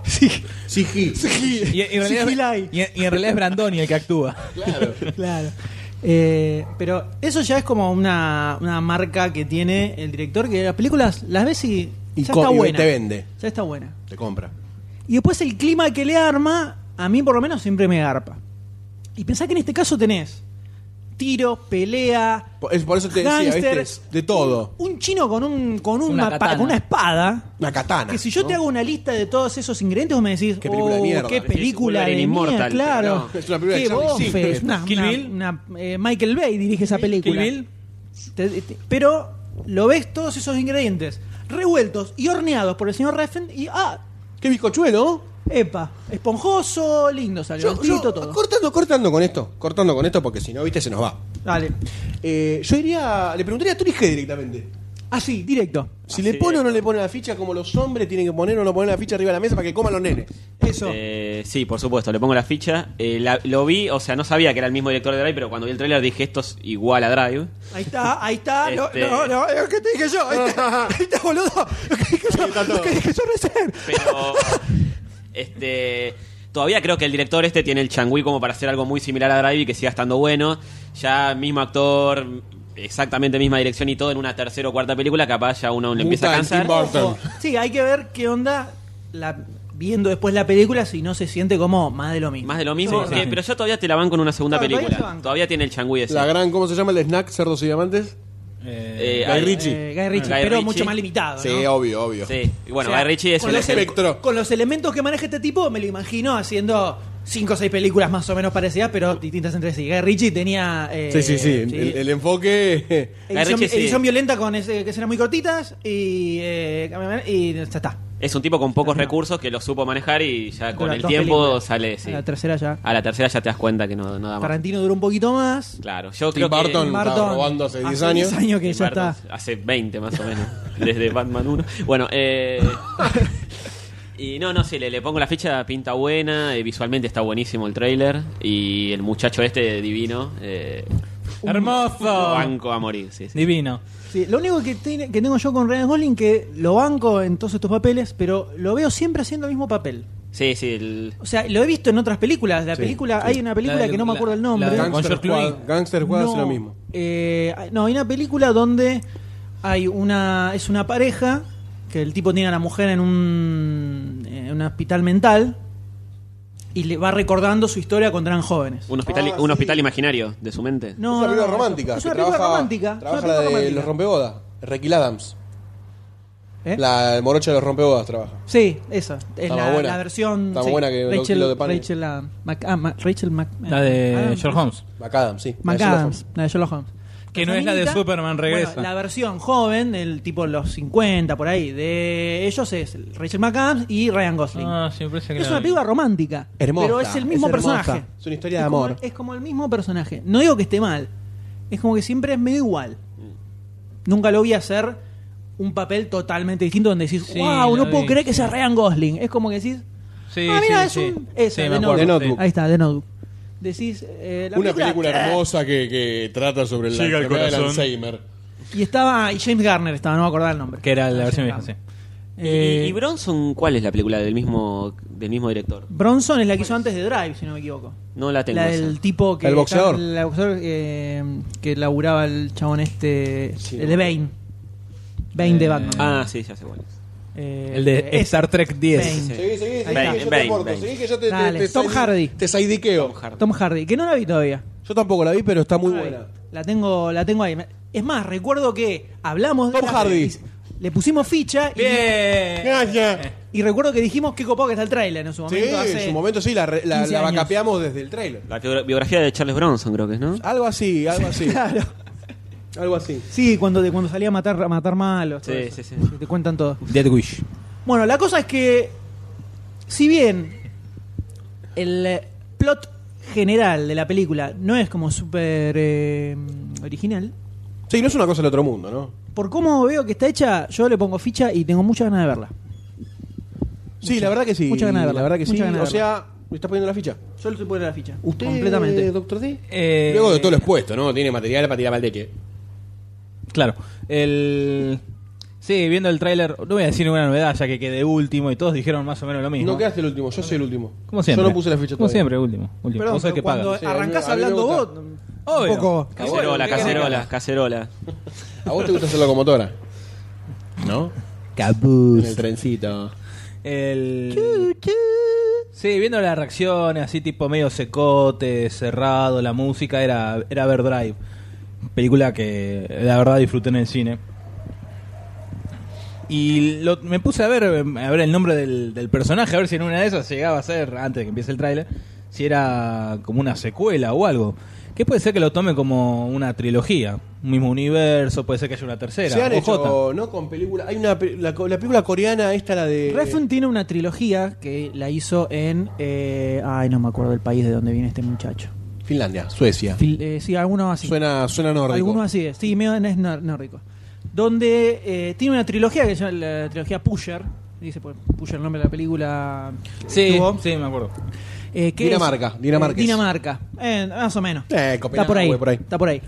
Speaker 2: sí. Sí, sí.
Speaker 3: Y, y en realidad,
Speaker 1: Sigilai.
Speaker 3: y en- y en realidad es Brandoni el que actúa.
Speaker 2: Claro.
Speaker 1: Claro. Eh, pero eso ya es como una, una marca que tiene el director, que las películas las ves y,
Speaker 2: Y
Speaker 1: ya
Speaker 2: co-
Speaker 1: está
Speaker 2: y
Speaker 1: buena.
Speaker 2: te vende.
Speaker 1: Ya está buena.
Speaker 2: Te compra.
Speaker 1: Y después el clima que le arma, a mí por lo menos siempre me garpa. Y pensá que en este caso tenés tiros, pelea,
Speaker 2: Por, es, por eso te decía, ¿viste?
Speaker 1: gánsteres,
Speaker 2: Es De todo.
Speaker 1: Un, un chino con un con un
Speaker 3: Una
Speaker 1: mapa-
Speaker 3: katana.
Speaker 1: con una espada.
Speaker 2: Una katana.
Speaker 1: Que si yo
Speaker 2: ¿no?
Speaker 1: te hago una lista de todos esos ingredientes, vos me decís,
Speaker 2: Qué película de
Speaker 1: "Oh,
Speaker 2: mierda".
Speaker 1: qué
Speaker 2: Decís,
Speaker 1: película
Speaker 4: Wolverine
Speaker 1: de
Speaker 4: Immortal,
Speaker 1: mierda, claro.
Speaker 2: pero no, es una película de
Speaker 1: Qué
Speaker 2: Charlie
Speaker 1: bofe,
Speaker 2: Sheen.
Speaker 1: es una-
Speaker 3: Kill
Speaker 1: una-
Speaker 3: Bill.
Speaker 1: una- eh, Michael Bay dirige esa película.
Speaker 3: Kill Bill.
Speaker 1: Te- te- pero lo ves todos esos ingredientes revueltos y horneados por el señor Reffen y ah,
Speaker 2: Qué bizcochuelo.
Speaker 1: Epa, esponjoso, lindo salió.
Speaker 2: Yo, yo-
Speaker 1: altito, todo.
Speaker 2: cortando, cortando con esto. Cortando con esto porque si no, viste, se nos va.
Speaker 1: Dale.
Speaker 2: Eh, yo iría, le preguntaría a Tony G directamente.
Speaker 1: Así, directo.
Speaker 2: Si
Speaker 4: Así
Speaker 2: le pone o no
Speaker 4: directo.
Speaker 2: le pone la ficha, como los hombres tienen que poner o no poner la ficha arriba de la mesa para que coman los nenes.
Speaker 1: Eso.
Speaker 4: Eh, sí, por supuesto, le pongo la ficha. Eh, la- lo vi, o sea, no sabía que era el mismo director de Drive, pero cuando vi el tráiler dije esto es igual a Drive.
Speaker 1: Ahí está, ahí está. lo-
Speaker 4: Este-
Speaker 1: No, no, es lo que te dije yo. Ahí está, ahí está, boludo. Lo que dije yo, lo que dije yo recién.
Speaker 4: Pero este todavía creo que el director este tiene el changui como para hacer algo muy similar a Drive y que siga estando bueno. Ya mismo actor, exactamente misma dirección y todo en una tercera o cuarta película, capaz ya uno le empieza a
Speaker 2: Muta en
Speaker 4: cansar.
Speaker 2: Tim Burton.
Speaker 1: Ojo, Sí, hay que ver qué onda la, viendo después la película si no se siente como más de lo mismo.
Speaker 4: Más de lo mismo,
Speaker 1: Sí,
Speaker 4: que-
Speaker 1: sí.
Speaker 4: pero yo todavía te la van con una segunda
Speaker 1: Claro, todavía
Speaker 4: película.
Speaker 1: te
Speaker 4: Todavía,
Speaker 1: banco.
Speaker 4: tiene el changui ese.
Speaker 2: La gran, ¿cómo se llama el snack? Cerdos y diamantes.
Speaker 4: Eh,
Speaker 2: Guy
Speaker 4: ahí-
Speaker 2: Ritchie.
Speaker 1: Eh, Guy Ritchie,
Speaker 4: Guy
Speaker 1: pero
Speaker 4: Ritchie.
Speaker 1: mucho más limitado.
Speaker 2: Sí,
Speaker 1: Ah, ¿no?
Speaker 2: obvio, obvio.
Speaker 4: Sí, y bueno,
Speaker 1: O sea,
Speaker 4: Guy Ritchie es
Speaker 1: con
Speaker 4: el
Speaker 1: los
Speaker 4: ejemplo.
Speaker 2: espectro.
Speaker 1: Con los elementos que maneja este tipo, me lo imagino haciendo cinco o seis películas más o menos parecidas, pero distintas entre sí. Guy Ritchie tenía. eh,
Speaker 2: Sí, sí, sí. El, el enfoque.
Speaker 4: Guy
Speaker 1: Edición,
Speaker 4: Ritchie, sí.
Speaker 1: edición violenta con ese, que serán muy cortitas y, eh, y ya está.
Speaker 4: Es un tipo con pocos
Speaker 1: No.
Speaker 4: recursos que lo supo manejar y ya con
Speaker 1: Dura
Speaker 4: el
Speaker 1: dos
Speaker 4: tiempo
Speaker 1: películas.
Speaker 4: sale. sí.
Speaker 1: A
Speaker 4: Ah,
Speaker 1: la tercera ya.
Speaker 4: A la tercera ya te das cuenta que no, no da más.
Speaker 1: Tarantino duró un poquito más.
Speaker 4: Claro, yo
Speaker 2: Tim
Speaker 4: creo que-
Speaker 2: Burton. estaba
Speaker 1: Barton,
Speaker 2: robando hace 10 años.
Speaker 1: que
Speaker 4: Tim
Speaker 1: ya
Speaker 4: Burton,
Speaker 1: está.
Speaker 4: Hace 20 más o menos, desde Batman 1. Bueno, eh, Y no, no, sí, le, le pongo la ficha, pinta buena, eh, visualmente está buenísimo el trailer y el muchacho este divino, eh,
Speaker 3: Hermoso.
Speaker 4: banco a morir, sí, sí.
Speaker 3: Divino.
Speaker 1: Sí, lo único que, tiene- que tengo yo con Ryan Gosling que lo banco en todos estos papeles, pero lo veo siempre haciendo el mismo papel.
Speaker 4: Sí, sí, el-
Speaker 1: O sea, lo he visto en otras películas. La
Speaker 2: Sí,
Speaker 1: película,
Speaker 2: sí.
Speaker 1: hay una película
Speaker 3: La-
Speaker 1: que no me
Speaker 3: la-
Speaker 1: acuerdo el
Speaker 3: la-
Speaker 1: nombre.
Speaker 3: Con
Speaker 2: Gangster
Speaker 3: George Clooney.
Speaker 2: Squad, Gangster Squad
Speaker 1: no,
Speaker 2: es lo mismo.
Speaker 1: eh, hay- no, hay una película donde hay una es una pareja que el tipo tiene a la mujer en un, en un hospital mental y le va recordando su historia cuando eran jóvenes.
Speaker 4: un hospital,
Speaker 2: Ah,
Speaker 4: un
Speaker 2: sí.
Speaker 4: hospital imaginario de su mente.
Speaker 1: No,
Speaker 2: es una
Speaker 1: no,
Speaker 2: película
Speaker 1: no,
Speaker 2: romántica.
Speaker 1: Es una
Speaker 2: que
Speaker 1: película
Speaker 2: trabaja,
Speaker 1: romántica. es una
Speaker 2: Trabaja la
Speaker 1: película
Speaker 2: de
Speaker 1: romántica.
Speaker 2: los rompegodas. Requil Adams.
Speaker 1: ¿Eh?
Speaker 2: La morocha de los rompegodas trabaja.
Speaker 1: Sí, esa. Es
Speaker 2: Está más
Speaker 1: la,
Speaker 2: buena.
Speaker 1: la versión.
Speaker 2: Está más
Speaker 1: sí,
Speaker 2: buena que los
Speaker 1: Rachel,
Speaker 2: kilos de pan.
Speaker 1: Rachel, ah, Mac- ah, Ma- Rachel Mac-
Speaker 3: La de
Speaker 1: Adam-
Speaker 3: Sherlock Holmes.
Speaker 2: McAdams, sí. la de Sherlock
Speaker 1: McAdams, ah, la de Sherlock Holmes.
Speaker 3: Que no es la de
Speaker 1: Feminita,
Speaker 3: Superman regresa. Ah,
Speaker 1: bueno, la versión joven, el tipo los 50 por ahí, de ellos es Rachel McAdams y Ryan Gosling.
Speaker 3: Ah, sí, me parece que
Speaker 1: es
Speaker 3: la
Speaker 1: una
Speaker 3: vi.
Speaker 1: película romántica,
Speaker 2: Hermosa,
Speaker 1: pero es el mismo
Speaker 2: es hermosa.
Speaker 1: personaje.
Speaker 2: Es una historia de
Speaker 1: como-
Speaker 2: amor.
Speaker 1: es como el mismo personaje. No digo que esté mal, es como que siempre es medio igual. Nunca lo vi hacer un papel totalmente distinto donde decís,
Speaker 3: Sí,
Speaker 1: wow,
Speaker 3: lo
Speaker 1: no puedo
Speaker 3: vi.
Speaker 1: creer que sea Ryan Gosling. Es como que decís,
Speaker 3: Sí,
Speaker 1: Ah, mira,
Speaker 3: sí,
Speaker 1: es
Speaker 3: sí.
Speaker 1: un- esa,
Speaker 3: Sí,
Speaker 1: de
Speaker 3: me
Speaker 1: Notebook.
Speaker 3: acuerdo.
Speaker 2: De
Speaker 3: sí.
Speaker 2: Notebook.
Speaker 1: ahí está, de Notebook. Decís, eh, la
Speaker 2: una película hermosa que, que trata sobre la
Speaker 6: Llega al
Speaker 2: enfermedad del
Speaker 6: corazón.
Speaker 2: Alzheimer.
Speaker 1: Y estaba, y James Garner estaba, no me acordaba el nombre.
Speaker 3: Que era la versión vieja,
Speaker 1: Garner.
Speaker 3: sí.
Speaker 4: Y-
Speaker 1: Eh,
Speaker 4: ¿Y, Bronson cuál es la película del mismo, del mismo director?
Speaker 1: Bronson es la que hizo antes de Drive, si no me equivoco.
Speaker 4: No la tengo.
Speaker 1: La
Speaker 4: esa.
Speaker 1: del tipo que.
Speaker 2: El boxeador.
Speaker 1: El boxeador eh, que laburaba el chabón este. el de Bane. Bane de
Speaker 3: Eh,
Speaker 1: Batman.
Speaker 4: Ah, sí, ya sé cuál es.
Speaker 1: Eh,
Speaker 3: El de
Speaker 1: eh,
Speaker 3: Star Trek 10.
Speaker 1: Bane.
Speaker 2: Seguí, seguí, seguí,
Speaker 4: Bane,
Speaker 2: que yo te
Speaker 4: Bane,
Speaker 2: aporto,
Speaker 4: Bane.
Speaker 2: seguí que yo te, te-
Speaker 1: Dale,
Speaker 2: te
Speaker 1: Tom
Speaker 2: saidi-
Speaker 1: Hardy.
Speaker 2: Te saidiqueo.
Speaker 1: Tom Hardy, que no la vi todavía.
Speaker 2: Yo tampoco la vi, pero está muy
Speaker 1: Ah,
Speaker 2: buena.
Speaker 1: La tengo, la tengo ahí. Me- Es más, recuerdo que hablamos de
Speaker 2: Tom
Speaker 1: la-
Speaker 2: Hardy.
Speaker 1: y Le pusimos ficha y,
Speaker 4: Eh,
Speaker 3: Bien.
Speaker 2: Gracias.
Speaker 1: y recuerdo que dijimos qué copado que está el trailer en su
Speaker 2: Sí,
Speaker 1: momento. hace-
Speaker 2: en su momento sí, la, re- la,
Speaker 1: 15
Speaker 2: la
Speaker 1: años.
Speaker 2: vacapeamos desde el trailer.
Speaker 4: La bio- biografía de Charles Bronson creo que es,
Speaker 1: Ah,
Speaker 4: ¿no?
Speaker 2: Algo así, algo así.
Speaker 1: Claro.
Speaker 2: algo así.
Speaker 1: Sí, cuando, te- cuando salía a matar, a matar malos. todo
Speaker 4: Sí,
Speaker 1: eso.
Speaker 4: sí, sí.
Speaker 1: Te cuentan todo.
Speaker 3: Dead Wish.
Speaker 1: Bueno, la cosa es que, si bien el eh, plot general de la película no es como súper eh, original,
Speaker 2: Sí, no es una cosa del otro mundo, ¿no?
Speaker 1: por cómo veo que está hecha, yo le pongo ficha y tengo muchas ganas de verla.
Speaker 2: Sí,
Speaker 1: Mucha-
Speaker 2: la verdad que sí.
Speaker 1: mucha ganas de verla,
Speaker 2: La verdad que sí.
Speaker 1: mucha ganas de
Speaker 2: O sea, ¿me estás poniendo la ficha?
Speaker 1: Yo le estoy poniendo la ficha.
Speaker 2: ¿Usted,
Speaker 1: completamente.
Speaker 2: doctor D?
Speaker 3: Eh,
Speaker 2: Luego de todo lo expuesto, ¿no? Tiene material para tirar maldeque.
Speaker 3: Claro. El... Sí, viendo el tráiler, no voy a decir ninguna novedad, ya que quedé último y todos dijeron más o menos lo mismo.
Speaker 2: No quedaste el último, yo soy el último.
Speaker 3: Como siempre.
Speaker 2: Yo no puse la ficha
Speaker 3: Como
Speaker 2: todavía.
Speaker 3: siempre, último. último.
Speaker 1: Perdón,
Speaker 3: Vos sos el
Speaker 1: pero
Speaker 3: que
Speaker 1: cuando
Speaker 3: paga.
Speaker 2: Sí,
Speaker 1: arrancás
Speaker 2: a mí me
Speaker 1: hablando
Speaker 2: gusta.
Speaker 1: vos,
Speaker 3: Obvio.
Speaker 1: un poco...
Speaker 4: Cacerola, cacerola, cacerola.
Speaker 2: ¿A vos te gusta hacer locomotora? ¿No? En el
Speaker 3: Cabuz.
Speaker 2: trencito.
Speaker 3: El... Sí, viendo las reacciones, así tipo medio secote, cerrado, la música, era, era ver Drive. Película que la verdad disfruté en el cine. Y lo- me puse a ver, eh, a ver el nombre del, del personaje, a ver si en una de esas llegaba a ser, antes de que empiece el tráiler, si era como una secuela o algo. Que puede ser que lo tome como una trilogía, un mismo universo, puede ser que haya una tercera.
Speaker 2: Se han
Speaker 3: o
Speaker 2: hecho, ¿no? Con películas. Hay una. pe- La, co- la película coreana, esta, la de.
Speaker 1: Refn tiene una trilogía que la hizo en... eh, ay, no me acuerdo el país de donde viene este muchacho.
Speaker 2: Finlandia, Suecia.
Speaker 1: Fil- eh, sí, alguno así.
Speaker 2: Suena, suena nórdico.
Speaker 1: Algunos así es, sí, medio es nór- nórdico. Donde eh, tiene una trilogía que se llama la trilogía Pusher. Dice pues, Pusher el nombre de la película. que
Speaker 3: Sí,
Speaker 1: tuvo.
Speaker 3: sí, me acuerdo.
Speaker 1: Eh, que
Speaker 2: Dinamarca,
Speaker 1: es- eh,
Speaker 2: Dinamarca es.
Speaker 1: Dinamarca, eh, más o menos.
Speaker 2: Eh,
Speaker 1: está por ahí,
Speaker 2: Copenhague, por ahí.
Speaker 1: Está por ahí.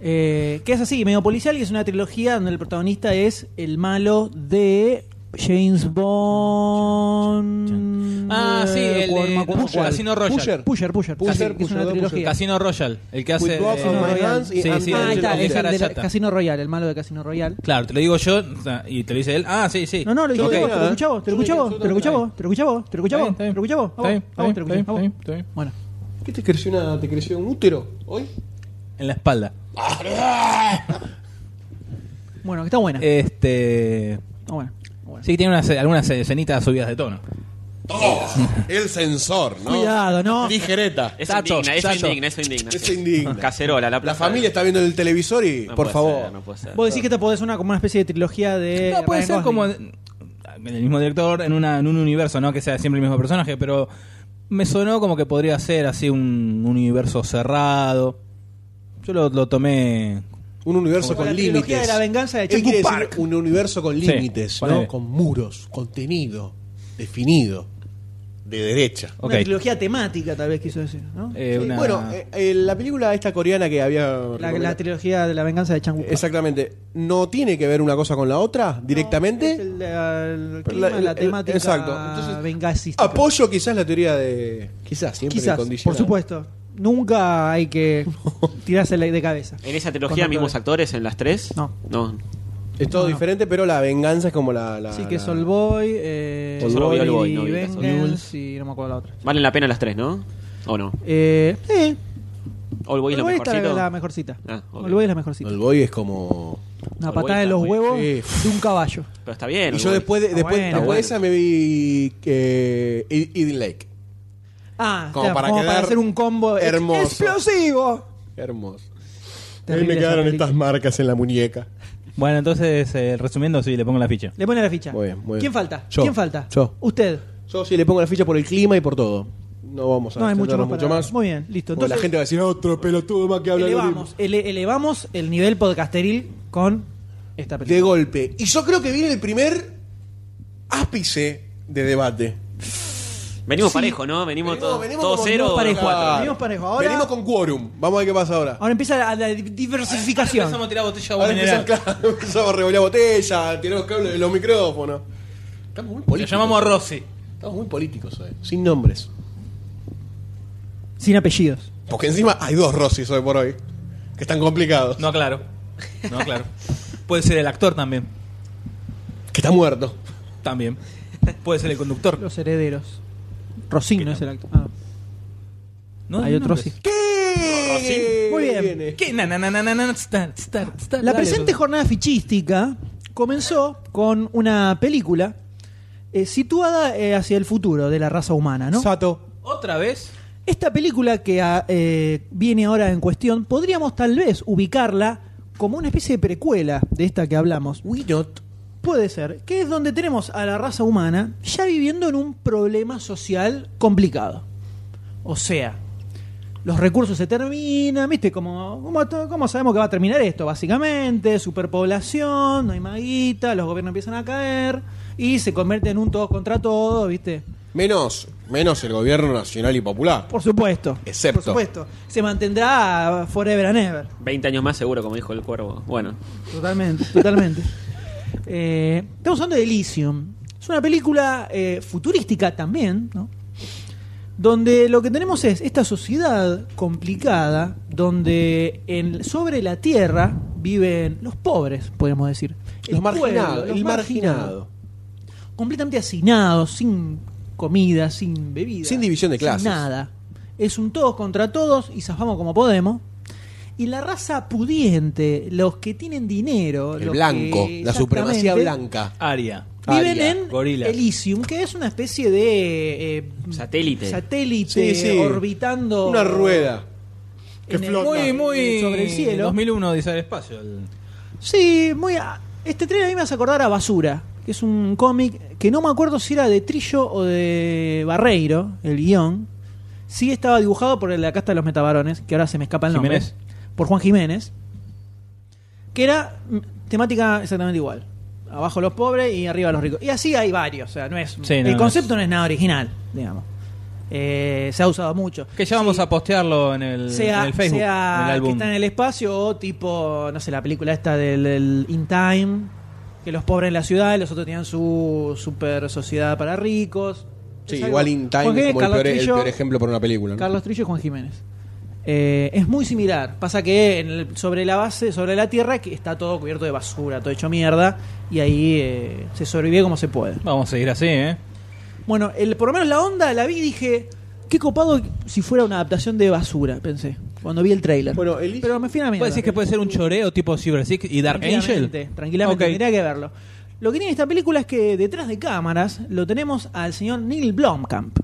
Speaker 1: Eh, que es así, medio policial, y es una trilogía donde el protagonista es el malo de James Bond.
Speaker 3: Ah, sí,
Speaker 1: eh,
Speaker 3: el
Speaker 1: cual-
Speaker 3: de-
Speaker 1: me acuerdo
Speaker 3: Pusher.
Speaker 1: cuál.
Speaker 3: Casino Royale.
Speaker 1: Pusher, Pusher, Pusher.
Speaker 2: Pusher,
Speaker 1: Casi, que es
Speaker 2: Pusher,
Speaker 1: una
Speaker 2: Pusher.
Speaker 1: trilogía.
Speaker 3: Casino Royale, el que hace...
Speaker 2: With both of
Speaker 3: eh,
Speaker 2: my hands
Speaker 3: sí,
Speaker 2: y
Speaker 3: sí,
Speaker 2: Angel
Speaker 1: ah, ahí
Speaker 3: el-
Speaker 1: está,
Speaker 2: of
Speaker 3: el
Speaker 1: es el
Speaker 3: Jara
Speaker 1: de la-
Speaker 3: Yata.
Speaker 1: Casino Royale, el malo de Casino Royale.
Speaker 3: Claro, te lo digo yo o sea, y te lo dice él. Ah, sí, sí.
Speaker 1: No, no, lo
Speaker 2: Yo
Speaker 1: dijiste
Speaker 2: no
Speaker 1: vos,
Speaker 2: tengo
Speaker 1: te lo
Speaker 2: nada,
Speaker 1: escuchá vos, te lo
Speaker 2: yo no
Speaker 1: escuchá
Speaker 2: tengo
Speaker 1: vos, te lo
Speaker 2: absolutamente
Speaker 1: escuchá vos, te lo escuchá vos, te lo escuchá vos, te lo escuchá vos,
Speaker 3: Está bien,
Speaker 1: a vos, a vos,
Speaker 3: está bien,
Speaker 1: te lo
Speaker 3: está
Speaker 1: escuchá, a vos.
Speaker 3: bien, está bien, está bien.
Speaker 1: Bueno,
Speaker 2: ¿Qué te creció, una, te creció un útero hoy?
Speaker 3: En la espalda.
Speaker 1: bueno, que está buena.
Speaker 3: Este.
Speaker 1: Está buena. está buena.
Speaker 3: Sí, tiene unas- algunas escenitas subidas de tono.
Speaker 2: El sensor, ¿no?
Speaker 1: Cuidado, no.
Speaker 2: Tijereta.
Speaker 4: Es
Speaker 3: Chacho,
Speaker 4: indigna, eso
Speaker 3: chacho.
Speaker 4: indigna, eso indigna.
Speaker 2: Es
Speaker 4: sí.
Speaker 2: indigna.
Speaker 4: Cacerola, la
Speaker 2: La
Speaker 4: plaza
Speaker 2: familia está viendo el televisor y,
Speaker 4: No
Speaker 2: por
Speaker 4: puede
Speaker 2: favor.
Speaker 4: ser, no puede ser.
Speaker 1: Vos decís que te podés una como una especie de trilogía de.
Speaker 3: No, puede
Speaker 1: Eh, Ryan
Speaker 3: ser
Speaker 1: Gosling.
Speaker 3: como. en El mismo director, en, una, en un universo, ¿no? Que sea siempre el mismo personaje, pero. Me sonó como que podría ser así un universo cerrado. Yo lo, lo tomé.
Speaker 2: Un universo
Speaker 1: Como
Speaker 2: con
Speaker 1: la trilogía
Speaker 2: límites.
Speaker 1: de la venganza de
Speaker 2: Él
Speaker 1: Chico
Speaker 2: quiere decir
Speaker 1: Park.
Speaker 2: un universo con
Speaker 3: Sí,
Speaker 2: límites, ¿no?
Speaker 3: ponele.
Speaker 2: Con muros, contenido. definido, de derecha.
Speaker 3: Ok.
Speaker 1: Una trilogía temática, tal vez quiso decir, ¿no?
Speaker 3: Eh,
Speaker 2: Sí,
Speaker 3: una-
Speaker 2: Bueno, eh, eh, la película esta coreana que había...
Speaker 1: la,
Speaker 2: recomendado-
Speaker 1: la trilogía de la venganza de Chang Wook.
Speaker 2: Exactamente. ¿No tiene que ver una cosa con la otra directamente?
Speaker 1: Es el, el
Speaker 2: Pero
Speaker 1: clima,
Speaker 2: la-
Speaker 1: la,
Speaker 2: el- el-
Speaker 1: temática
Speaker 2: exacto. Entonces,
Speaker 1: vengacista.
Speaker 2: Apoyo quizás la teoría de... Quizás, siempre
Speaker 1: Quizás, por
Speaker 2: condicional.
Speaker 1: supuesto. Nunca hay que tirarse la- de cabeza.
Speaker 4: ¿En esa trilogía
Speaker 1: Con
Speaker 4: mismos actores en las tres?
Speaker 1: No.
Speaker 4: No.
Speaker 2: Es todo
Speaker 1: No, no.
Speaker 2: diferente, pero la venganza es como la... la-
Speaker 1: Así que
Speaker 2: la-
Speaker 1: Solboy, eh,
Speaker 4: Yo solo vi Old Boy,
Speaker 1: y
Speaker 4: no vi la
Speaker 1: Vengeance y no me acuerdo la otra.
Speaker 4: Valen la pena las tres, ¿no? ¿O no?
Speaker 1: Eh, eh,
Speaker 4: Olboy es lo
Speaker 1: Old Boy está
Speaker 4: mejorcito.
Speaker 1: la mejorcita.
Speaker 4: Ah, ok.
Speaker 1: Old Boy es la mejorcita.
Speaker 2: El boy es como...
Speaker 1: Una patada
Speaker 4: Old Boy
Speaker 1: de
Speaker 4: está
Speaker 1: los
Speaker 4: muy-
Speaker 1: huevos
Speaker 2: Sí.
Speaker 1: de un caballo.
Speaker 4: Pero está bien.
Speaker 2: Y
Speaker 4: Old
Speaker 2: yo
Speaker 4: Boy.
Speaker 2: después de,
Speaker 1: Está
Speaker 2: después,
Speaker 1: bueno.
Speaker 2: después de esa me vi eh, Ed- Eden Lake.
Speaker 1: Ah,
Speaker 2: Como para quedar
Speaker 1: hacer un combo ex-
Speaker 2: hermoso.
Speaker 1: explosivo.
Speaker 2: Hermoso. A mí
Speaker 1: Terrible
Speaker 2: me quedaron
Speaker 1: esa película.
Speaker 2: estas marcas en la muñeca.
Speaker 3: Bueno, entonces, eh, resumiendo, sí, le pongo la ficha.
Speaker 1: Le pone la ficha.
Speaker 2: Muy bien, muy bien.
Speaker 1: ¿Quién falta?
Speaker 2: Yo.
Speaker 1: ¿Quién falta?
Speaker 2: Yo.
Speaker 1: Usted.
Speaker 2: Yo sí le pongo la ficha por el clima y por todo. No vamos a
Speaker 1: No hay mucho más.
Speaker 2: extendernos
Speaker 1: para- Muy bien, listo.
Speaker 2: Porque
Speaker 1: Entonces,
Speaker 2: la gente va a decir, otro pelotudo más que habla de lo
Speaker 1: elevamos, ele- elevamos el nivel podcasteril con esta
Speaker 2: mismo". De
Speaker 1: película.
Speaker 2: golpe. Y yo creo que viene el primer ápice de debate.
Speaker 4: Venimos parejo, ¿no? Venimos, todo,
Speaker 2: venimos
Speaker 4: todo
Speaker 2: como
Speaker 4: cero.
Speaker 1: venimos parejo.
Speaker 4: cuatro.
Speaker 2: Claro.
Speaker 1: Venimos parejo. Ahora-
Speaker 2: Venimos con quórum. Vamos a ver qué pasa ahora.
Speaker 1: Ahora empieza la, la diversificación.
Speaker 3: Empezamos a tirar botella de agua
Speaker 2: Ahora empiezan,
Speaker 3: mineral.
Speaker 2: claro, empezamos a revolear botella, tiramos cables de los micrófonos. Estamos muy
Speaker 3: Lo
Speaker 2: políticos.
Speaker 3: llamamos a Rossi.
Speaker 2: Estamos muy políticos hoy. Sin nombres.
Speaker 1: Sin apellidos.
Speaker 2: Porque encima hay dos Rossis hoy por hoy. Que están complicados.
Speaker 3: No, claro. No, claro. Puede ser el actor también.
Speaker 2: Que está muerto.
Speaker 3: También. Puede ser el conductor.
Speaker 1: Los herederos. Rosín no es el actor. Ah,
Speaker 3: No,
Speaker 1: hay
Speaker 3: no,
Speaker 1: otro
Speaker 3: no,
Speaker 1: sí.
Speaker 2: ¿Qué?
Speaker 1: Muy bien.
Speaker 2: Viene.
Speaker 3: ¿Qué? Na, na, na, na, na, na, star, star, star,
Speaker 1: La
Speaker 3: dale,
Speaker 1: presente
Speaker 3: Rossi.
Speaker 1: jornada fichística comenzó con una película eh, situada eh, hacia el futuro de la raza humana, ¿no?
Speaker 2: Sato.
Speaker 3: ¿Otra vez?
Speaker 1: Esta película que ah, eh, viene ahora en cuestión, podríamos tal vez ubicarla como una especie de precuela de esta que hablamos.
Speaker 2: We not.
Speaker 1: Puede ser, que es donde tenemos a la raza humana ya viviendo en un problema social complicado. O sea, los recursos se terminan, ¿viste? Como, como, to- como sabemos que va a terminar esto, básicamente, superpoblación, no hay maguita, los gobiernos empiezan a caer y se convierte en un todos contra todos, ¿viste?
Speaker 2: Menos, menos el gobierno nacional y popular.
Speaker 1: Por supuesto.
Speaker 2: Excepto.
Speaker 1: Por supuesto. Se mantendrá forever and ever.
Speaker 4: 20 años más seguro, como dijo el cuervo. Bueno,
Speaker 1: Totalmente, totalmente. Eh, estamos hablando de Elysium. Es una película eh, futurística también, ¿no? Donde lo que tenemos es esta sociedad complicada, donde en, sobre la tierra viven los pobres, podríamos decir. El
Speaker 2: Los marginados.
Speaker 1: pueblo, los
Speaker 2: el marginado.
Speaker 1: marginados. Completamente hacinados, sin comida, sin bebida.
Speaker 2: Sin división de
Speaker 1: sin
Speaker 2: clases.
Speaker 1: nada. Es un todos contra todos y zafamos como podemos. Y la raza pudiente, los que tienen dinero,
Speaker 2: El
Speaker 1: los
Speaker 2: blanco.
Speaker 1: que-
Speaker 2: La supremacía
Speaker 1: exactamente,
Speaker 2: blanca.
Speaker 3: Aria.
Speaker 1: Viven
Speaker 2: Aria,
Speaker 1: en
Speaker 3: gorila.
Speaker 1: Elysium, que es una especie de eh,
Speaker 4: Satélite.
Speaker 1: satélite
Speaker 2: Sí, sí.
Speaker 1: orbitando
Speaker 2: Una rueda.
Speaker 1: en
Speaker 2: que
Speaker 1: el-
Speaker 2: flota.
Speaker 3: Muy,
Speaker 1: muy,
Speaker 3: muy.
Speaker 1: eh, sobre el cielo.
Speaker 3: 2001 dice el espacio. el-
Speaker 1: Sí, muy. a- Este tren a mí me hace acordar a Basura, que es un cómic que no me acuerdo si era de Trillo o de Barreiro, el guión. Sí estaba dibujado por el de la casta de los metabarones, que ahora se me escapa el nombre.
Speaker 3: Jiménez.
Speaker 1: Por Juan Jiménez. Que era mm, temática exactamente igual. Abajo los pobres y arriba los ricos. Y así hay varios. O sea, no es,
Speaker 3: Sí, no,
Speaker 1: el
Speaker 3: no
Speaker 1: concepto no es nada original, digamos. Eh, se ha usado mucho.
Speaker 3: Que ya vamos a postearlo en el,
Speaker 1: sea,
Speaker 3: en el Facebook.
Speaker 1: sea
Speaker 3: en el álbum.
Speaker 1: que está en el espacio o tipo, no sé, la película esta del, del In Time, que los pobres en la ciudad y los otros tenían su super sociedad para ricos.
Speaker 2: Sí,
Speaker 1: Es algo-
Speaker 2: igual In Time
Speaker 1: Juan
Speaker 2: es
Speaker 1: Jiménez,
Speaker 2: como el
Speaker 1: Carlos
Speaker 2: peor, e-, el
Speaker 1: Trillo-
Speaker 2: peor ejemplo por una película. ¿no?
Speaker 1: Carlos Trillo y Juan Jiménez. Eh, es muy similar. Pasa que en el- sobre la base, sobre la tierra, que está todo cubierto de basura, todo hecho mierda, y ahí eh, se sobrevive como se puede.
Speaker 3: Vamos a seguir así, ¿eh?
Speaker 1: Bueno, el, por lo menos la onda la vi y dije, qué copado si fuera una adaptación de basura, pensé, cuando vi el trailer.
Speaker 2: Bueno, Elysium-
Speaker 1: Pero me fui a la mierda.
Speaker 3: ¿Puedes decir que puede ser un choreo tipo Cyber Six y Dark Angel?
Speaker 1: Tranquilamente, tranquilamente,
Speaker 3: Ok.
Speaker 1: tendría que verlo. Lo que tiene esta película es que detrás de cámaras lo tenemos al señor Neil Blomkamp.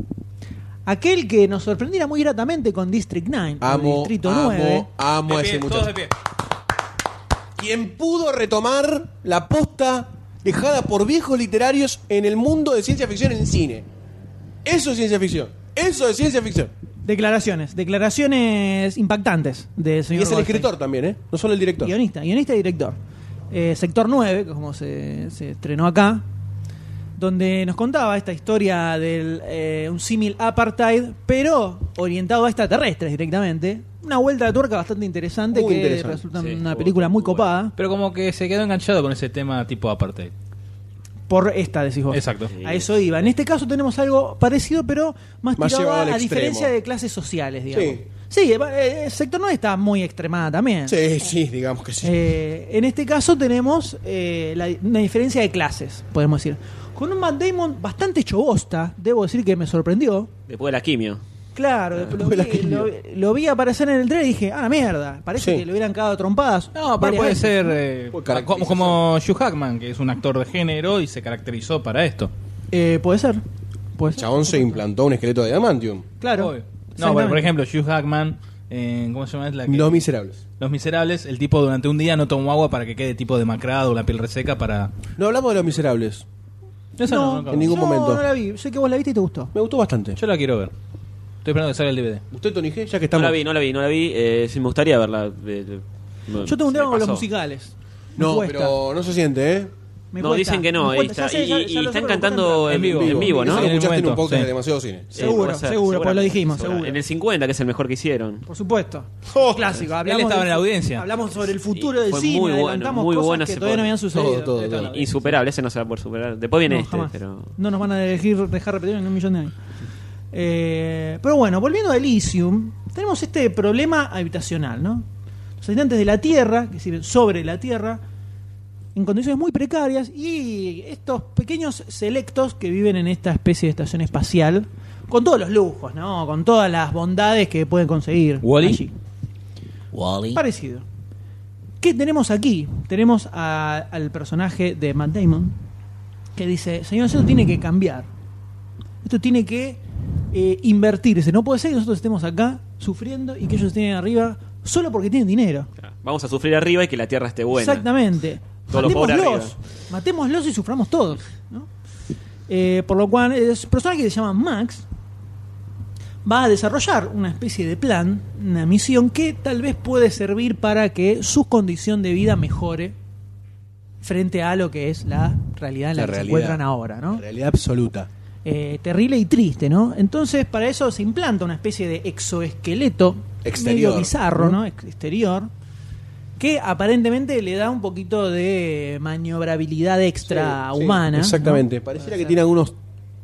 Speaker 1: Aquel que nos sorprendiera muy gratamente con District 9, o
Speaker 2: Amo,
Speaker 1: Distrito ¿eh? 9.
Speaker 2: amo, amo a
Speaker 3: De pie,
Speaker 2: ese
Speaker 3: todos de
Speaker 2: muchacho.
Speaker 3: pie.
Speaker 2: Quien pudo retomar la posta dejada por viejos literarios en el mundo de ciencia ficción en el cine. Eso es ciencia ficción. Eso es ciencia ficción.
Speaker 1: Declaraciones, declaraciones impactantes del
Speaker 2: Y
Speaker 1: señor
Speaker 2: es el
Speaker 1: Goldstein.
Speaker 2: escritor también, ¿eh? No solo el director.
Speaker 1: Guionista, guionista y director. Eh, sector 9, que es como se, se estrenó acá, donde nos contaba esta historia del eh, un símil apartheid, pero orientado a extraterrestres directamente. Una vuelta de tuerca bastante interesante
Speaker 2: Muy
Speaker 1: que
Speaker 2: interesante.
Speaker 1: resulta
Speaker 4: Sí,
Speaker 1: una
Speaker 4: estuvo-
Speaker 1: película muy
Speaker 4: estuvo bueno.
Speaker 1: copada
Speaker 3: Pero como que se quedó enganchado con ese tema tipo apartheid.
Speaker 1: por esta, decís vos.
Speaker 3: Exacto.
Speaker 1: A eso iba. En este caso tenemos algo parecido, pero más,
Speaker 2: Más
Speaker 1: tirado
Speaker 2: llevado
Speaker 1: a,
Speaker 2: al
Speaker 1: a
Speaker 2: extremo.
Speaker 1: diferencia de clases sociales, digamos.
Speaker 2: Sí.
Speaker 1: Sí, eh, el sector no está muy extremada también.
Speaker 2: Sí, sí, digamos que sí.
Speaker 1: Eh, en este caso tenemos eh, la- una diferencia de clases, podemos decir. Con un Matt Damon bastante chobosta, debo decir que me sorprendió.
Speaker 4: Después de la quimio.
Speaker 1: Claro, lo,
Speaker 2: Ah, la
Speaker 1: vi,
Speaker 2: que
Speaker 1: lo- lo vi aparecer en el tren y dije, ah, la mierda, parece
Speaker 2: Sí.
Speaker 1: que lo hubieran cagado a trompadas.
Speaker 3: No, pero
Speaker 1: Varias
Speaker 3: puede
Speaker 1: veces.
Speaker 3: ser eh,
Speaker 2: Puede caracterizar.
Speaker 3: como, como Hugh Hackman, que es un actor de género y se caracterizó para esto.
Speaker 1: Eh, puede ser. Puede
Speaker 2: El
Speaker 1: ser.
Speaker 2: chabón se implantó un esqueleto de adamantium.
Speaker 1: Claro.
Speaker 3: Obvio. No,
Speaker 1: Exactamente.
Speaker 3: pero por ejemplo, Hugh Hackman, en- ¿cómo se llama? Es la que-
Speaker 2: Los miserables.
Speaker 3: Los Miserables, el tipo durante un día no tomó agua para que quede tipo demacrado, la piel reseca para...
Speaker 2: No hablamos de los miserables.
Speaker 3: Esa no, nunca
Speaker 2: en ningún
Speaker 1: yo
Speaker 2: momento.
Speaker 1: no la vi. Sé que vos la viste y te gustó.
Speaker 2: Me gustó bastante.
Speaker 3: Yo la quiero ver. Estoy esperando que salga el DVD.
Speaker 2: ¿Usted, Tony G? Ya que
Speaker 4: No
Speaker 2: estamos.
Speaker 4: la vi, no la vi, no la vi. eh, sí, me gustaría verla. eh, eh, bueno,
Speaker 1: Yo tengo un
Speaker 4: se
Speaker 1: tema
Speaker 4: me
Speaker 1: con los
Speaker 4: pasó.
Speaker 1: musicales. Me
Speaker 2: No,
Speaker 1: cuesta,
Speaker 2: pero no se siente, ¿eh?
Speaker 1: me
Speaker 4: No,
Speaker 1: cuesta,
Speaker 4: dicen que no.
Speaker 1: me
Speaker 4: ahí
Speaker 1: cuesta. Ya
Speaker 4: está.
Speaker 1: sé,
Speaker 4: y
Speaker 1: ya-
Speaker 4: y
Speaker 1: ya lo
Speaker 4: están
Speaker 1: sé,
Speaker 4: cantando
Speaker 1: me
Speaker 4: en vivo, en vivo,
Speaker 2: Eso
Speaker 4: ¿no?
Speaker 2: lo
Speaker 3: En el
Speaker 2: escuchaste en un
Speaker 3: momento,
Speaker 2: podcast
Speaker 3: sí.
Speaker 2: de demasiado cine.
Speaker 4: Sí,
Speaker 1: Seguro,
Speaker 4: puede ser,
Speaker 1: seguro, pues lo dijimos,
Speaker 4: seguramente.
Speaker 1: seguro.
Speaker 4: En el 50, que es el mejor que hicieron.
Speaker 1: Por supuesto.
Speaker 2: Oh,
Speaker 1: Clásico.
Speaker 3: Él
Speaker 1: Hablamos
Speaker 3: estaba
Speaker 1: de-
Speaker 3: en la audiencia.
Speaker 1: Hablamos sobre el futuro
Speaker 4: Y
Speaker 1: del
Speaker 4: fue
Speaker 1: cine.
Speaker 4: muy bueno,
Speaker 1: adelantamos
Speaker 4: muy
Speaker 1: cosas
Speaker 4: bueno
Speaker 1: que
Speaker 4: ese
Speaker 1: todavía no habían
Speaker 4: podcast.
Speaker 1: sucedido.
Speaker 2: Todo, todo, todo.
Speaker 4: Insuperable, ese no se va a poder superar. Después viene
Speaker 1: No,
Speaker 4: este,
Speaker 1: jamás.
Speaker 4: pero.
Speaker 1: No nos van a elegir dejar repetir en un millón de años. Eh, pero bueno, volviendo a Elysium, tenemos este problema habitacional, ¿no? Los habitantes de la Tierra, que sirven sobre la Tierra, en condiciones muy precarias, y estos pequeños selectos que viven en esta especie de estación espacial, con todos los lujos, ¿no? Con todas las bondades que pueden conseguir
Speaker 3: ¿Wall-E?
Speaker 1: allí. Parecido. ¿Qué tenemos aquí? Tenemos a- al personaje de Matt Damon que dice, señor, esto tiene que cambiar. Esto tiene que eh, invertirse. No puede ser que nosotros estemos acá sufriendo y que ellos estén arriba solo porque tienen dinero.
Speaker 4: Vamos a sufrir arriba y que la tierra esté buena.
Speaker 1: Exactamente.
Speaker 4: Todos los pobres
Speaker 1: matémoslos.
Speaker 4: arriba.
Speaker 1: Matémoslos y suframos todos. ¿no? Eh, por lo cual, es un personaje que se llama Max va a desarrollar una especie de plan, una misión que tal vez puede servir para que su condición de vida mejore frente a lo que es la realidad en la,
Speaker 2: La
Speaker 1: que se
Speaker 2: realidad.
Speaker 1: encuentran ahora, ¿no?
Speaker 2: Realidad absoluta.
Speaker 1: Eh, terrible y triste, ¿no? Entonces, para eso se implanta una especie de exoesqueleto
Speaker 2: Exterior,
Speaker 1: medio bizarro,
Speaker 2: ¿no?
Speaker 1: ¿no? Ex- Exterior, que aparentemente le da un poquito de maniobrabilidad extra
Speaker 2: Sí, sí,
Speaker 1: humana.
Speaker 2: exactamente.
Speaker 1: ¿no?
Speaker 2: Pareciera que tiene algunos.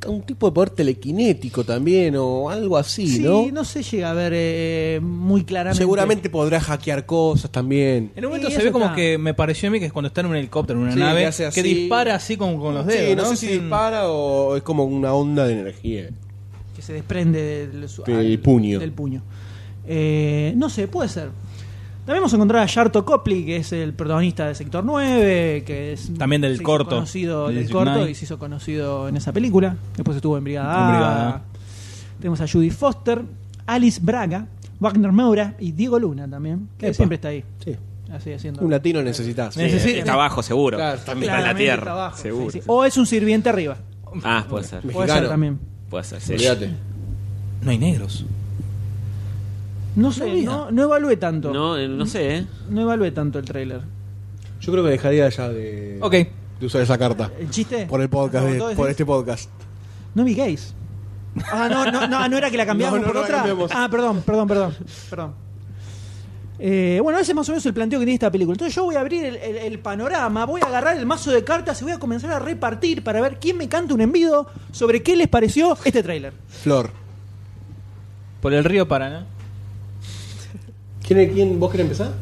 Speaker 2: un tipo de poder telequinético también o algo así,
Speaker 1: Sí,
Speaker 2: ¿no?
Speaker 1: ¿no? se llega a ver eh, muy claramente.
Speaker 2: Seguramente podrá hackear cosas también.
Speaker 3: En un
Speaker 1: Y
Speaker 3: momento se
Speaker 1: eso
Speaker 3: ve como
Speaker 1: está.
Speaker 3: que me pareció a mí que es cuando está en un helicóptero, en una
Speaker 2: Sí,
Speaker 3: nave,
Speaker 2: que
Speaker 3: que,
Speaker 2: hace así.
Speaker 3: dispara así con, con los dedos.
Speaker 2: Sí, no,
Speaker 3: ¿no?
Speaker 2: sé si
Speaker 3: Sin-
Speaker 2: dispara o es como una onda de energía.
Speaker 1: que se desprende del, su-
Speaker 2: Del puño.
Speaker 1: del puño. Eh, no sé, puede ser. También vamos a encontrar a Sharto Copley, que es el protagonista de Sector 9, que es
Speaker 3: También del
Speaker 1: se hizo
Speaker 3: corto.
Speaker 1: conocido
Speaker 3: Del
Speaker 1: del corto
Speaker 3: Ignite.
Speaker 1: y se hizo conocido en esa película. Después estuvo en Brigada.
Speaker 3: En
Speaker 1: A.
Speaker 3: Brigada.
Speaker 1: Tenemos a Judy Foster, Alice Braga, Wagner Moura y Diego Luna también, que
Speaker 2: Epa.
Speaker 1: siempre está ahí,
Speaker 2: Sí.
Speaker 1: así haciendo
Speaker 2: Un latino necesitas.
Speaker 4: Sí,
Speaker 3: Necesita-
Speaker 4: está abajo, seguro.
Speaker 2: Claro,
Speaker 4: también está en la
Speaker 1: claramente
Speaker 4: tierra.
Speaker 1: trabajo, sí,
Speaker 4: seguro.
Speaker 1: sí. O es un sirviente arriba.
Speaker 4: Ah, puede ser.
Speaker 2: Me-
Speaker 1: Puede
Speaker 2: Mexicano.
Speaker 1: ser también.
Speaker 4: Puede ser, sí.
Speaker 2: Olvídate.
Speaker 3: No hay negros.
Speaker 1: No sé, no, no evalué tanto.
Speaker 4: No, eh, no sé, ¿eh?
Speaker 1: No evalué tanto el tráiler.
Speaker 2: Yo creo que dejaría ya de,
Speaker 3: Ok.
Speaker 2: de usar esa carta.
Speaker 1: ¿El chiste?
Speaker 2: Por el podcast,
Speaker 1: No,
Speaker 2: de-
Speaker 1: todo es-
Speaker 2: por este podcast.
Speaker 1: No vi gays. Ah, no, no, no, no era que la cambiamos
Speaker 2: No, no,
Speaker 1: por
Speaker 2: no la
Speaker 1: otra.
Speaker 2: cambiamos.
Speaker 1: Ah, perdón, perdón, perdón. perdón. Eh, bueno, ese es más o menos el planteo que tiene esta película. Entonces yo voy a abrir el, el- el panorama, voy a agarrar el mazo de cartas y voy a comenzar a repartir para ver quién me canta un envido sobre qué les pareció este tráiler.
Speaker 2: Flor.
Speaker 3: Por el río Paraná.
Speaker 2: ¿Quién, quién, ¿Vos querés empezar?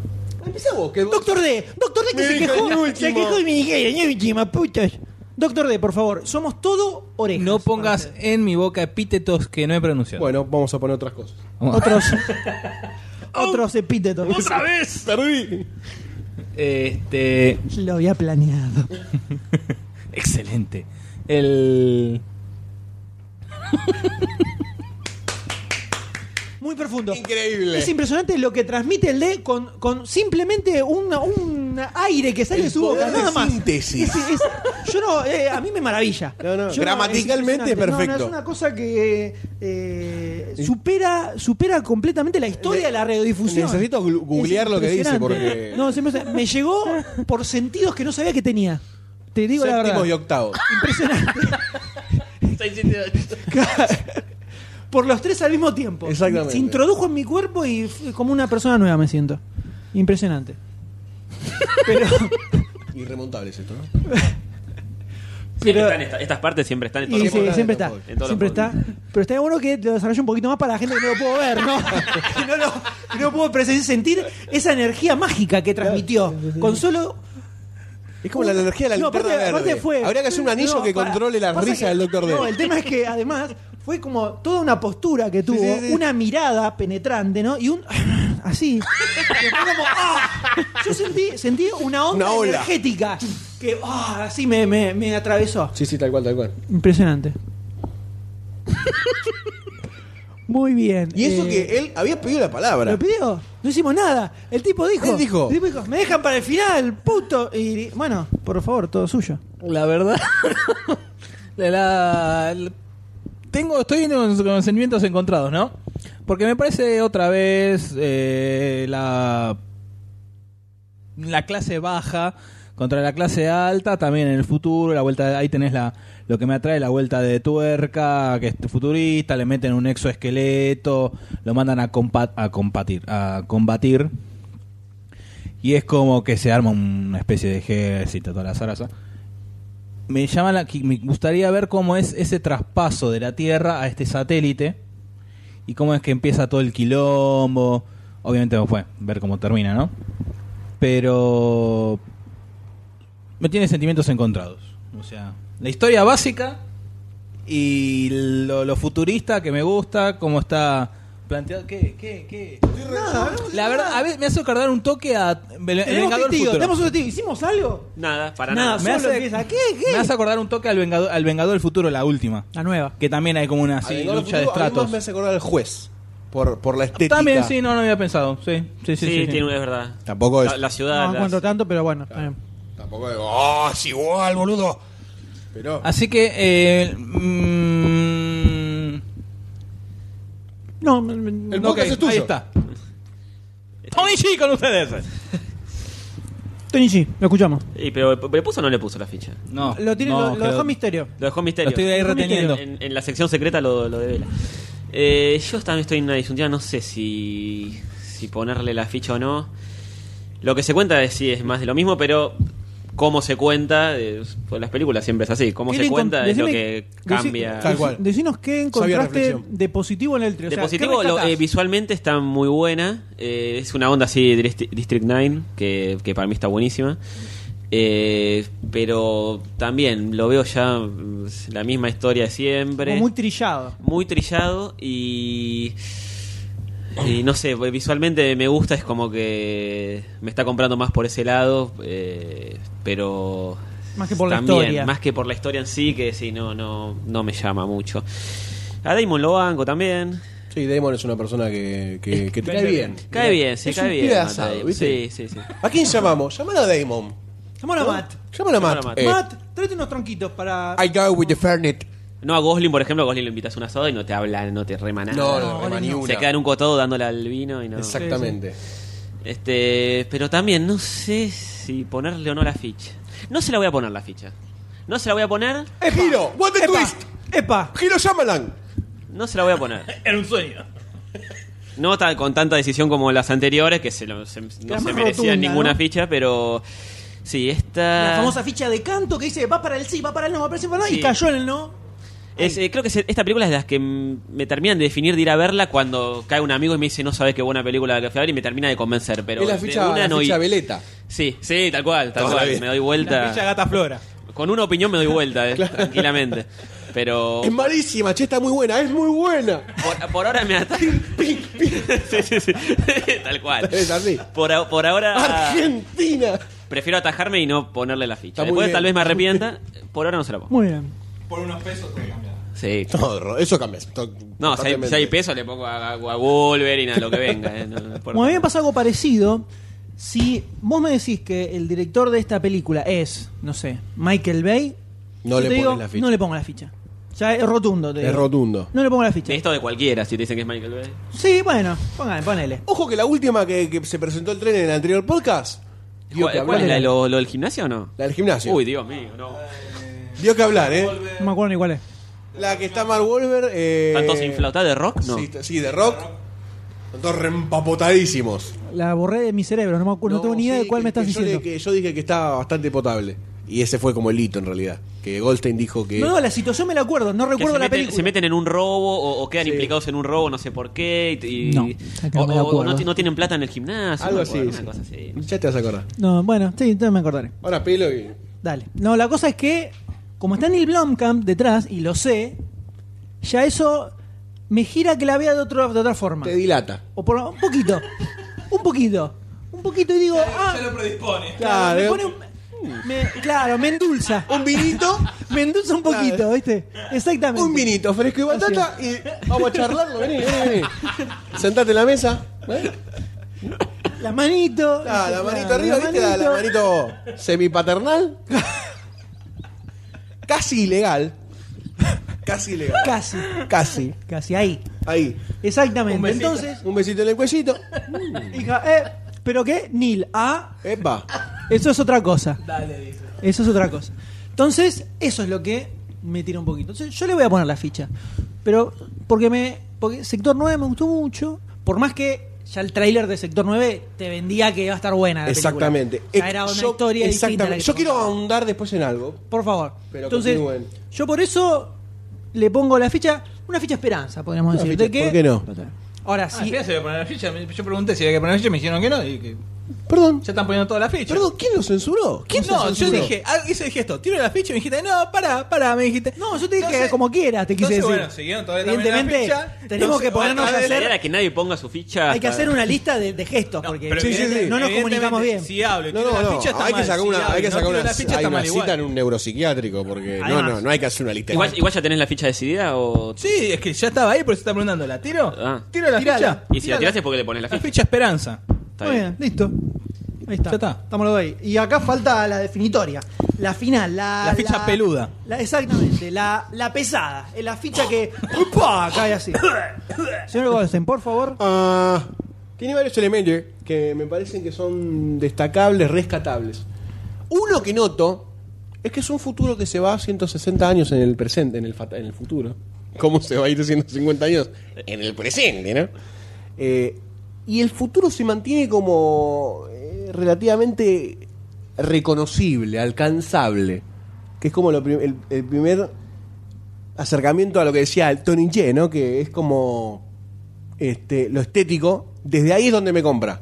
Speaker 2: Empezá vos. Que vos-
Speaker 1: Doctor D, Doctor D que
Speaker 2: Me
Speaker 1: se
Speaker 2: dijo el
Speaker 1: quejó,
Speaker 2: último.
Speaker 1: se quejó y me dijeron, "Ni última, putas". Doctor D, por favor, somos todo orejas.
Speaker 3: No pongas en mi boca epítetos que no he pronunciado.
Speaker 2: Bueno, vamos a poner otras cosas.
Speaker 3: Vamos.
Speaker 1: otros otros epítetos.
Speaker 3: vez!
Speaker 2: Perdí.
Speaker 3: Este.
Speaker 1: Lo había planeado.
Speaker 3: Excelente. El.
Speaker 1: Muy profundo.
Speaker 2: Increíble.
Speaker 1: Es impresionante lo que transmite el D con, con simplemente una- un aire que sale
Speaker 2: El
Speaker 1: de su boca,
Speaker 2: poder de
Speaker 1: nada más.
Speaker 2: síntesis.
Speaker 1: Es- es- yo no, eh, a mí me maravilla.
Speaker 2: No, no,
Speaker 1: Yo
Speaker 2: gramaticalmente es
Speaker 1: impresionante. No, no,
Speaker 2: perfecto.
Speaker 1: es una cosa que eh, supera, supera completamente la historia de la radiodifusión.
Speaker 2: Necesito glu- googlear
Speaker 1: Es
Speaker 2: lo que dice
Speaker 1: impresionante.
Speaker 2: porque-
Speaker 1: No, se me, me llegó por sentidos que no sabía que tenía. Te digo la
Speaker 2: Séptimos
Speaker 1: verdad.
Speaker 2: y octavos.
Speaker 1: Impresionante.
Speaker 7: Por los tres al mismo tiempo.
Speaker 2: Exactamente.
Speaker 1: Se introdujo en mi cuerpo y fui como una persona nueva me siento. Impresionante.
Speaker 2: Irremontables esto, ¿no?
Speaker 4: Siempre
Speaker 1: Pero-
Speaker 4: están esta- estas partes siempre están en
Speaker 1: Y
Speaker 4: todos los
Speaker 1: sí,
Speaker 2: podcasts,
Speaker 1: siempre
Speaker 2: en
Speaker 1: está.
Speaker 2: todos los
Speaker 4: podcasts.
Speaker 1: Siempre
Speaker 4: En todos
Speaker 1: está. Pero estaría bueno que lo desarrolle un poquito más para la gente que no lo pudo ver, ¿no?
Speaker 7: Que no, lo-
Speaker 1: que no pudo presenciar, sentir esa energía mágica que transmitió. Con solo.
Speaker 2: Es como la energía de la
Speaker 1: No,
Speaker 2: linterna
Speaker 1: aparte-
Speaker 2: verde.
Speaker 1: aparte fue-
Speaker 2: Habría que hacer un anillo
Speaker 1: No,
Speaker 2: que
Speaker 1: para-
Speaker 2: controle la
Speaker 1: pasa
Speaker 2: risa
Speaker 1: que-
Speaker 2: del doctor D.
Speaker 1: No, el tema es que además fue como toda una postura que tuvo,
Speaker 2: sí, sí.
Speaker 1: una mirada penetrante, ¿no? Y un. Así. Que fue como, ¡ah! Yo sentí, sentí una onda
Speaker 2: Una ola.
Speaker 1: energética que ah, así me, me- me atravesó.
Speaker 2: Sí, sí, tal cual, tal cual.
Speaker 1: Impresionante. Muy bien.
Speaker 2: Y eso
Speaker 1: eh,
Speaker 2: que él había pedido la palabra.
Speaker 1: ¿Lo pidió? No hicimos nada. El tipo dijo.
Speaker 2: Él dijo.
Speaker 1: El tipo dijo, me dejan para el final, puto. Y bueno, por favor, todo suyo.
Speaker 3: La verdad. la, la- la- tengo, estoy viendo con, con sentimientos encontrados, ¿no? Porque me parece otra vez eh, la, la clase baja contra la clase alta, también en el futuro, la vuelta ahí tenés la lo que me atrae la vuelta de tuerca, que es futurista, le meten un exoesqueleto, lo mandan a compa- a combatir, a combatir. Y es como que se arma una especie de ejército toda la zaraza me llama la, que- me gustaría ver cómo es ese traspaso de la Tierra a este satélite y cómo es que empieza todo el quilombo. Obviamente no fue ver cómo termina, ¿no? Pero me tiene sentimientos encontrados. O sea, la historia básica y lo, lo futurista que me gusta, cómo está planteado. ¿Qué? ¿Qué? ¿Qué? La verdad, a veces me hace acordar un toque a El, el
Speaker 1: Eh, Tenemos
Speaker 3: Vengador
Speaker 1: testigos,
Speaker 3: Futuro.
Speaker 1: tenemos un testigo. ¿Hicimos algo?
Speaker 4: lados. Nada, para
Speaker 1: Nada, me
Speaker 4: nada.
Speaker 3: Me
Speaker 1: hace,
Speaker 3: hace-
Speaker 1: ¿Qué?
Speaker 3: Me
Speaker 1: ¿Qué?
Speaker 3: hace acordar un toque al Vengador, al Vengador del Futuro, la última.
Speaker 1: La nueva.
Speaker 3: Que también hay como una
Speaker 2: A
Speaker 3: así,
Speaker 2: Vengador del
Speaker 3: lucha de
Speaker 2: Futuro, a mí más
Speaker 3: estratos.
Speaker 2: me hace acordar al juez. Por, por la estética.
Speaker 3: También, sí, no, no había pensado. Sí, sí, sí.
Speaker 4: Sí,
Speaker 3: sí, sí.
Speaker 4: tiene, es verdad.
Speaker 2: Tampoco es.
Speaker 4: La, la ciudad.
Speaker 1: No
Speaker 4: las-
Speaker 1: encuentro tanto, pero bueno. está bien.
Speaker 2: Tampoco es. ¡Oh, es igual, boludo! Pero.
Speaker 1: Ah,
Speaker 3: Así que, eh, mm,
Speaker 1: No, m- m-
Speaker 2: El
Speaker 3: ok,
Speaker 2: podcast es tuyo.
Speaker 3: Ahí está. Tony G con ustedes.
Speaker 1: Tony G, lo escuchamos.
Speaker 4: Y, pero, ¿Le puso o no le puso la ficha?
Speaker 3: No,
Speaker 1: Lo, tiene,
Speaker 3: no,
Speaker 1: lo, lo
Speaker 3: quedó-
Speaker 1: dejó misterio.
Speaker 4: Lo dejó misterio.
Speaker 3: Lo estoy ahí
Speaker 4: Dejó
Speaker 3: reteniendo.
Speaker 4: misterio. En, en la sección secreta lo, lo devela. Eh, yo también estoy en una disyuntiva, no sé si, si ponerle la ficha o no. Lo que se cuenta es, sí es más de lo mismo, pero cómo se cuenta, eh, pues las películas siempre es así. Cómo
Speaker 1: ¿Qué
Speaker 4: se
Speaker 1: le encon-
Speaker 4: cuenta es lo
Speaker 1: decime-
Speaker 4: que
Speaker 1: decí-
Speaker 4: cambia.
Speaker 2: Tal cual.
Speaker 1: Decinos qué
Speaker 2: Sabia
Speaker 1: encontraste
Speaker 2: reflexión.
Speaker 1: de positivo en el trio.
Speaker 4: De positivo, lo- eh, visualmente está muy buena. eh, es una onda así de Dist- District 9, que, que para mí está buenísima. Eh, pero también lo veo ya mm, la misma historia de siempre.
Speaker 1: muy trillado.
Speaker 4: muy trillado y y no sé visualmente me gusta es como que me está comprando más por ese lado eh, pero
Speaker 1: Más que por la
Speaker 4: también,
Speaker 1: historia.
Speaker 4: más que por la historia en sí que sí no no no me llama mucho a Damon lo banco también
Speaker 2: Sí, Damon es una persona que, que, que te cae bien.
Speaker 4: cae bien sí
Speaker 2: Es
Speaker 4: cae
Speaker 2: un
Speaker 4: bien
Speaker 2: pibe
Speaker 4: Matt
Speaker 2: asado,
Speaker 4: Damon.
Speaker 2: ¿viste?
Speaker 4: sí sí sí
Speaker 2: ¿A quién llamamos? Llamar a Damon.
Speaker 1: Llamó a Matt.
Speaker 2: Llámalo a
Speaker 4: Llamalo
Speaker 2: Matt.
Speaker 4: a Matt.
Speaker 2: Eh,
Speaker 1: Matt, tráete unos tronquitos para.
Speaker 2: I go with the fernet.
Speaker 4: no a Gosling por ejemplo a Gosling lo invitas a un asado y no te habla no te rema nada
Speaker 2: No, no, rema ni
Speaker 4: se
Speaker 2: una.
Speaker 4: queda en un cotado dándole al vino y no
Speaker 2: Exactamente.
Speaker 4: Este, pero también no sé si ponerle o no la ficha. No se la voy a poner la ficha. No se la voy a poner,
Speaker 2: ¡Giro! ¡What the
Speaker 1: ¡Epa!
Speaker 2: twist!
Speaker 1: ¡Epa!
Speaker 2: ¡Giro Shyamalan!
Speaker 4: no se la voy a poner.
Speaker 3: Era un sueño.
Speaker 4: No tan- con tanta decisión como las anteriores, que se lo- se- no
Speaker 1: más
Speaker 4: se merecían
Speaker 1: rotunda,
Speaker 4: ninguna
Speaker 1: ¿no?
Speaker 4: ficha, pero sí, esta...
Speaker 1: La famosa ficha de canto que dice va para el sí, va para el no, va para el sí, va para el no, y
Speaker 4: Ah. Sí.
Speaker 1: cayó en el no.
Speaker 4: Es, eh, creo que se- esta película es de las que mm, me terminan de definir de ir a verla cuando cae un amigo y me dice no sabes qué buena película que fui a ver", y me termina de convencer, pero
Speaker 2: es la
Speaker 4: de
Speaker 2: ficha,
Speaker 4: una
Speaker 2: la
Speaker 4: no
Speaker 2: ficha
Speaker 4: i-
Speaker 2: veleta.
Speaker 4: Sí, sí, tal cual, tal
Speaker 2: Toda la
Speaker 4: cual,
Speaker 2: vida.
Speaker 4: me doy vuelta.
Speaker 3: Ficha gata flora.
Speaker 4: Con una opinión me doy vuelta, eh, tranquilamente. Pero
Speaker 2: Es malísima, che, está muy buena, es muy buena.
Speaker 4: Por, por ahora me ata. sí, sí, sí. Tal cual.
Speaker 2: Es así.
Speaker 4: Por, a- por ahora
Speaker 2: ¡Argentina!
Speaker 4: prefiero atajarme y no ponerle la ficha.
Speaker 2: Está muy
Speaker 4: Después
Speaker 2: bien.
Speaker 4: tal vez me arrepienta. Por ahora no se la pongo.
Speaker 1: Muy bien.
Speaker 3: Por unos pesos te cambiar.
Speaker 4: Sí.
Speaker 2: No, eso cambia. to-
Speaker 4: No, si hay,
Speaker 2: totalmente.
Speaker 4: si hay peso le pongo a, a Wolverine, a lo que venga. eh, no- no importa.
Speaker 1: Como a mí me pasa algo parecido, si vos me decís que el director de esta película es, no sé, Michael Bay, yo
Speaker 2: No
Speaker 1: te
Speaker 2: le pones
Speaker 1: digo,
Speaker 2: la ficha.
Speaker 1: No le pongo la ficha. Ya es rotundo. te
Speaker 2: Es
Speaker 1: digo.
Speaker 2: rotundo.
Speaker 1: No le pongo la ficha.
Speaker 4: De esto de cualquiera, si te dicen que es Michael Bay.
Speaker 1: Sí, bueno, póngale, ponele.
Speaker 2: Ojo que la última que, que se presentó el tren en el anterior podcast Dio que
Speaker 4: ¿Cuál, cuál
Speaker 2: hablar.
Speaker 4: es la,
Speaker 2: La,
Speaker 4: de lo, lo del gimnasio o no?
Speaker 2: del gimnasio.
Speaker 4: Uy, Dios mío, no.
Speaker 2: Dio que hablar, ¿eh?
Speaker 1: No me acuerdo ni cuál es.
Speaker 2: La que está Mark Wolver. Eh,
Speaker 4: ¿Están todos inflados? ¿Está de rock? No.
Speaker 2: Sí, t- sí, de rock. Están todos reempapotadísimos.
Speaker 1: La borré de mi cerebro, no, me acuerdo, no, tengo ni idea
Speaker 2: sí,
Speaker 1: de cuál
Speaker 2: que-
Speaker 1: me estás
Speaker 2: que yo le-
Speaker 1: diciendo.
Speaker 2: que yo dije que estaba bastante potable. Y ese fue como el hito en realidad. Que Goldstein dijo que.
Speaker 1: No, no, la situación me la acuerdo, no
Speaker 4: Que
Speaker 1: recuerdo
Speaker 4: se,
Speaker 1: la
Speaker 4: meten,
Speaker 1: película.
Speaker 4: se meten en un robo o, o quedan
Speaker 2: Sí.
Speaker 4: implicados en un robo, no sé por qué. y- y-
Speaker 1: No, acá no
Speaker 4: o,
Speaker 1: me
Speaker 4: o- o
Speaker 1: acuerdo.
Speaker 4: no, ti- no tienen plata en el gimnasio.
Speaker 2: algo
Speaker 4: no
Speaker 2: así.
Speaker 4: me acuerdo,
Speaker 2: sí.
Speaker 4: una cosa así.
Speaker 2: Ya te vas a acordar.
Speaker 1: No, bueno, sí, entonces me acordaré.
Speaker 2: Ahora pelo y.
Speaker 1: Dale. No, la cosa es que, como está Neil Blomkamp detrás, y lo sé, ya eso me gira que la vea de, otro, de otra forma.
Speaker 2: Te dilata.
Speaker 1: O por un poquito. Un poquito. Un poquito y digo, ah,
Speaker 3: predispone.
Speaker 1: claro, me
Speaker 2: Claro. ¿eh?
Speaker 1: pone un- me- claro, me endulza.
Speaker 2: Un vinito,
Speaker 1: Me endulza un poquito,
Speaker 2: Claro.
Speaker 1: ¿viste? Exactamente.
Speaker 2: un vinito fresco y batata y vamos a charlarlo. Vení, vení, vení. Sentate en la mesa. ¿eh?
Speaker 1: La manito.
Speaker 2: Ah, la
Speaker 1: claro,
Speaker 2: manito arriba, ¿viste? La, la manito semipaternal. Casi ilegal. Casi ilegal.
Speaker 1: Casi,
Speaker 2: Casi.
Speaker 1: casi ahí.
Speaker 2: Ahí.
Speaker 1: Exactamente.
Speaker 3: besito.
Speaker 1: Entonces,
Speaker 2: Un besito en el cuellito.
Speaker 1: hija, eh, pero qué, Neil, ah,
Speaker 2: Epa.
Speaker 1: eso es otra cosa.
Speaker 3: Dale, dice.
Speaker 1: Eso es otra cosa. Entonces, eso es lo que me tira un poquito. Entonces, yo le voy a poner la ficha. Pero, porque me. Porque Sector 9 me gustó mucho. Por más que ya el tráiler de Sector 9 te vendía que iba a estar buena. La película.
Speaker 2: Exactamente.
Speaker 1: Ya era una
Speaker 2: Yo-
Speaker 1: historia distinta
Speaker 2: exactamente.
Speaker 1: la que
Speaker 2: Yo quiero
Speaker 1: contaba.
Speaker 2: ahondar después en algo.
Speaker 1: Por favor.
Speaker 2: Pero
Speaker 1: Entonces,
Speaker 2: continúen.
Speaker 1: yo por eso le pongo la ficha. Una ficha esperanza, podríamos
Speaker 2: Una
Speaker 1: decir.
Speaker 2: ficha-
Speaker 1: de que-
Speaker 2: ¿por qué no?
Speaker 1: Ahora
Speaker 3: Ah,
Speaker 1: sí.
Speaker 3: esperá, se voy a poner la ficha. Me- Yo pregunté si había que poner la ficha y me dijeron que no. Y que
Speaker 2: Perdón.
Speaker 3: ya están poniendo todas las fichas.
Speaker 2: Perdón, ¿quién lo censuró? ¿Quién lo
Speaker 3: No, yo
Speaker 2: censuró?
Speaker 3: dije, ah, hice el gesto, tiro la ficha y me dijiste, no, pará, pará, me dijiste.
Speaker 1: No, yo te dije
Speaker 3: Entonces-
Speaker 1: como quieras, te quise
Speaker 3: entonces,
Speaker 1: decir.
Speaker 3: bueno, siguieron todavía también la
Speaker 1: Evidentemente,
Speaker 3: ficha.
Speaker 1: tenemos
Speaker 3: Entonces,
Speaker 1: que ponernos
Speaker 3: otra
Speaker 1: a
Speaker 3: vez-
Speaker 4: La idea
Speaker 1: hacer-
Speaker 4: era Ah, que nadie ponga su ficha.
Speaker 1: Hay que
Speaker 4: hasta-
Speaker 1: hacer una lista de, de gestos,
Speaker 3: No,
Speaker 1: porque
Speaker 3: pero
Speaker 2: Sí, sí, sí.
Speaker 3: evidentemente-
Speaker 1: no nos comunicamos bien.
Speaker 3: Si hablo y
Speaker 2: No,
Speaker 3: tiro
Speaker 2: no,
Speaker 3: la
Speaker 2: no.
Speaker 3: ficha, está
Speaker 2: Hay que
Speaker 3: mal.
Speaker 2: sacar
Speaker 3: Si
Speaker 2: una,
Speaker 3: hablo
Speaker 2: hay
Speaker 3: y
Speaker 2: que
Speaker 3: no
Speaker 2: sacar
Speaker 3: tiro
Speaker 2: una,
Speaker 3: la ficha,
Speaker 2: hay
Speaker 3: está
Speaker 2: una
Speaker 3: mal
Speaker 2: cita
Speaker 3: igual.
Speaker 2: en un neuropsiquiátrico porque no,
Speaker 1: Además.
Speaker 2: no, no hay que hacer una lista.
Speaker 4: Igual, igual ya tenés la ficha decidida o.
Speaker 3: Sí, es que ya estaba ahí, por eso está preguntando, ¿la tiro?
Speaker 4: Ah.
Speaker 3: ¿Tiro la
Speaker 1: Tirala.
Speaker 3: ficha?
Speaker 4: Y si la tiraste, porque le pones la
Speaker 3: La
Speaker 4: ficha?
Speaker 3: ficha esperanza.
Speaker 4: Está
Speaker 1: Muy bien, listo. Ahí está.
Speaker 3: Ya está.
Speaker 1: Estamos los dos ahí. Y acá falta la definitoria. La final, la.
Speaker 3: La ficha peluda.
Speaker 1: la- exactamente, la, la pesada. Es la ficha que. ¡Upa! Cae así. Señor Goldstein, por favor.
Speaker 2: Ah, tiene varios elementos que me parecen que son destacables, rescatables. Uno que noto es que es un futuro que se va 160 años en el presente, en el, fata- en el futuro. ¿Cómo se va a ir 150 años? En el presente, ¿no? Eh, y el futuro se mantiene como eh, relativamente reconocible, alcanzable. Que es como lo prim- el, el primer acercamiento a lo que decía el Tony Ye, ¿no? Que es como este, lo estético, desde ahí es donde me compra.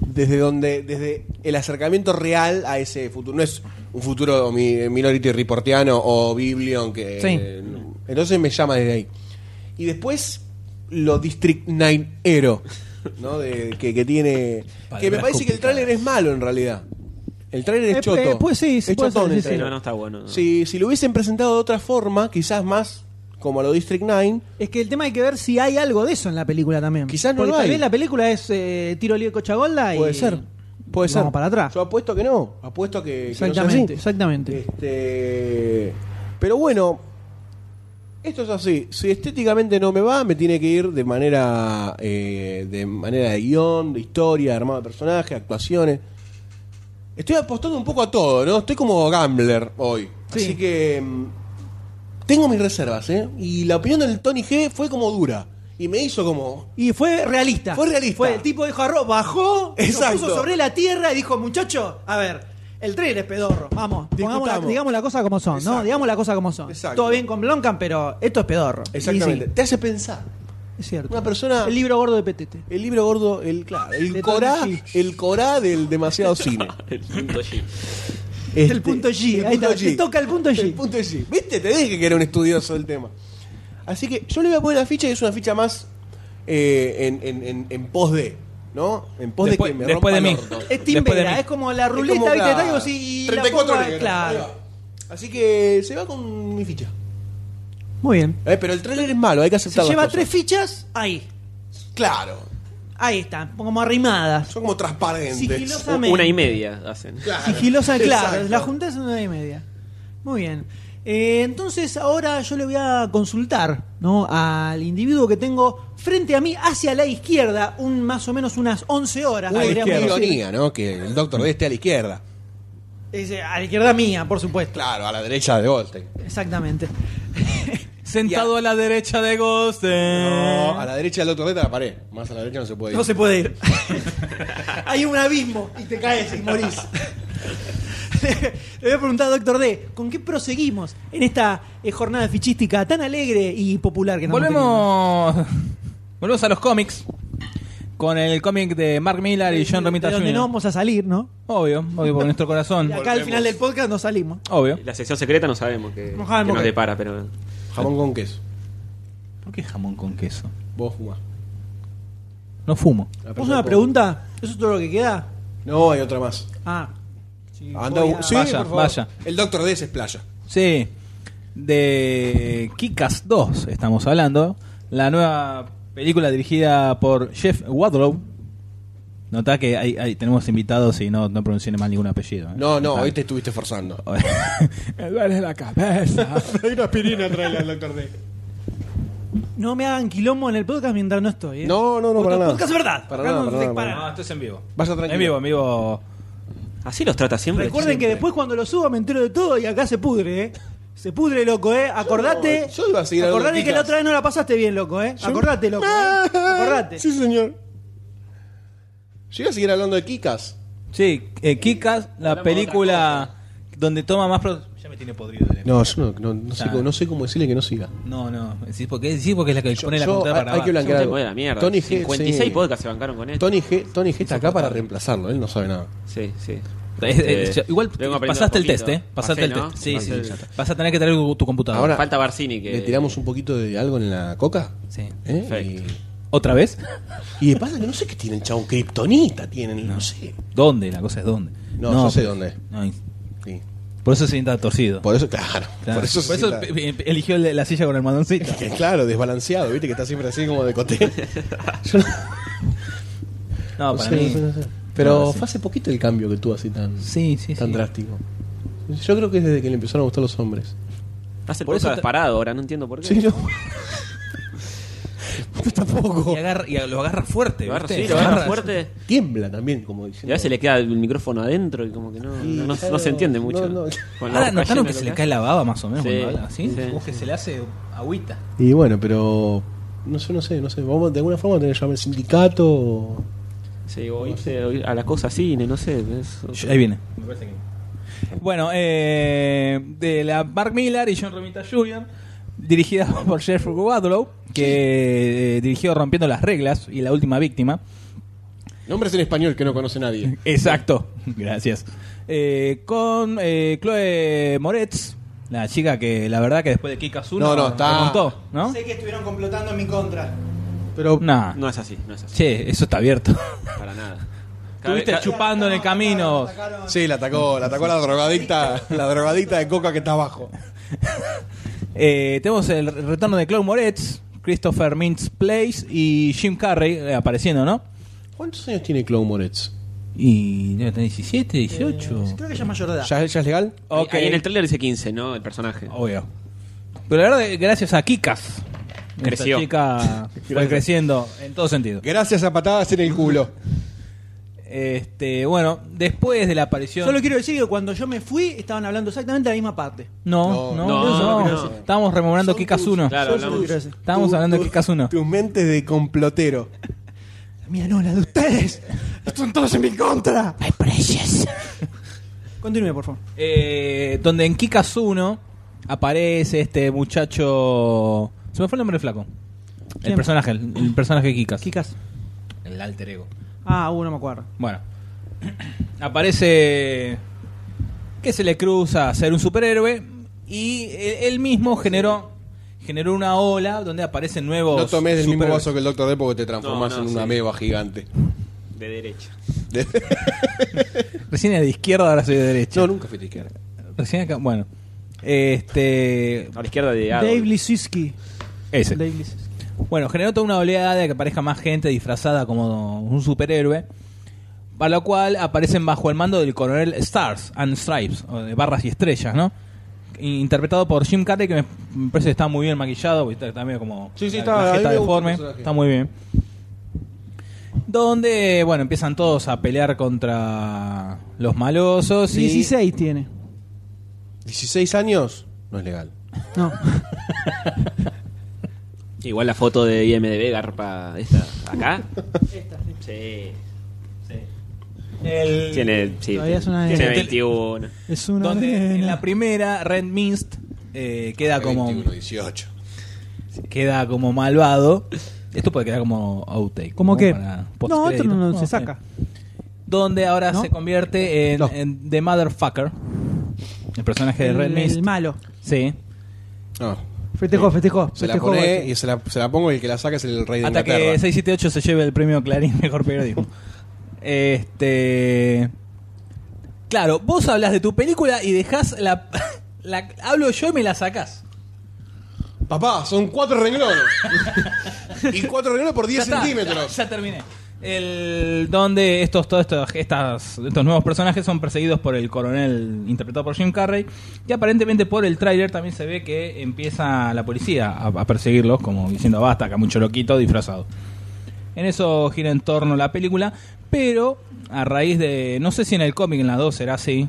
Speaker 2: Desde donde, desde el acercamiento real a ese futuro. No es un futuro mi- minority reportiano o biblion que.
Speaker 1: Sí.
Speaker 2: entonces me llama desde ahí. Y después lo District 9 Ero, ¿no? De- que, que tiene. que me
Speaker 3: Palabras
Speaker 2: parece que el tráiler es malo en realidad. El tráiler
Speaker 1: Eh,
Speaker 2: es choto.
Speaker 1: eh, pues sí,
Speaker 2: es
Speaker 1: sí, puede
Speaker 2: chotón
Speaker 1: ser, sí,
Speaker 2: el
Speaker 1: sí.
Speaker 2: tráiler.
Speaker 4: No, no está bueno.
Speaker 2: Si, si lo hubiesen presentado de otra forma, quizás más como a lo District 9,
Speaker 1: Es que el tema hay que ver si hay algo de eso en la película también.
Speaker 2: Quizás no
Speaker 1: Porque
Speaker 2: lo
Speaker 1: tal
Speaker 2: hay.
Speaker 1: vez la película es eh, tiro lío cochagolda y.
Speaker 2: puede ser. Puede ser.
Speaker 1: Vamos para atrás.
Speaker 2: Yo apuesto que no. Apuesto que. que no sea
Speaker 1: Exactamente,
Speaker 2: así.
Speaker 1: exactamente.
Speaker 2: Este, pero bueno, esto es así. Si estéticamente no me va, me tiene que ir de manera eh, de manera de guión, de historia, armado de personajes, actuaciones. Estoy apostando un poco a todo, ¿no? Estoy como gambler hoy.
Speaker 1: Sí.
Speaker 2: Así que mm, tengo mis reservas, ¿eh? Y la opinión del Tony G fue como dura. Y me hizo como...
Speaker 1: Y fue realista.
Speaker 2: Fue realista.
Speaker 1: Fue el tipo dijo arroz, bajó, lo
Speaker 2: Exacto.
Speaker 1: puso sobre la tierra y dijo, muchacho, a ver, el tren es pedorro. Vamos, pongamos la-
Speaker 2: Discutamos.
Speaker 1: digamos la cosa como son, ¿no?
Speaker 2: Exacto.
Speaker 1: Digamos la cosa como son.
Speaker 2: Exacto.
Speaker 1: Todo bien con Blomkamp, pero esto es pedorro.
Speaker 2: Exactamente.
Speaker 1: Y sí,
Speaker 2: Te hace pensar.
Speaker 1: es cierto.
Speaker 2: Una persona...
Speaker 1: El libro gordo de Petete.
Speaker 2: El libro gordo, el claro, el
Speaker 1: De
Speaker 2: corá,
Speaker 1: Tony G.
Speaker 2: el corá del demasiado cine.
Speaker 4: El punto G.
Speaker 1: Es
Speaker 2: Este,
Speaker 1: el punto G.
Speaker 2: el
Speaker 1: Ahí
Speaker 2: punto
Speaker 1: está, te
Speaker 2: G.
Speaker 1: toca el punto G.
Speaker 2: Este, El punto G. ¿Viste? Te dije que era un estudioso del tema. Así que yo le voy a poner la ficha y es una ficha más eh, en, en, en, en pos de, ¿no? En pos
Speaker 3: Después-
Speaker 2: de que me
Speaker 3: después
Speaker 2: rompa
Speaker 3: de
Speaker 2: el
Speaker 3: mí.
Speaker 2: orto. Es
Speaker 1: Es
Speaker 3: Después de
Speaker 1: timbera,
Speaker 3: mí.
Speaker 1: es como la
Speaker 2: como,
Speaker 1: ruleta, ¿viste?
Speaker 2: claro,
Speaker 1: Traigo así y la
Speaker 2: 34
Speaker 1: pongo-
Speaker 2: negras. Ahí
Speaker 1: Claro.
Speaker 2: va. Así que se va con mi ficha.
Speaker 1: Muy bien.
Speaker 2: Eh, pero el trailer es malo, hay que
Speaker 1: Se
Speaker 2: aceptarlo.
Speaker 1: lleva tres fichas, ahí.
Speaker 2: Claro.
Speaker 1: Ahí están, como arrimadas.
Speaker 2: Son como transparentes.
Speaker 1: Sigilosa-
Speaker 4: Una y media hacen.
Speaker 2: Claro.
Speaker 1: Sigilosa, claro.
Speaker 2: Ah, Exacto.
Speaker 1: La junta es una y media. Muy bien. Eh, entonces ahora yo le voy a consultar ¿no? al individuo que tengo frente a mí, hacia la izquierda, un más o menos unas 11 horas.
Speaker 2: Una
Speaker 1: podríamos
Speaker 2: izquierda.
Speaker 1: decir.
Speaker 2: ironía, ¿no? Que el doctor D esté a la izquierda.
Speaker 1: Dice, a la izquierda mía, por supuesto.
Speaker 2: Claro, a la derecha de Goldstein.
Speaker 1: Eh. Exactamente.
Speaker 3: Sentado a la derecha de Goldstein.
Speaker 2: No, a la derecha del doctor D está la pared. Más a la derecha no se puede ir.
Speaker 8: No se puede ir.
Speaker 1: Hay un abismo y te caes y morís. Le voy a preguntar al doctor D, ¿con qué proseguimos en esta eh, jornada fichística tan alegre y popular que estamos
Speaker 3: Volvemos. Volvemos a los cómics. Con el cómic de Mark Millar y
Speaker 1: teniendo?
Speaker 3: John Romita
Speaker 1: De donde
Speaker 3: Jr.
Speaker 1: no vamos a salir, ¿no?
Speaker 3: Obvio, obvio, por nuestro corazón.
Speaker 1: Y acá al final del podcast no salimos.
Speaker 3: Obvio.
Speaker 4: La sección secreta no sabemos que,
Speaker 1: No sabemos
Speaker 4: que nos
Speaker 1: qué.
Speaker 4: depara, pero.
Speaker 2: Jamón con queso.
Speaker 3: ¿Por qué jamón con queso?
Speaker 2: Vos fumás.
Speaker 3: No fumo.
Speaker 1: ¿Vos una pregunta? ¿Eso es todo lo que queda?
Speaker 2: No, hay otra más.
Speaker 1: Ah. Sí,
Speaker 2: Anda,
Speaker 1: voy
Speaker 2: un-
Speaker 1: a-
Speaker 2: sí,
Speaker 3: Vaya,
Speaker 2: por favor.
Speaker 3: vaya.
Speaker 2: El doctor D se explaya.
Speaker 3: Sí. De Kikas 2 estamos hablando. La nueva película dirigida por Jeff Wadlow. Nota que hay- hay- tenemos invitados y no, no pronuncié mal ningún apellido. ¿eh?
Speaker 2: No, no,
Speaker 3: Está
Speaker 2: hoy
Speaker 3: bien.
Speaker 2: te estuviste forzando.
Speaker 3: Me duele la cabeza.
Speaker 2: Hay una aspirina trae al doctor D.
Speaker 1: No me hagan quilombo en el podcast mientras no estoy. ¿eh?
Speaker 2: No, no, no, para
Speaker 1: Otro
Speaker 2: nada.
Speaker 1: podcast es verdad.
Speaker 2: Para
Speaker 1: Acá
Speaker 2: nada,
Speaker 1: no
Speaker 2: para
Speaker 1: se
Speaker 2: nada, para
Speaker 1: para.
Speaker 3: No, esto es en vivo.
Speaker 2: Vaya tranquilo.
Speaker 3: En vivo, en vivo.
Speaker 4: Así los trata siempre.
Speaker 1: Recuerden que después cuando lo suba me entero de todo y acá se pudre, ¿eh? Se pudre, loco, ¿eh? Acordate.
Speaker 2: yo iba a seguir hablando
Speaker 1: acordate
Speaker 2: de
Speaker 1: que la
Speaker 2: picas.
Speaker 1: otra vez no la pasaste bien, loco, ¿eh? Acordate, loco. ¿eh? Acordate.
Speaker 2: Sí, señor. Yo iba a seguir hablando de Kikas.
Speaker 3: Sí, eh, Kikas, la película donde toma más. pro- Ya me tiene podrido. eh.
Speaker 2: No, yo no, no, no sé,
Speaker 3: Ah.
Speaker 2: cómo- no sé cómo decirle que no siga.
Speaker 3: No, no. Sí, porque, sí, porque es la que
Speaker 2: Yo-
Speaker 3: pone la
Speaker 2: yo-
Speaker 3: puntada
Speaker 2: hay-
Speaker 3: para
Speaker 2: hay
Speaker 3: abajo.
Speaker 2: que
Speaker 4: Yo no
Speaker 2: blanquear
Speaker 4: te
Speaker 2: algo.
Speaker 4: puedo la mierda.
Speaker 2: Tony G,
Speaker 4: 56
Speaker 2: sí.
Speaker 4: podcasts se bancaron con él.
Speaker 2: Tony G, Tony G está acá para reemplazarlo, él no sabe nada.
Speaker 4: Sí, sí.
Speaker 3: Eh, eh,
Speaker 4: Este,
Speaker 3: yo- igual
Speaker 4: vengo aprendiendo
Speaker 3: pasaste el
Speaker 4: poquito.
Speaker 3: test, ¿eh? Pasaste
Speaker 4: Pasé,
Speaker 3: el
Speaker 4: ¿no?
Speaker 3: test. Sí, sí.
Speaker 4: Pasé.
Speaker 3: Vas a tener que traer tu, tu computadora.
Speaker 2: Ahora-
Speaker 4: Falta Barcini que.
Speaker 2: Le tiramos un poquito de algo en la coca.
Speaker 3: Sí.
Speaker 2: ¿eh?
Speaker 4: Perfecto.
Speaker 3: ¿Otra vez?
Speaker 2: Y, y de pasa que no sé qué tienen, chabón. Kryptonita tienen, no, sé.
Speaker 3: ¿Dónde? La cosa es dónde.
Speaker 2: No, yo sé dónde.
Speaker 3: no, y-
Speaker 2: Sí.
Speaker 3: por eso se sienta torcido.
Speaker 2: Por eso, claro.
Speaker 3: Claro.
Speaker 2: Por eso, se sienta-
Speaker 3: pe- pe- eh, eligió el- la silla con el mandoncito.
Speaker 2: que, claro, desbalanceado, viste que está siempre así como de coté. Yo no-
Speaker 3: No,
Speaker 2: no
Speaker 3: para
Speaker 2: sé,
Speaker 3: mí.
Speaker 2: no sé, no sé. Pero
Speaker 3: No, sí.
Speaker 2: fue hace poquito el cambio que tuvo así tan,
Speaker 3: Sí, sí,
Speaker 2: tan
Speaker 3: sí.
Speaker 2: drástico. Yo creo que es desde que le empezaron a gustar los hombres.
Speaker 4: Hace el
Speaker 3: Por eso
Speaker 4: podcast
Speaker 3: te-
Speaker 4: parado ahora, no entiendo por qué.
Speaker 2: Sí, no. Yo tampoco.
Speaker 3: Y, agarra- y lo agarra fuerte.
Speaker 4: Lo agarra,
Speaker 3: ¿viste?
Speaker 4: sí, lo agarra
Speaker 3: Agarra-
Speaker 4: fuerte.
Speaker 2: Tiembla también, como
Speaker 4: Y
Speaker 2: diciendo.
Speaker 4: a veces le queda el micrófono adentro y como que no,
Speaker 2: Sí,
Speaker 4: no, no-
Speaker 2: claro.
Speaker 4: no se entiende mucho.
Speaker 2: No, no.
Speaker 4: Con la
Speaker 3: Ahora
Speaker 4: boca
Speaker 3: notaron
Speaker 4: llena
Speaker 3: que
Speaker 4: de
Speaker 3: se
Speaker 4: lo
Speaker 3: le cae la baba más o menos
Speaker 4: Sí,
Speaker 3: cuando habla, ¿sí?
Speaker 4: sí.
Speaker 3: Como que se le hace agüita.
Speaker 2: Y bueno, pero. No sé, no sé, no sé. Vamos, de alguna forma tener que llamar al sindicato. o-
Speaker 4: Sí, o irse o ir a la cosa cine, no sé. es otro-
Speaker 3: Ahí viene. Bueno, eh, de la Mark Millar y John Romita Jr., dirigida por Jeff Wadlow, que eh, dirigió Rompiendo las Reglas y La Última Víctima.
Speaker 2: Nombres en español que no conoce nadie.
Speaker 3: Exacto, gracias. Eh, con eh, Chloe Moretz, la chica que la verdad que después de Kikas 1
Speaker 2: No, no, está-
Speaker 3: remontó, ¿no?
Speaker 8: Sé que estuvieron complotando en mi contra.
Speaker 2: Pero.
Speaker 3: Nah.
Speaker 4: No es así, no es así.
Speaker 3: Che, eso está abierto.
Speaker 4: Para nada. Cada vez-
Speaker 3: Estuviste
Speaker 4: ca-
Speaker 3: chupando en el camino.
Speaker 8: Atacaron-
Speaker 2: Sí, la atacó, la atacó la drogadicta, la drogadicta de coca que está abajo.
Speaker 3: Eh, tenemos el retorno de Chloe Moretz, Christopher Mintz Place y Jim Carrey eh, apareciendo, ¿no?
Speaker 2: ¿Cuántos años tiene Clau Moretz?
Speaker 3: Y debe tener 17, 18.
Speaker 1: Creo que ya es mayor de edad.
Speaker 2: ¿Ya, ya es legal?
Speaker 4: Ahí-
Speaker 3: Ok. Oh,
Speaker 4: ahí en el trailer dice 15, ¿no? El personaje.
Speaker 3: Eh, Obvio. Pero la verdad, que gracias a Kikas,
Speaker 4: Creció.
Speaker 3: esta chica fue
Speaker 2: Gracias.
Speaker 3: creciendo en todo sentido.
Speaker 2: Gracias a patadas en el culo.
Speaker 3: Este, bueno, después de la aparición.
Speaker 1: Solo quiero decir que cuando yo me fui estaban hablando exactamente de la misma parte.
Speaker 3: No, no,
Speaker 2: No,
Speaker 4: no,
Speaker 3: no,
Speaker 4: no,
Speaker 3: no.
Speaker 4: no.
Speaker 3: Estábamos rememorando Kikas 1.
Speaker 4: Claro,
Speaker 1: Yo
Speaker 4: hablamos.
Speaker 1: solo quiero decir.
Speaker 3: Estábamos hablando de Kikas 1.
Speaker 2: Tus mentes de complotero.
Speaker 1: La mía no, la de ustedes.
Speaker 2: Están todos en mi contra.
Speaker 1: Continúe, por favor.
Speaker 3: Eh, donde en Kikas 1 aparece este muchacho. Se me fue el nombre del flaco. El
Speaker 1: ¿Quién?
Speaker 3: personaje, el, el personaje de Kikas.
Speaker 1: Kikas.
Speaker 3: El alter ego.
Speaker 1: Ah, uno me acuerdo.
Speaker 3: Bueno. Aparece. Que se le cruza a ser un superhéroe. Y él, él mismo generó. Generó una ola donde aparecen nuevos.
Speaker 2: No tomes del mismo
Speaker 3: superhéroes.
Speaker 2: vaso que el Doctor D porque te transformas
Speaker 4: No, no,
Speaker 2: en una
Speaker 4: sí.
Speaker 2: ameba gigante.
Speaker 4: De derecha.
Speaker 3: Recién era de izquierda, ahora soy de derecha.
Speaker 2: no, nunca fui de izquierda.
Speaker 3: Recién acá. Bueno. Este.
Speaker 4: A la izquierda de Adolf.
Speaker 1: Dave Lisinski.
Speaker 3: Ese.
Speaker 1: Dave Lisinski.
Speaker 3: Bueno, generó toda una oleada de que aparezca más gente disfrazada como un superhéroe, para lo cual aparecen bajo el mando del coronel Stars and Stripes, o de barras y estrellas, ¿no? interpretado por Jim Carrey, que me, me parece que está muy bien maquillado, porque está, está medio como
Speaker 2: Sí, sí,
Speaker 3: la-
Speaker 2: está-
Speaker 3: la
Speaker 2: a mí
Speaker 3: jeta
Speaker 2: me gusta el
Speaker 3: deforme,
Speaker 2: personaje.
Speaker 3: está muy bien. Donde, bueno, empiezan todos a pelear contra los malosos y...
Speaker 1: 16 tiene.
Speaker 2: 16 años no es legal.
Speaker 1: No.
Speaker 4: Igual la foto de IMDB garpa esta acá. Sí.
Speaker 3: El-
Speaker 4: Tiene, sí,
Speaker 1: Todavía es una de-
Speaker 4: tiene
Speaker 3: Sí.
Speaker 4: 21.
Speaker 1: Es una
Speaker 3: donde en
Speaker 1: nena.
Speaker 3: la primera Red Mist eh, queda como
Speaker 2: 21, 18.
Speaker 3: queda como malvado. Esto puede quedar como outtake.
Speaker 1: ¿Cómo
Speaker 3: ¿no?
Speaker 1: qué?
Speaker 3: Para
Speaker 1: No,
Speaker 3: postcrédito.
Speaker 1: esto no, no se
Speaker 3: sí.
Speaker 1: saca.
Speaker 3: Donde ahora
Speaker 1: ¿No?
Speaker 3: se convierte en,
Speaker 2: No.
Speaker 3: en The Motherfucker. El personaje de
Speaker 1: El,
Speaker 3: Red Mist.
Speaker 1: el malo.
Speaker 3: Sí.
Speaker 2: Ah.
Speaker 1: Festejó, festejó.
Speaker 2: Se la
Speaker 1: festejó
Speaker 2: pone
Speaker 1: Goethe.
Speaker 2: y se la, se la pongo y el que la saca es el rey de
Speaker 3: Este Hasta que
Speaker 2: Inglaterra.
Speaker 3: 678 se lleve el premio Clarín Mejor Periodismo. este. Claro, vos hablas de tu película y dejás la. la- hablo yo y me la sacás.
Speaker 2: Papá, son cuatro renglones. y cuatro renglones por 10
Speaker 3: Ya está,
Speaker 2: centímetros.
Speaker 3: Ya, ya terminé. El, donde estos, todos estos, estas, estos nuevos personajes son perseguidos por el coronel interpretado por Jim Carrey. Y aparentemente por el tráiler también se ve que empieza la policía a, a perseguirlos, como diciendo basta, acá mucho loquito disfrazado. En eso gira en torno la película, pero a raíz de. No sé si en el cómic, en la 2 será así.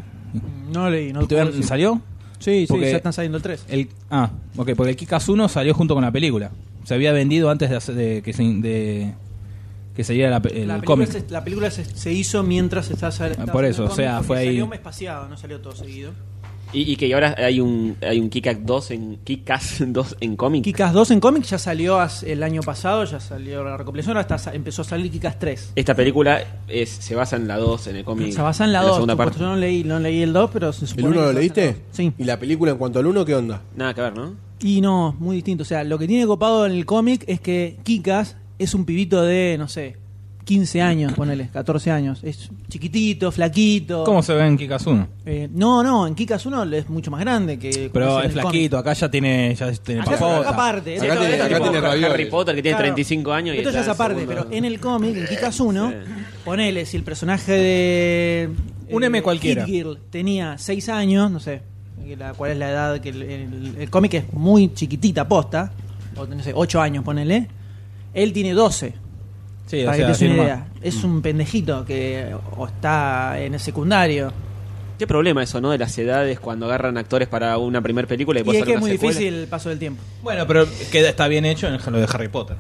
Speaker 1: No leí, no lo
Speaker 3: ¿Te
Speaker 1: puedo
Speaker 3: ven-
Speaker 1: decir.
Speaker 3: ¿Salió?
Speaker 1: Sí, sí,
Speaker 3: Porque-
Speaker 1: ya están saliendo el 3.
Speaker 3: El, ah, ok, porque el Kikas 1 salió junto con la película. Se había vendido antes de, hacer- de que se. De, que se diera la, pe- el
Speaker 1: la película,
Speaker 3: cómic. Ah,
Speaker 1: se, la película se, se hizo mientras estaba sal- estaba
Speaker 3: por
Speaker 1: saliendo
Speaker 3: eso,
Speaker 1: el
Speaker 3: o sea,
Speaker 1: cómic,
Speaker 3: fue
Speaker 1: porque
Speaker 3: ahí.
Speaker 1: Salió un espaciado, no salió todo seguido.
Speaker 4: Y, y que ahora hay un hay un Kick 2 en Kick 2 en cómic.
Speaker 1: Kikas 2 en cómic ya salió as- el año pasado, ya salió la recopilación, hasta sa- empezó a salir Kikas 3.
Speaker 4: Esta película es, se basa en la 2 en el cómic.
Speaker 1: Se basa en la
Speaker 4: en
Speaker 1: 2,
Speaker 4: segunda
Speaker 1: supuesto,
Speaker 4: parte.
Speaker 1: yo no leí, no leí el 2, pero se supone
Speaker 2: ¿El uno
Speaker 1: que
Speaker 2: lo
Speaker 1: se basa en la
Speaker 2: leíste?
Speaker 1: dos. Sí.
Speaker 2: ¿Y la película en cuanto al uno qué onda?
Speaker 4: Nada que ver, ¿no?
Speaker 1: Y no, muy distinto. O sea, lo que tiene copado en el cómic es que Kikas es un pibito de, no sé, 15 años, ponele, 14 años. Es chiquitito, flaquito.
Speaker 3: ¿Cómo se ve en Kikas 1?
Speaker 1: Eh, no, no, en Kikas 1 es mucho más grande que. como en
Speaker 3: Pero es
Speaker 1: el cómic.
Speaker 3: flaquito, acá ya tiene, ya tiene
Speaker 1: Acá-
Speaker 3: papota.
Speaker 1: acá aparte.
Speaker 2: Acá tiene-
Speaker 1: esto-
Speaker 2: acá
Speaker 1: esto-
Speaker 2: tiene
Speaker 4: Harry
Speaker 2: ravioles.
Speaker 4: Potter que tiene
Speaker 1: Claro.
Speaker 4: 35 años y
Speaker 1: Esto ya es
Speaker 4: está
Speaker 1: aparte,
Speaker 4: segundo.
Speaker 1: pero en el cómic, en Kikas 1,
Speaker 4: Sí.
Speaker 1: ponele, si el personaje de.
Speaker 3: Un M cualquiera.
Speaker 1: Hit Girl tenía 6 años, no sé que la- cuál es la edad, que el, el- el cómic es muy chiquitita, posta, o no sé, 8 años, ponele. Él tiene 12,
Speaker 3: Sí, o
Speaker 1: para
Speaker 3: sea,
Speaker 1: que te des
Speaker 3: tiene
Speaker 1: una
Speaker 3: más.
Speaker 1: idea. Es un pendejito que o está en el secundario.
Speaker 4: Qué problema eso, ¿no? De las edades cuando agarran actores para una primera película y
Speaker 1: Y
Speaker 4: después
Speaker 1: es
Speaker 4: sale
Speaker 1: que es
Speaker 4: una
Speaker 1: muy
Speaker 4: secuela.
Speaker 1: difícil el paso del tiempo.
Speaker 3: Bueno, pero queda, está bien hecho en lo de Harry Potter.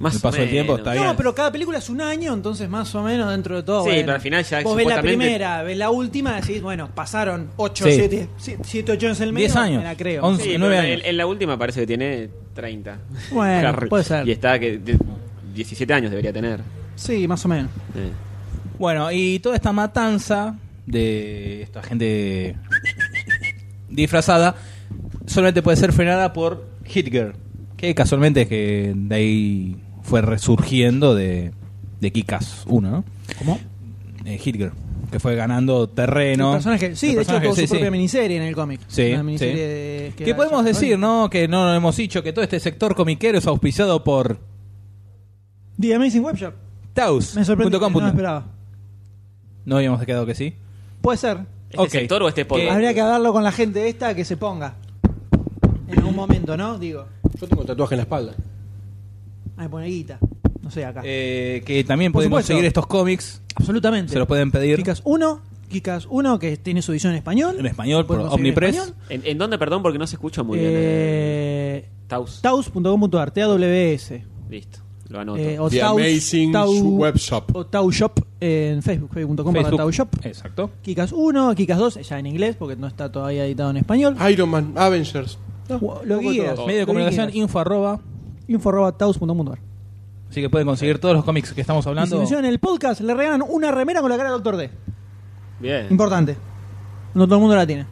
Speaker 4: Más
Speaker 3: El
Speaker 4: o
Speaker 3: paso del tiempo
Speaker 4: menos.
Speaker 3: está bien.
Speaker 1: No, pero cada película es un año, entonces más o menos dentro de todo.
Speaker 4: Sí, pero al final ya
Speaker 1: Vos ves la
Speaker 4: supuestamente-
Speaker 1: primera, ves la última, decís, bueno, pasaron 8,
Speaker 3: Sí.
Speaker 1: 7, 7, 8 años en el medio.
Speaker 3: Diez años.
Speaker 1: me la creo.
Speaker 3: Once.
Speaker 4: Sí,
Speaker 3: Nueve
Speaker 4: pero
Speaker 3: años.
Speaker 4: en, en la última parece que tiene 30.
Speaker 1: Bueno, puede ser.
Speaker 4: Y está que de- 17 años debería tener.
Speaker 1: Sí, más o menos.
Speaker 4: Eh.
Speaker 3: Bueno, y toda esta matanza de esta gente disfrazada solamente puede ser frenada por Hitger, que casualmente es que de ahí fue resurgiendo de, de Kikas 1, ¿no?
Speaker 1: ¿Cómo?
Speaker 3: Eh, Hitger, que fue ganando terreno.
Speaker 1: El personaje, sí,
Speaker 3: El
Speaker 1: de hecho
Speaker 3: personaje,
Speaker 1: tuvo
Speaker 3: sí,
Speaker 1: su
Speaker 3: sí.
Speaker 1: propia miniserie en el cómic.
Speaker 3: Sí,
Speaker 1: Una miniserie
Speaker 3: sí.
Speaker 1: de-
Speaker 3: Que
Speaker 1: era-
Speaker 3: podemos
Speaker 1: ya-
Speaker 3: decir, no? Que no lo hemos dicho, que todo este sector comiquero es auspiciado por
Speaker 1: The Amazing Web Shop.
Speaker 3: Taus.
Speaker 1: Me sorprendió,
Speaker 3: punto
Speaker 1: no
Speaker 3: com, punto-
Speaker 1: lo esperaba.
Speaker 3: No habíamos quedado que sí.
Speaker 1: Puede ser.
Speaker 4: ¿Este
Speaker 3: Ok.
Speaker 4: sector o este podcast?
Speaker 3: Eh,
Speaker 1: Habría que hablarlo con la gente esta que se ponga. En algún momento, ¿no? Digo.
Speaker 2: Yo tengo tatuaje en la espalda.
Speaker 1: Ay, pone guita. No sé, acá.
Speaker 3: eh, que también
Speaker 1: Por
Speaker 3: pueden
Speaker 1: supuesto.
Speaker 3: conseguir estos cómics.
Speaker 1: Absolutamente.
Speaker 3: Se los pueden pedir.
Speaker 1: Kikas 1, Kikas 1, que tiene su edición en español.
Speaker 3: En español, por
Speaker 1: Pueden conseguir en
Speaker 3: Omnipress.
Speaker 1: español.
Speaker 4: ¿En, en dónde, perdón? Porque no se escucha muy bien. eh.
Speaker 1: Eh,
Speaker 4: Taus.
Speaker 1: Taus.com.ar, TAWS.
Speaker 4: Listo, lo anoto.
Speaker 1: Eh, o
Speaker 2: The
Speaker 1: Taus-
Speaker 2: Amazing
Speaker 1: Tau-
Speaker 2: Web Shop.
Speaker 1: O Tau Shop en Facebook, facebook.com barra
Speaker 3: Facebook.
Speaker 1: Tau Shop.
Speaker 3: Exacto.
Speaker 1: Kikas 1, Kikas 2, ya en inglés, porque no está todavía editado en español.
Speaker 2: Iron Man, Avengers.
Speaker 1: Lo- lo
Speaker 2: poco
Speaker 1: guías.
Speaker 2: Ah, todo.
Speaker 3: Medio de
Speaker 1: lo
Speaker 3: comunicación,
Speaker 1: guías.
Speaker 3: info arroba.
Speaker 1: info arroba taus.com.ar.
Speaker 3: Así que pueden conseguir todos los cómics que
Speaker 1: Y
Speaker 3: estamos
Speaker 1: Si
Speaker 3: hablando.
Speaker 1: mencionan el podcast, le regalan una remera con la cara de Doctor D.
Speaker 4: Bien.
Speaker 1: Importante. No todo el mundo la tiene.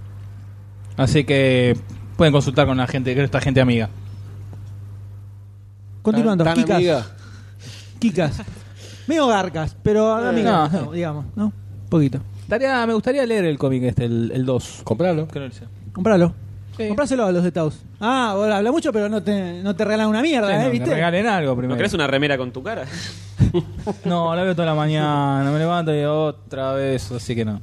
Speaker 3: Así que pueden consultar con la gente, con esta gente amiga.
Speaker 1: Continuando,
Speaker 2: Tan- tan
Speaker 1: Kikas.
Speaker 2: amiga.
Speaker 1: Kikas. Medio garcas, pero amigas,
Speaker 3: no,
Speaker 1: no, digamos, ¿no? Poquito.
Speaker 3: Estaría- me gustaría leer el cómic este, el el 2.
Speaker 2: Compralo.
Speaker 3: Que no lo hice.
Speaker 1: Compralo.
Speaker 3: Sí.
Speaker 1: Compráselo a los de Taos. Ah, vos habla mucho, pero no te, no te regalan una mierda,
Speaker 3: Sí,
Speaker 1: ¿eh?
Speaker 3: no, que
Speaker 1: ¿Viste?
Speaker 3: regalen algo
Speaker 4: ¿No
Speaker 3: primero.
Speaker 4: crees una remera con tu cara?
Speaker 3: No, la veo toda la mañana, me levanto y otra vez, así que no.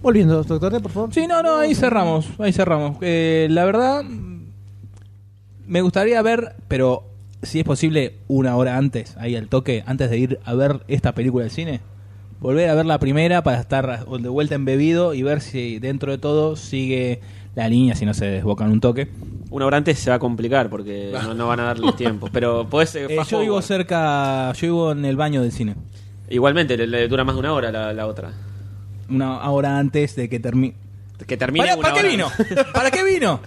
Speaker 5: Volviendo, doctor D, por favor.
Speaker 3: Sí, no, no, ahí cerramos, ahí cerramos. Eh, la verdad, mm, me gustaría ver, pero si es posible, una hora antes, ahí al toque, antes de ir a ver esta película del cine, volver a ver la primera para estar de vuelta embebido y ver si dentro de todo sigue la línea, si no se desbocan un toque.
Speaker 4: Una hora antes se va a complicar porque no, no van a darle tiempo. Pero podés. eh,
Speaker 3: Eh,
Speaker 4: fast
Speaker 3: yo vivo
Speaker 4: forward.
Speaker 3: cerca, yo vivo en el baño del cine,
Speaker 4: Igualmente, le, le dura más de una hora la, la otra.
Speaker 3: una hora antes de que termine.
Speaker 4: Que termine.
Speaker 3: ¿Para,
Speaker 4: una
Speaker 3: para qué
Speaker 4: hora-
Speaker 3: vino? ¿Para qué vino?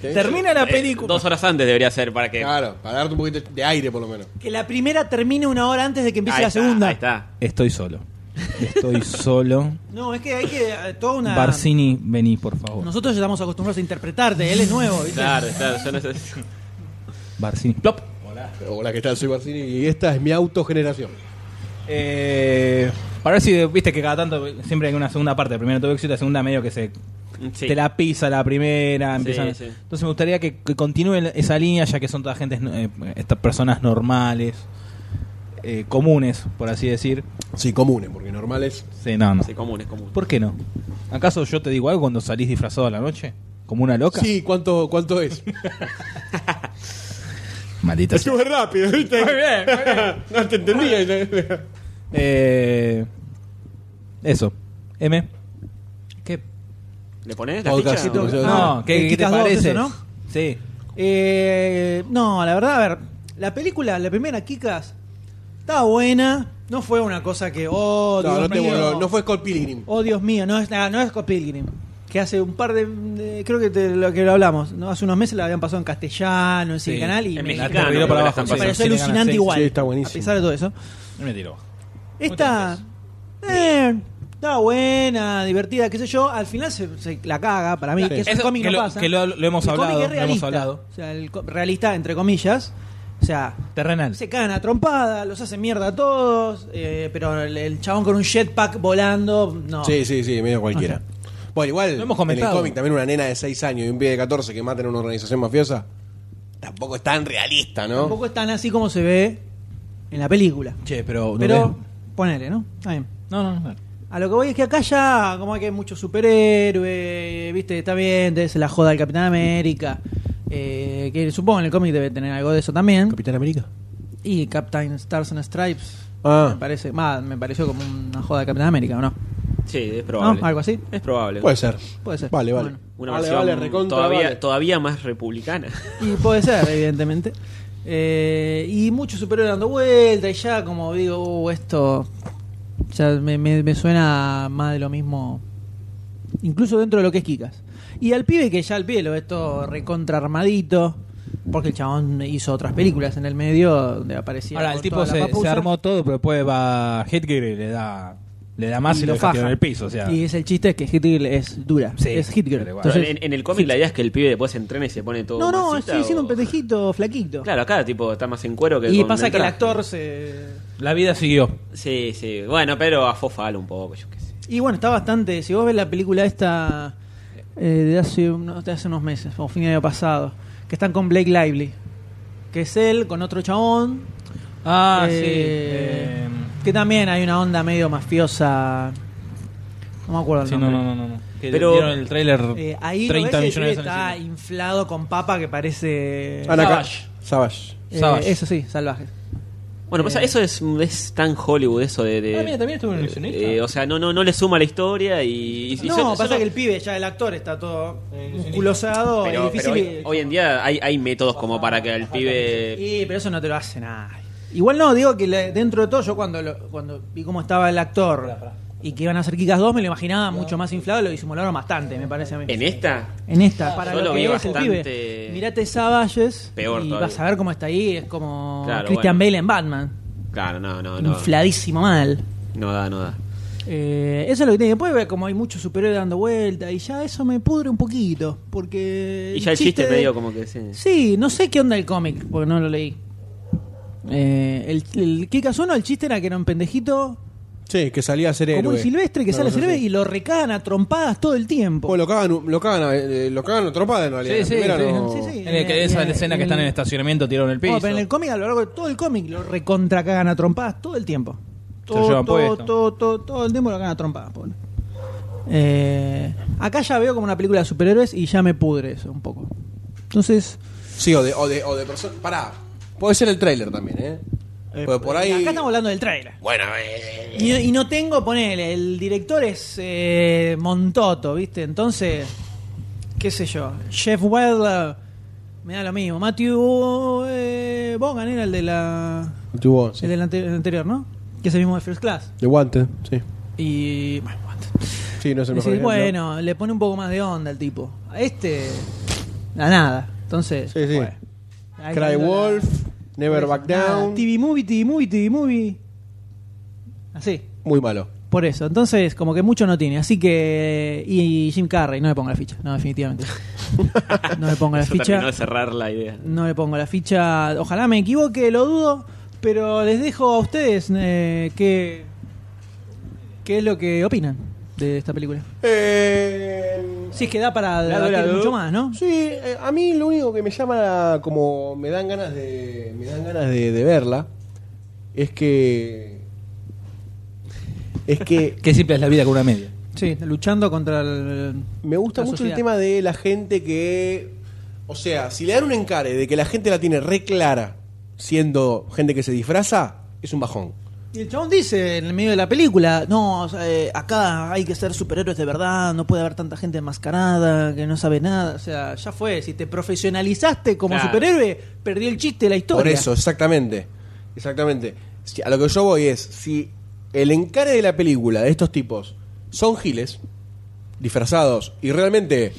Speaker 3: Termina la
Speaker 4: Eh,
Speaker 3: película.
Speaker 4: Dos horas antes debería ser para que.
Speaker 2: Eh,
Speaker 1: Ah,
Speaker 2: Claro, para darte un poquito de aire por lo menos.
Speaker 1: Que la primera termine una hora antes de que empiece
Speaker 4: Ahí
Speaker 1: la
Speaker 4: está,
Speaker 1: segunda.
Speaker 4: Ahí está.
Speaker 3: Estoy solo. Estoy solo.
Speaker 1: No, es que hay que. eh, Toda una.
Speaker 3: Barcini, vení, por favor.
Speaker 1: Nosotros ya estamos acostumbrados a interpretarte, él es nuevo, ¿viste?
Speaker 4: Claro, claro. Yo no sé.
Speaker 3: Barcini. Plop.
Speaker 2: Hola, ¿qué tal? Soy Barcini y esta es mi autogeneración.
Speaker 3: Eh, para ver si viste que cada tanto siempre hay una segunda parte. Primero tuvo éxito, la segunda medio que se
Speaker 4: Sí.
Speaker 3: te la pisa la primera.
Speaker 4: Sí,
Speaker 3: empiezan-
Speaker 4: sí.
Speaker 3: Entonces me gustaría que, que continúe esa línea, ya que son todas gentes, eh, estas personas normales, eh, comunes, por así decir.
Speaker 2: Sí, comunes, porque normales.
Speaker 3: Sí, no, no.
Speaker 4: Sí, común, es común.
Speaker 3: ¿Por qué no? ¿Acaso yo te digo algo cuando salís disfrazado a la noche? ¿Como una loca?
Speaker 2: Sí, ¿cuánto, cuánto es?
Speaker 3: Maldita sea.
Speaker 2: Estuve rápido, ¿viste? Muy bien, no te entendía.
Speaker 3: Eh, eso. M. ¿Qué? Ah,
Speaker 4: ¿Le pones la
Speaker 2: Podcast,
Speaker 4: ficha?
Speaker 2: no,
Speaker 3: No,
Speaker 1: eh,
Speaker 3: ¿qué, qué te
Speaker 1: quitas dos,
Speaker 3: parece?
Speaker 1: eso, ¿no?
Speaker 3: Sí.
Speaker 1: Eh, no, la verdad, a ver, la película, la primera Kikas, está buena. No fue una cosa que, oh,
Speaker 2: no,
Speaker 1: Dios
Speaker 2: no, te
Speaker 1: mío.
Speaker 2: voló, no fue Scott Pilgrim.
Speaker 1: Oh, Dios mío, no es, ah, no es Scott Pilgrim. Que hace un par de. de- creo que te- lo que lo hablamos, ¿no? Hace unos meses la habían pasado en castellano, en
Speaker 3: Sí,
Speaker 1: el canal. Y
Speaker 4: en
Speaker 1: me,
Speaker 4: mexicano,
Speaker 1: me
Speaker 3: Tiró para
Speaker 4: la
Speaker 3: abajo.
Speaker 4: están
Speaker 3: sí.
Speaker 1: pareció
Speaker 3: Sí, le
Speaker 1: alucinante
Speaker 3: ganas, sí.
Speaker 1: igual.
Speaker 2: sí, está
Speaker 1: A
Speaker 2: buenísimo.
Speaker 1: pesar de todo eso.
Speaker 3: Me tiró abajo.
Speaker 1: Esta. eh, está buena, divertida, qué sé yo. Al final se, se la caga para mí.
Speaker 2: Sí.
Speaker 1: Que eso, en
Speaker 3: Eso
Speaker 1: cómic
Speaker 3: que
Speaker 1: no
Speaker 3: lo-
Speaker 1: pasa.
Speaker 3: que lo- lo hemos
Speaker 1: El
Speaker 3: hablado,
Speaker 1: cómic es
Speaker 3: lo hemos
Speaker 1: realista,
Speaker 3: hablado.
Speaker 1: O sea, el co- realista, entre comillas. O sea,
Speaker 3: Terrenal.
Speaker 1: se cagan a trompada, los hacen mierda a todos. eh, pero el, el chabón con un jetpack volando. No.
Speaker 2: Sí, sí, sí, medio cualquiera. Bueno, igual
Speaker 3: Lo hemos
Speaker 2: en el
Speaker 3: comentado.
Speaker 2: cómic también una nena de 6 años y un pibe de 14 que matan a una organización mafiosa. Tampoco es tan realista, ¿no?
Speaker 1: Tampoco es tan así como se ve en la película.
Speaker 3: Che, pero.
Speaker 1: Pero ponele, ¿no? Está bien.
Speaker 3: No, no, no.
Speaker 1: A lo que voy es que acá ya, como que hay muchos superhéroes, ¿viste? Está bien, se la joda el Capitán América. eh, que supongo en el cómic debe tener algo de eso también.
Speaker 2: Capitán América.
Speaker 1: y Captain Stars and Stripes.
Speaker 2: Ah.
Speaker 1: Me, parece, bah, me pareció como una joda de Capitán América, ¿o no?
Speaker 4: Sí, es probable.
Speaker 1: ¿No? ¿Algo así?
Speaker 4: Es probable.
Speaker 2: Puede ser.
Speaker 1: Puede ser.
Speaker 2: Vale, vale.
Speaker 1: Bueno.
Speaker 2: Pues,
Speaker 4: Una
Speaker 2: Vale,
Speaker 4: versión
Speaker 2: vale, recontra
Speaker 4: todavía,
Speaker 2: vale.
Speaker 4: todavía más republicana.
Speaker 1: Y puede ser, evidentemente. Eh, y muchos superhéroes dando vuelta y ya, como digo, uh, esto ya me, me- me suena más de lo mismo, incluso dentro de lo que es Kikas. Y al pibe, que ya al pibe lo ves todo recontra armadito, porque el chabón hizo otras películas en el medio donde aparecía.
Speaker 3: Ahora, el
Speaker 1: con
Speaker 3: tipo
Speaker 1: toda la
Speaker 3: se, se
Speaker 1: papusa.
Speaker 3: armó todo, pero después va Hitgear y le da. Le da más
Speaker 1: Y
Speaker 3: y, lo
Speaker 1: lo
Speaker 3: deja
Speaker 1: faja.
Speaker 3: tirado en el piso. O sea.
Speaker 1: Y es el chiste es que Hitgirl es dura,
Speaker 3: Sí,
Speaker 1: es Hitgirl.
Speaker 3: pero igual.
Speaker 4: Pero
Speaker 1: Entonces-
Speaker 4: en, en el cómic la idea es que el pibe después se entrena y se pone todo.
Speaker 1: no, no,
Speaker 4: masita
Speaker 1: estoy siendo
Speaker 4: o-
Speaker 1: un pendejito, flaquito.
Speaker 4: Claro, acá tipo está más en cuero que
Speaker 1: y
Speaker 4: con
Speaker 1: pasa
Speaker 4: el
Speaker 1: que el
Speaker 4: traje.
Speaker 1: actor se...
Speaker 3: La vida siguió.
Speaker 4: Sí, sí. Bueno, pero a Fofal un poco, yo qué sé.
Speaker 1: Y bueno, está bastante. Si vos ves la película esta eh, de, hace unos, de hace unos meses, o fin de año pasado, que están con Blake Lively, que es él con otro chabón,
Speaker 3: Ah, sí.
Speaker 1: Eh, que también hay una onda medio mafiosa. No me acuerdo el
Speaker 3: sí, no,
Speaker 1: nombre.
Speaker 3: no, no, no. no. Que
Speaker 4: Pero-
Speaker 3: dieron el trailer
Speaker 1: Eh, ahí
Speaker 3: 30
Speaker 1: lo ves y el
Speaker 3: millones
Speaker 1: pibe
Speaker 3: de
Speaker 1: está
Speaker 3: veces.
Speaker 1: inflado con papa que parece.
Speaker 2: Ana Ca-
Speaker 3: Savage.
Speaker 2: Savage.
Speaker 1: Eh,
Speaker 3: Savage.
Speaker 1: eso sí, salvaje.
Speaker 4: Bueno,
Speaker 1: Eh.
Speaker 4: pasa, eso es, es tan Hollywood, eso de. de-
Speaker 3: Ah, mira, también estuvo en el ilusionista.
Speaker 4: eh, o sea, no, no, no le suma a la historia y. y- y
Speaker 1: no,
Speaker 4: yo- yo
Speaker 1: pasa
Speaker 4: no-
Speaker 1: que el pibe, ya el actor, está todo musculosado.
Speaker 4: Eh, Pero,
Speaker 1: es difícil.
Speaker 4: pero hoy, hoy en día hay, hay métodos como para que el pibe.
Speaker 1: Y, pero eso no te lo hace nadie. Igual no, digo que le- dentro de todo, yo cuando, lo- cuando vi cómo estaba el actor y que iban a hacer Kikas 2, me lo imaginaba mucho más inflado, lo disimularon bastante, me parece a mí.
Speaker 4: En esta.
Speaker 1: En esta, para
Speaker 4: Yo
Speaker 1: lo
Speaker 4: lo
Speaker 1: que
Speaker 4: vi
Speaker 1: es el
Speaker 4: bastante-
Speaker 1: pibe. Mirate Savages
Speaker 4: Peor
Speaker 1: y
Speaker 4: todavía.
Speaker 1: vas a ver cómo está ahí, es como
Speaker 4: Claro,
Speaker 1: Christian
Speaker 4: bueno.
Speaker 1: Bale en Batman,
Speaker 4: Claro, no, no, no.
Speaker 1: infladísimo mal.
Speaker 4: No da, no da.
Speaker 1: Eh, eso es lo que tiene. Después, ve como hay muchos superhéroes dando vuelta y ya eso me pudre un poquito, porque...
Speaker 4: Y ya el chiste
Speaker 1: de-
Speaker 4: medio como que. sí.
Speaker 1: Sí, no sé qué onda el cómic, porque no lo leí. Eh, el, el Kikas 1, el chiste era que era un pendejito
Speaker 2: Sí, que salía a ser héroe.
Speaker 1: como un silvestre que
Speaker 2: Una
Speaker 1: sale a
Speaker 2: cosa
Speaker 1: ser héroe
Speaker 2: así.
Speaker 1: y lo recagan a trompadas todo el tiempo.
Speaker 2: Pues lo cagan, lo cagan, a- eh, lo cagan a tropada en realidad.
Speaker 3: Sí,
Speaker 2: La
Speaker 3: sí,
Speaker 2: primera
Speaker 3: sí.
Speaker 2: no-
Speaker 1: Sí, sí.
Speaker 3: En el que esa
Speaker 1: en-
Speaker 3: escena
Speaker 1: en-
Speaker 3: que están en el estacionamiento tiraron el piso.
Speaker 1: No, pero en el cómic, a lo largo de todo el cómic, lo recontra cagan a trompadas todo el tiempo.
Speaker 3: Se lo
Speaker 1: Todo,
Speaker 3: llevan
Speaker 1: todo,
Speaker 3: puesto.
Speaker 1: todo, todo, todo el tiempo lo cagan a trompadas, pobre.
Speaker 5: Eh, acá ya veo como una película de superhéroes y ya me pudre eso un poco. Entonces,
Speaker 2: Sí, o de, o de, o de perso- Pará. Puede ser el tráiler también, ¿eh?
Speaker 5: eh,
Speaker 2: Porque por ahí.
Speaker 5: acá estamos hablando del trailer.
Speaker 2: Bueno, eh,
Speaker 5: Y, y no tengo, ponele, el director es eh, Montoto, ¿viste? Entonces, qué sé yo, Jeff Wilder, me da lo mismo. Matthew eh, Bogan era el de la
Speaker 2: The Wanted, sí.
Speaker 5: el del ante- el anterior, ¿no? Que es el mismo de First Class.
Speaker 2: The Wanted, sí.
Speaker 5: Y bueno, what?
Speaker 2: Sí, no es el mejor
Speaker 5: Decís,
Speaker 2: ejemplo.
Speaker 5: bueno, le pone un poco más de onda al tipo. A este, a nada. Entonces,
Speaker 2: Sí, sí.
Speaker 5: bueno. Ahí
Speaker 2: Cry
Speaker 5: ando la-
Speaker 2: Wolf, Never
Speaker 5: Eso,
Speaker 2: Back
Speaker 5: nada.
Speaker 2: Down.
Speaker 5: TV Movie, TV Movie, TV Movie. Así.
Speaker 2: Muy malo.
Speaker 5: Por eso, entonces como que mucho no tiene, así que... Y Jim Carrey, no le pongo la ficha, no, definitivamente. No le pongo la
Speaker 4: Eso terminó
Speaker 5: ficha.
Speaker 4: de cerrar la idea.
Speaker 5: No le pongo la ficha, ojalá me equivoque, lo dudo, pero les dejo a ustedes eh, qué, qué es lo que opinan de esta película.
Speaker 2: Eh,
Speaker 5: Si es que da para
Speaker 4: La
Speaker 5: debatir
Speaker 4: Dora Du.
Speaker 5: mucho más, ¿no?
Speaker 2: Sí, eh, a mí lo único que me llama como me dan ganas de me dan ganas de, de verla es que es que
Speaker 3: Qué simple es la vida con una media.
Speaker 5: Sí, luchando contra el...
Speaker 2: me gusta
Speaker 5: La
Speaker 2: mucho
Speaker 5: sociedad.
Speaker 2: el tema de la gente que o sea, si le dan un encare de que la gente la tiene re clara siendo gente que se disfraza, es un bajón.
Speaker 5: Y el chabón dice en el medio de la película, no, o sea, eh, acá hay que ser superhéroes de verdad, no puede haber tanta gente enmascarada que no sabe nada, o sea, ya fue, si te profesionalizaste como
Speaker 4: Claro.
Speaker 5: superhéroe, perdí el chiste de la historia.
Speaker 2: Por eso, exactamente. Exactamente. Si- A lo que yo voy es, si el encare de la película de estos tipos son giles, disfrazados, y realmente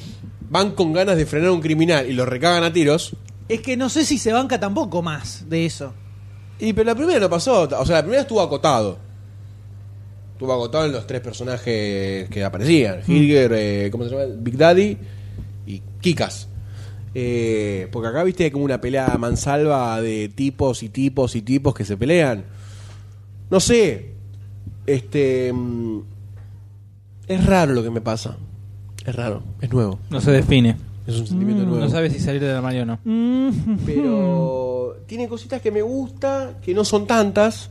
Speaker 2: van con ganas de frenar a un criminal y lo recagan a tiros,
Speaker 5: Es que no sé si se banca tampoco más de eso.
Speaker 2: y pero la primera no pasó, o sea, la primera estuvo acotado. Estuvo acotado en los tres personajes que aparecían, Hilger, eh, ¿cómo se llama? Big Daddy y Kikas. Eh, porque acá viste como una pelea a mansalva de tipos y tipos y tipos que se pelean. No sé. Este mm, es raro lo que me pasa. Es raro, es nuevo.
Speaker 3: No se define.
Speaker 2: Es un sentimiento nuevo.
Speaker 3: Mm. No sabes si salir del armario o no.
Speaker 2: pero
Speaker 5: Hmm.
Speaker 2: tiene cositas que me gusta, que no son tantas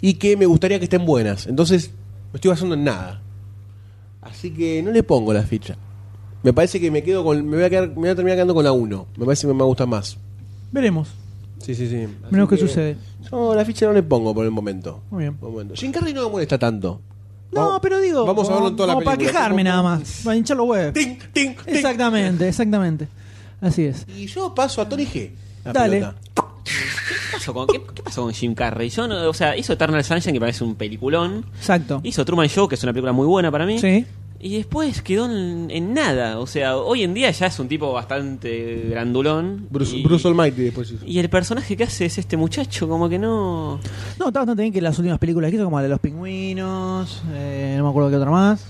Speaker 2: y que me gustaría que estén buenas. Entonces, no estoy basando en nada. Así que no le pongo la ficha. Me parece que me quedo con me voy a, quedar- me voy a terminar quedando con la 1. Me parece que me gusta más.
Speaker 5: Veremos,
Speaker 2: Sí, sí, sí. Así
Speaker 5: veremos qué
Speaker 2: que
Speaker 5: sucede.
Speaker 2: Yo la ficha no le pongo por el momento.
Speaker 5: Muy bien.
Speaker 2: Por el momento. Jim Carrey no me molesta tanto.
Speaker 5: No,
Speaker 2: Vamos-
Speaker 5: pero digo,
Speaker 2: Vamos a verlo en toda la
Speaker 5: como
Speaker 2: película.
Speaker 5: para quejarme nada más, para hinchar los huevos.
Speaker 2: Ting, ting, ting.
Speaker 5: Exactamente, exactamente. Así es.
Speaker 2: Y yo paso a Tony G. La
Speaker 5: Dale.
Speaker 2: pelota.
Speaker 4: ¿Qué pasó con, qué, qué pasó con Jim Carrey? Yo no- o sea, hizo Eternal Sunshine, que parece un peliculón.
Speaker 5: Exacto.
Speaker 4: Hizo Truman Show, que es una película muy buena para mí.
Speaker 5: Sí.
Speaker 4: Y después quedó en, en nada. O sea, hoy en día ya es un tipo bastante grandulón.
Speaker 2: Bruce,
Speaker 4: y,
Speaker 2: Bruce Almighty después hizo.
Speaker 4: y el personaje que hace es este muchacho, como que no.
Speaker 5: No, está bastante bien que las últimas películas que hizo, como la de los pingüinos, eh, no me acuerdo qué otra más.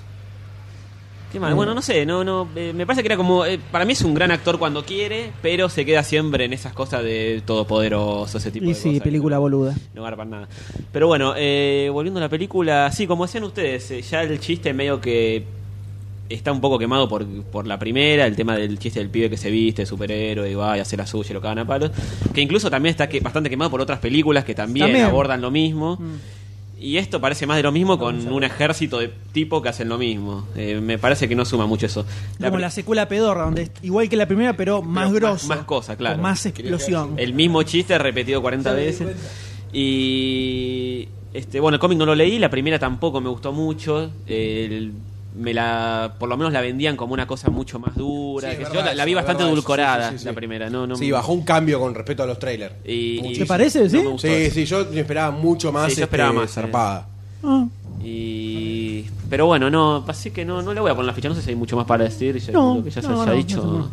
Speaker 4: Qué mal. Bueno, no sé, no, no. eh, me parece que era como. eh, para mí es un gran actor cuando quiere, pero se queda siempre en esas cosas de todopoderoso, ese tipo
Speaker 5: Y
Speaker 4: de
Speaker 5: sí,
Speaker 4: cosas.
Speaker 5: película boluda.
Speaker 4: No garpan nada. Pero bueno, eh, volviendo a la película, sí, como decían ustedes, eh, ya el chiste medio que está un poco quemado por, por la primera, el tema del chiste del pibe que se viste, superhéroe, y va y hace la suya y lo cagan a palos. Que incluso también está que, bastante quemado por otras películas que también,
Speaker 5: También. Mm.
Speaker 4: abordan lo mismo. Y esto parece más de lo mismo con un ejército de tipo que hacen lo mismo. Eh, me parece que no suma mucho eso. La
Speaker 5: como
Speaker 4: pri-
Speaker 5: la secuela pedorra, donde es igual que la primera, pero más
Speaker 4: más-
Speaker 5: grosso.
Speaker 4: más cosas, claro.
Speaker 5: Con más explosión.
Speaker 4: El mismo chiste repetido 40 veces. Y. Este, bueno, el cómic no lo leí, la primera tampoco me gustó mucho. el- me la, por lo menos la vendían como una cosa mucho más dura.
Speaker 2: Sí,
Speaker 4: que
Speaker 2: es
Speaker 4: yo la,
Speaker 2: verdad
Speaker 4: la vi
Speaker 2: eso, es
Speaker 4: bastante
Speaker 2: verdad eso,
Speaker 4: edulcorada
Speaker 2: sí, sí, sí.
Speaker 4: la primera, no, no.
Speaker 2: Sí, bajó un cambio con respecto a los trailers.
Speaker 4: Y- y-
Speaker 5: ¿Te parece,
Speaker 4: no
Speaker 5: sí?
Speaker 4: me gustó
Speaker 2: Sí,
Speaker 4: eso.
Speaker 2: sí, yo me esperaba mucho más,
Speaker 4: Sí, yo esperaba
Speaker 2: este,
Speaker 4: más, eh. sí.
Speaker 2: zarpada.
Speaker 5: Ah,
Speaker 4: Y, pero bueno, no, así que no, no le voy a poner la ficha, no sé si hay mucho más para decir. Ya,
Speaker 5: No,
Speaker 4: creo que ya se
Speaker 5: no,
Speaker 4: haya
Speaker 5: no, no
Speaker 4: dicho.
Speaker 5: tengo
Speaker 4: No,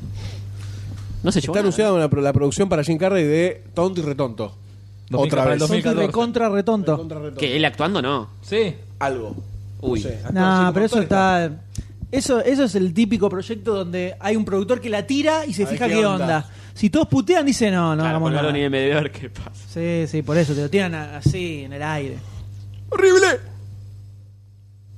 Speaker 5: nada.
Speaker 4: se llevó
Speaker 2: Está
Speaker 4: nada.
Speaker 2: anunciada una pro- la producción para Jim Carrey de Tonto y Retonto.
Speaker 3: 2000
Speaker 2: Otra
Speaker 3: para
Speaker 2: vez.
Speaker 3: el
Speaker 5: Son
Speaker 3: 2014.
Speaker 5: recontra retonto.
Speaker 2: Contra Retonto.
Speaker 4: Que él actuando no.
Speaker 3: Sí.
Speaker 2: Algo.
Speaker 4: Uy.
Speaker 2: actor,
Speaker 5: Nah,
Speaker 2: sí,
Speaker 5: pero eso
Speaker 2: actor
Speaker 5: está. Eso, eso es el típico proyecto donde hay un productor que la tira y se
Speaker 2: A ver
Speaker 5: fija
Speaker 2: qué
Speaker 5: qué onda.
Speaker 2: onda.
Speaker 5: Si todos putean, dice no, no
Speaker 4: claro,
Speaker 5: hagamos
Speaker 4: ponelo
Speaker 5: nada.
Speaker 4: en IMDb a ver qué pasa.
Speaker 5: Sí, sí, por eso te lo tiran a- así, en el aire.
Speaker 2: ¡Horrible!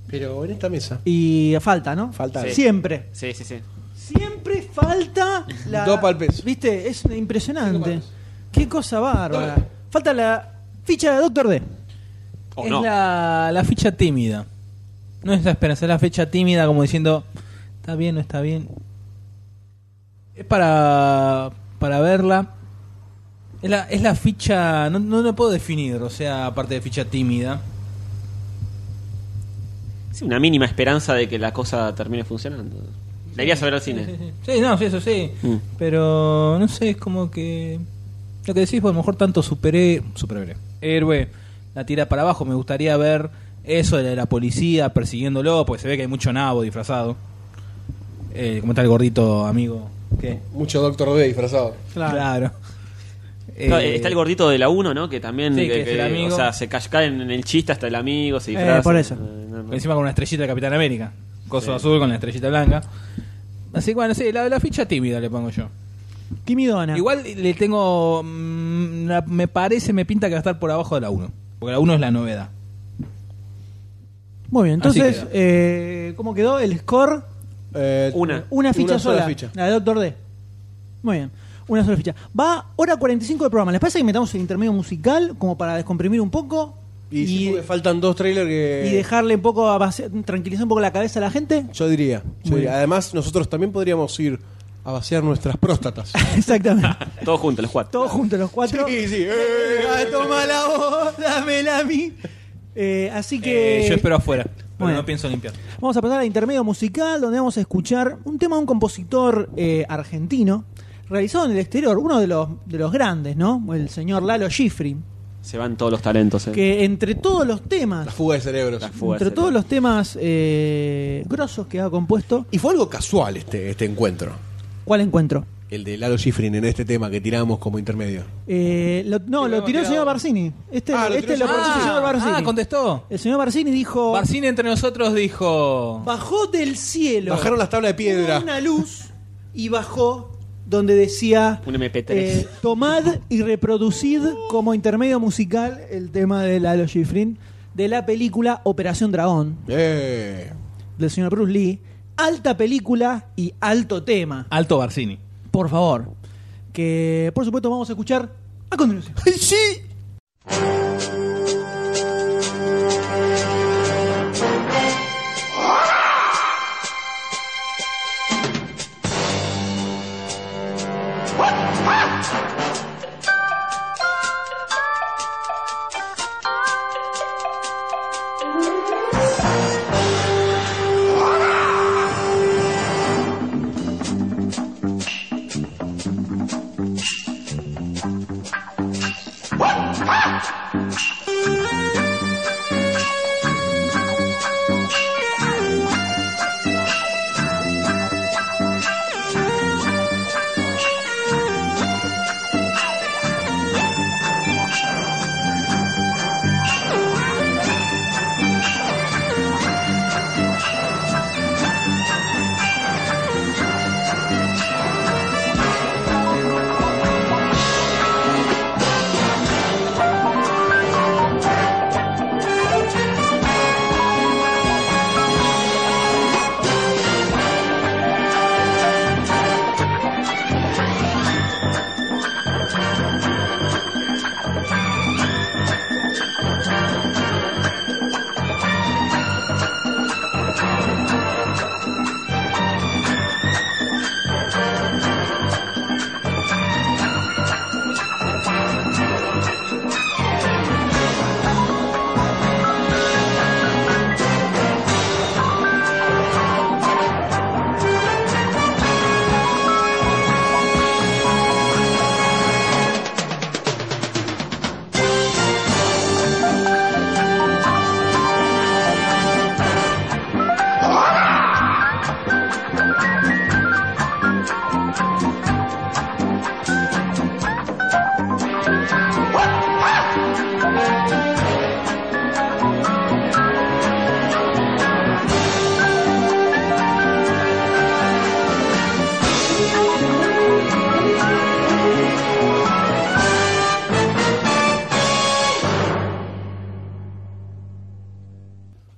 Speaker 2: Pero en esta mesa.
Speaker 5: Y falta, ¿no?
Speaker 2: Falta.
Speaker 4: Sí.
Speaker 5: Siempre.
Speaker 4: Sí, sí, sí.
Speaker 5: Siempre falta la.
Speaker 2: Dos pa'l peso.
Speaker 5: ¿Viste? Es
Speaker 2: Cinco pa'l
Speaker 5: impresionante.
Speaker 2: peso.
Speaker 5: Qué cosa bárbara.
Speaker 2: Dale.
Speaker 5: Falta la ficha de Doctor D.
Speaker 4: O
Speaker 3: es
Speaker 4: no.
Speaker 3: la, la ficha tímida. no es la esperanza, es la fecha tímida, como diciendo, está bien, no está bien. Es para, para verla. Es la, es la ficha, no, no la puedo definir, o sea, aparte de ficha tímida.
Speaker 4: Sí, una mínima esperanza de que la cosa termine funcionando. La irías a ver al cine.
Speaker 3: Sí, no, sí, eso sí.
Speaker 4: Mm.
Speaker 3: Pero no sé, es como que. Lo que decís, vos, a lo mejor tanto superé. Superhéroe. Héroe, la tira para abajo. Me gustaría ver eso de la, de la policía persiguiéndolo, porque se ve que hay mucho nabo disfrazado. Eh, ¿Cómo está el gordito amigo? ¿Qué?
Speaker 2: Mucho Doctor D disfrazado.
Speaker 1: Claro.
Speaker 4: No,
Speaker 3: Eh,
Speaker 4: eh, está el gordito de la 1, ¿no? Que también.
Speaker 3: Sí, que es el amigo.
Speaker 4: O sea, se cae- caen en el chiste hasta el amigo, se
Speaker 1: Eh,
Speaker 4: disfraza.
Speaker 1: por eso.
Speaker 4: no, no.
Speaker 3: Eh, Encima con una estrellita de Capitán América. Coso
Speaker 4: Sí.
Speaker 3: azul con la estrellita blanca. Así que bueno, sí, la, la ficha tímida le pongo yo.
Speaker 1: Timidona.
Speaker 3: Igual le tengo. mm, la- me parece, me pinta que va a estar por abajo de la 1. Porque la 1 es la novedad.
Speaker 1: Muy bien,
Speaker 3: Así
Speaker 1: entonces,
Speaker 3: queda.
Speaker 1: eh, ¿cómo quedó el score?
Speaker 2: Eh,
Speaker 4: Una.
Speaker 1: Una ficha
Speaker 2: sola
Speaker 1: sola.
Speaker 2: ficha.
Speaker 1: La de Doctor D. Muy bien. Una sola ficha. Va hora 45 del programa. ¿Les parece que metamos el intermedio musical como para descomprimir un poco?
Speaker 2: Y, sí,
Speaker 1: Y,
Speaker 2: porque faltan dos trailers que.
Speaker 1: y dejarle un poco, a vaci- tranquilizar un poco la cabeza a la gente.
Speaker 2: Yo diría. yo
Speaker 1: Muy
Speaker 2: diría.
Speaker 1: bien.
Speaker 2: Además, nosotros también podríamos ir a vaciar nuestras próstatas.
Speaker 1: Exactamente.
Speaker 4: Todos juntos, los cuatro.
Speaker 1: Todos juntos los cuatro.
Speaker 2: sí.
Speaker 1: Ah, Tómala vos, dámela a mí. Eh, así que
Speaker 3: Eh, yo espero afuera. Pero
Speaker 1: Bueno.
Speaker 3: no pienso limpiar.
Speaker 1: vamos a pasar al intermedio musical donde vamos a escuchar un tema de un compositor eh, argentino realizado en el exterior, uno de los, de los grandes, ¿no? El señor Lalo Schifrin,
Speaker 4: Se van todos los talentos. eh.
Speaker 1: que entre todos los temas,
Speaker 2: La fuga de cerebros.
Speaker 4: La fuga
Speaker 1: entre
Speaker 4: se-
Speaker 1: todos los temas eh, grosos que ha compuesto,
Speaker 2: Y fue algo casual este, este encuentro.
Speaker 1: ¿cuál encuentro?
Speaker 2: El de Lalo Schifrin en este tema que tiramos como intermedio.
Speaker 1: Eh, lo- no,
Speaker 3: Sí,
Speaker 1: lo
Speaker 3: hemos
Speaker 1: tiró el
Speaker 3: tirado.
Speaker 1: señor Barcini. Este,
Speaker 2: Ah, lo
Speaker 1: este
Speaker 2: tiró
Speaker 1: lo
Speaker 2: el señor
Speaker 1: propuso el señor Barcini.
Speaker 3: ah, contestó.
Speaker 1: el señor Barcini dijo,
Speaker 3: Barcini entre nosotros dijo.
Speaker 1: bajó del cielo.
Speaker 2: Bajaron las tablas de piedra.
Speaker 1: Hubo una luz y bajó donde decía
Speaker 4: Un MP3.
Speaker 1: eh, tomad y reproducid como intermedio musical el tema de Lalo Schifrin de la película Operación Dragón
Speaker 2: Eh.
Speaker 1: del señor Bruce Lee. Alta película y alto tema.
Speaker 3: Alto Barcini.
Speaker 1: Por favor. Que por supuesto vamos a escuchar a continuación.
Speaker 2: ¡Sí!
Speaker 9: Thank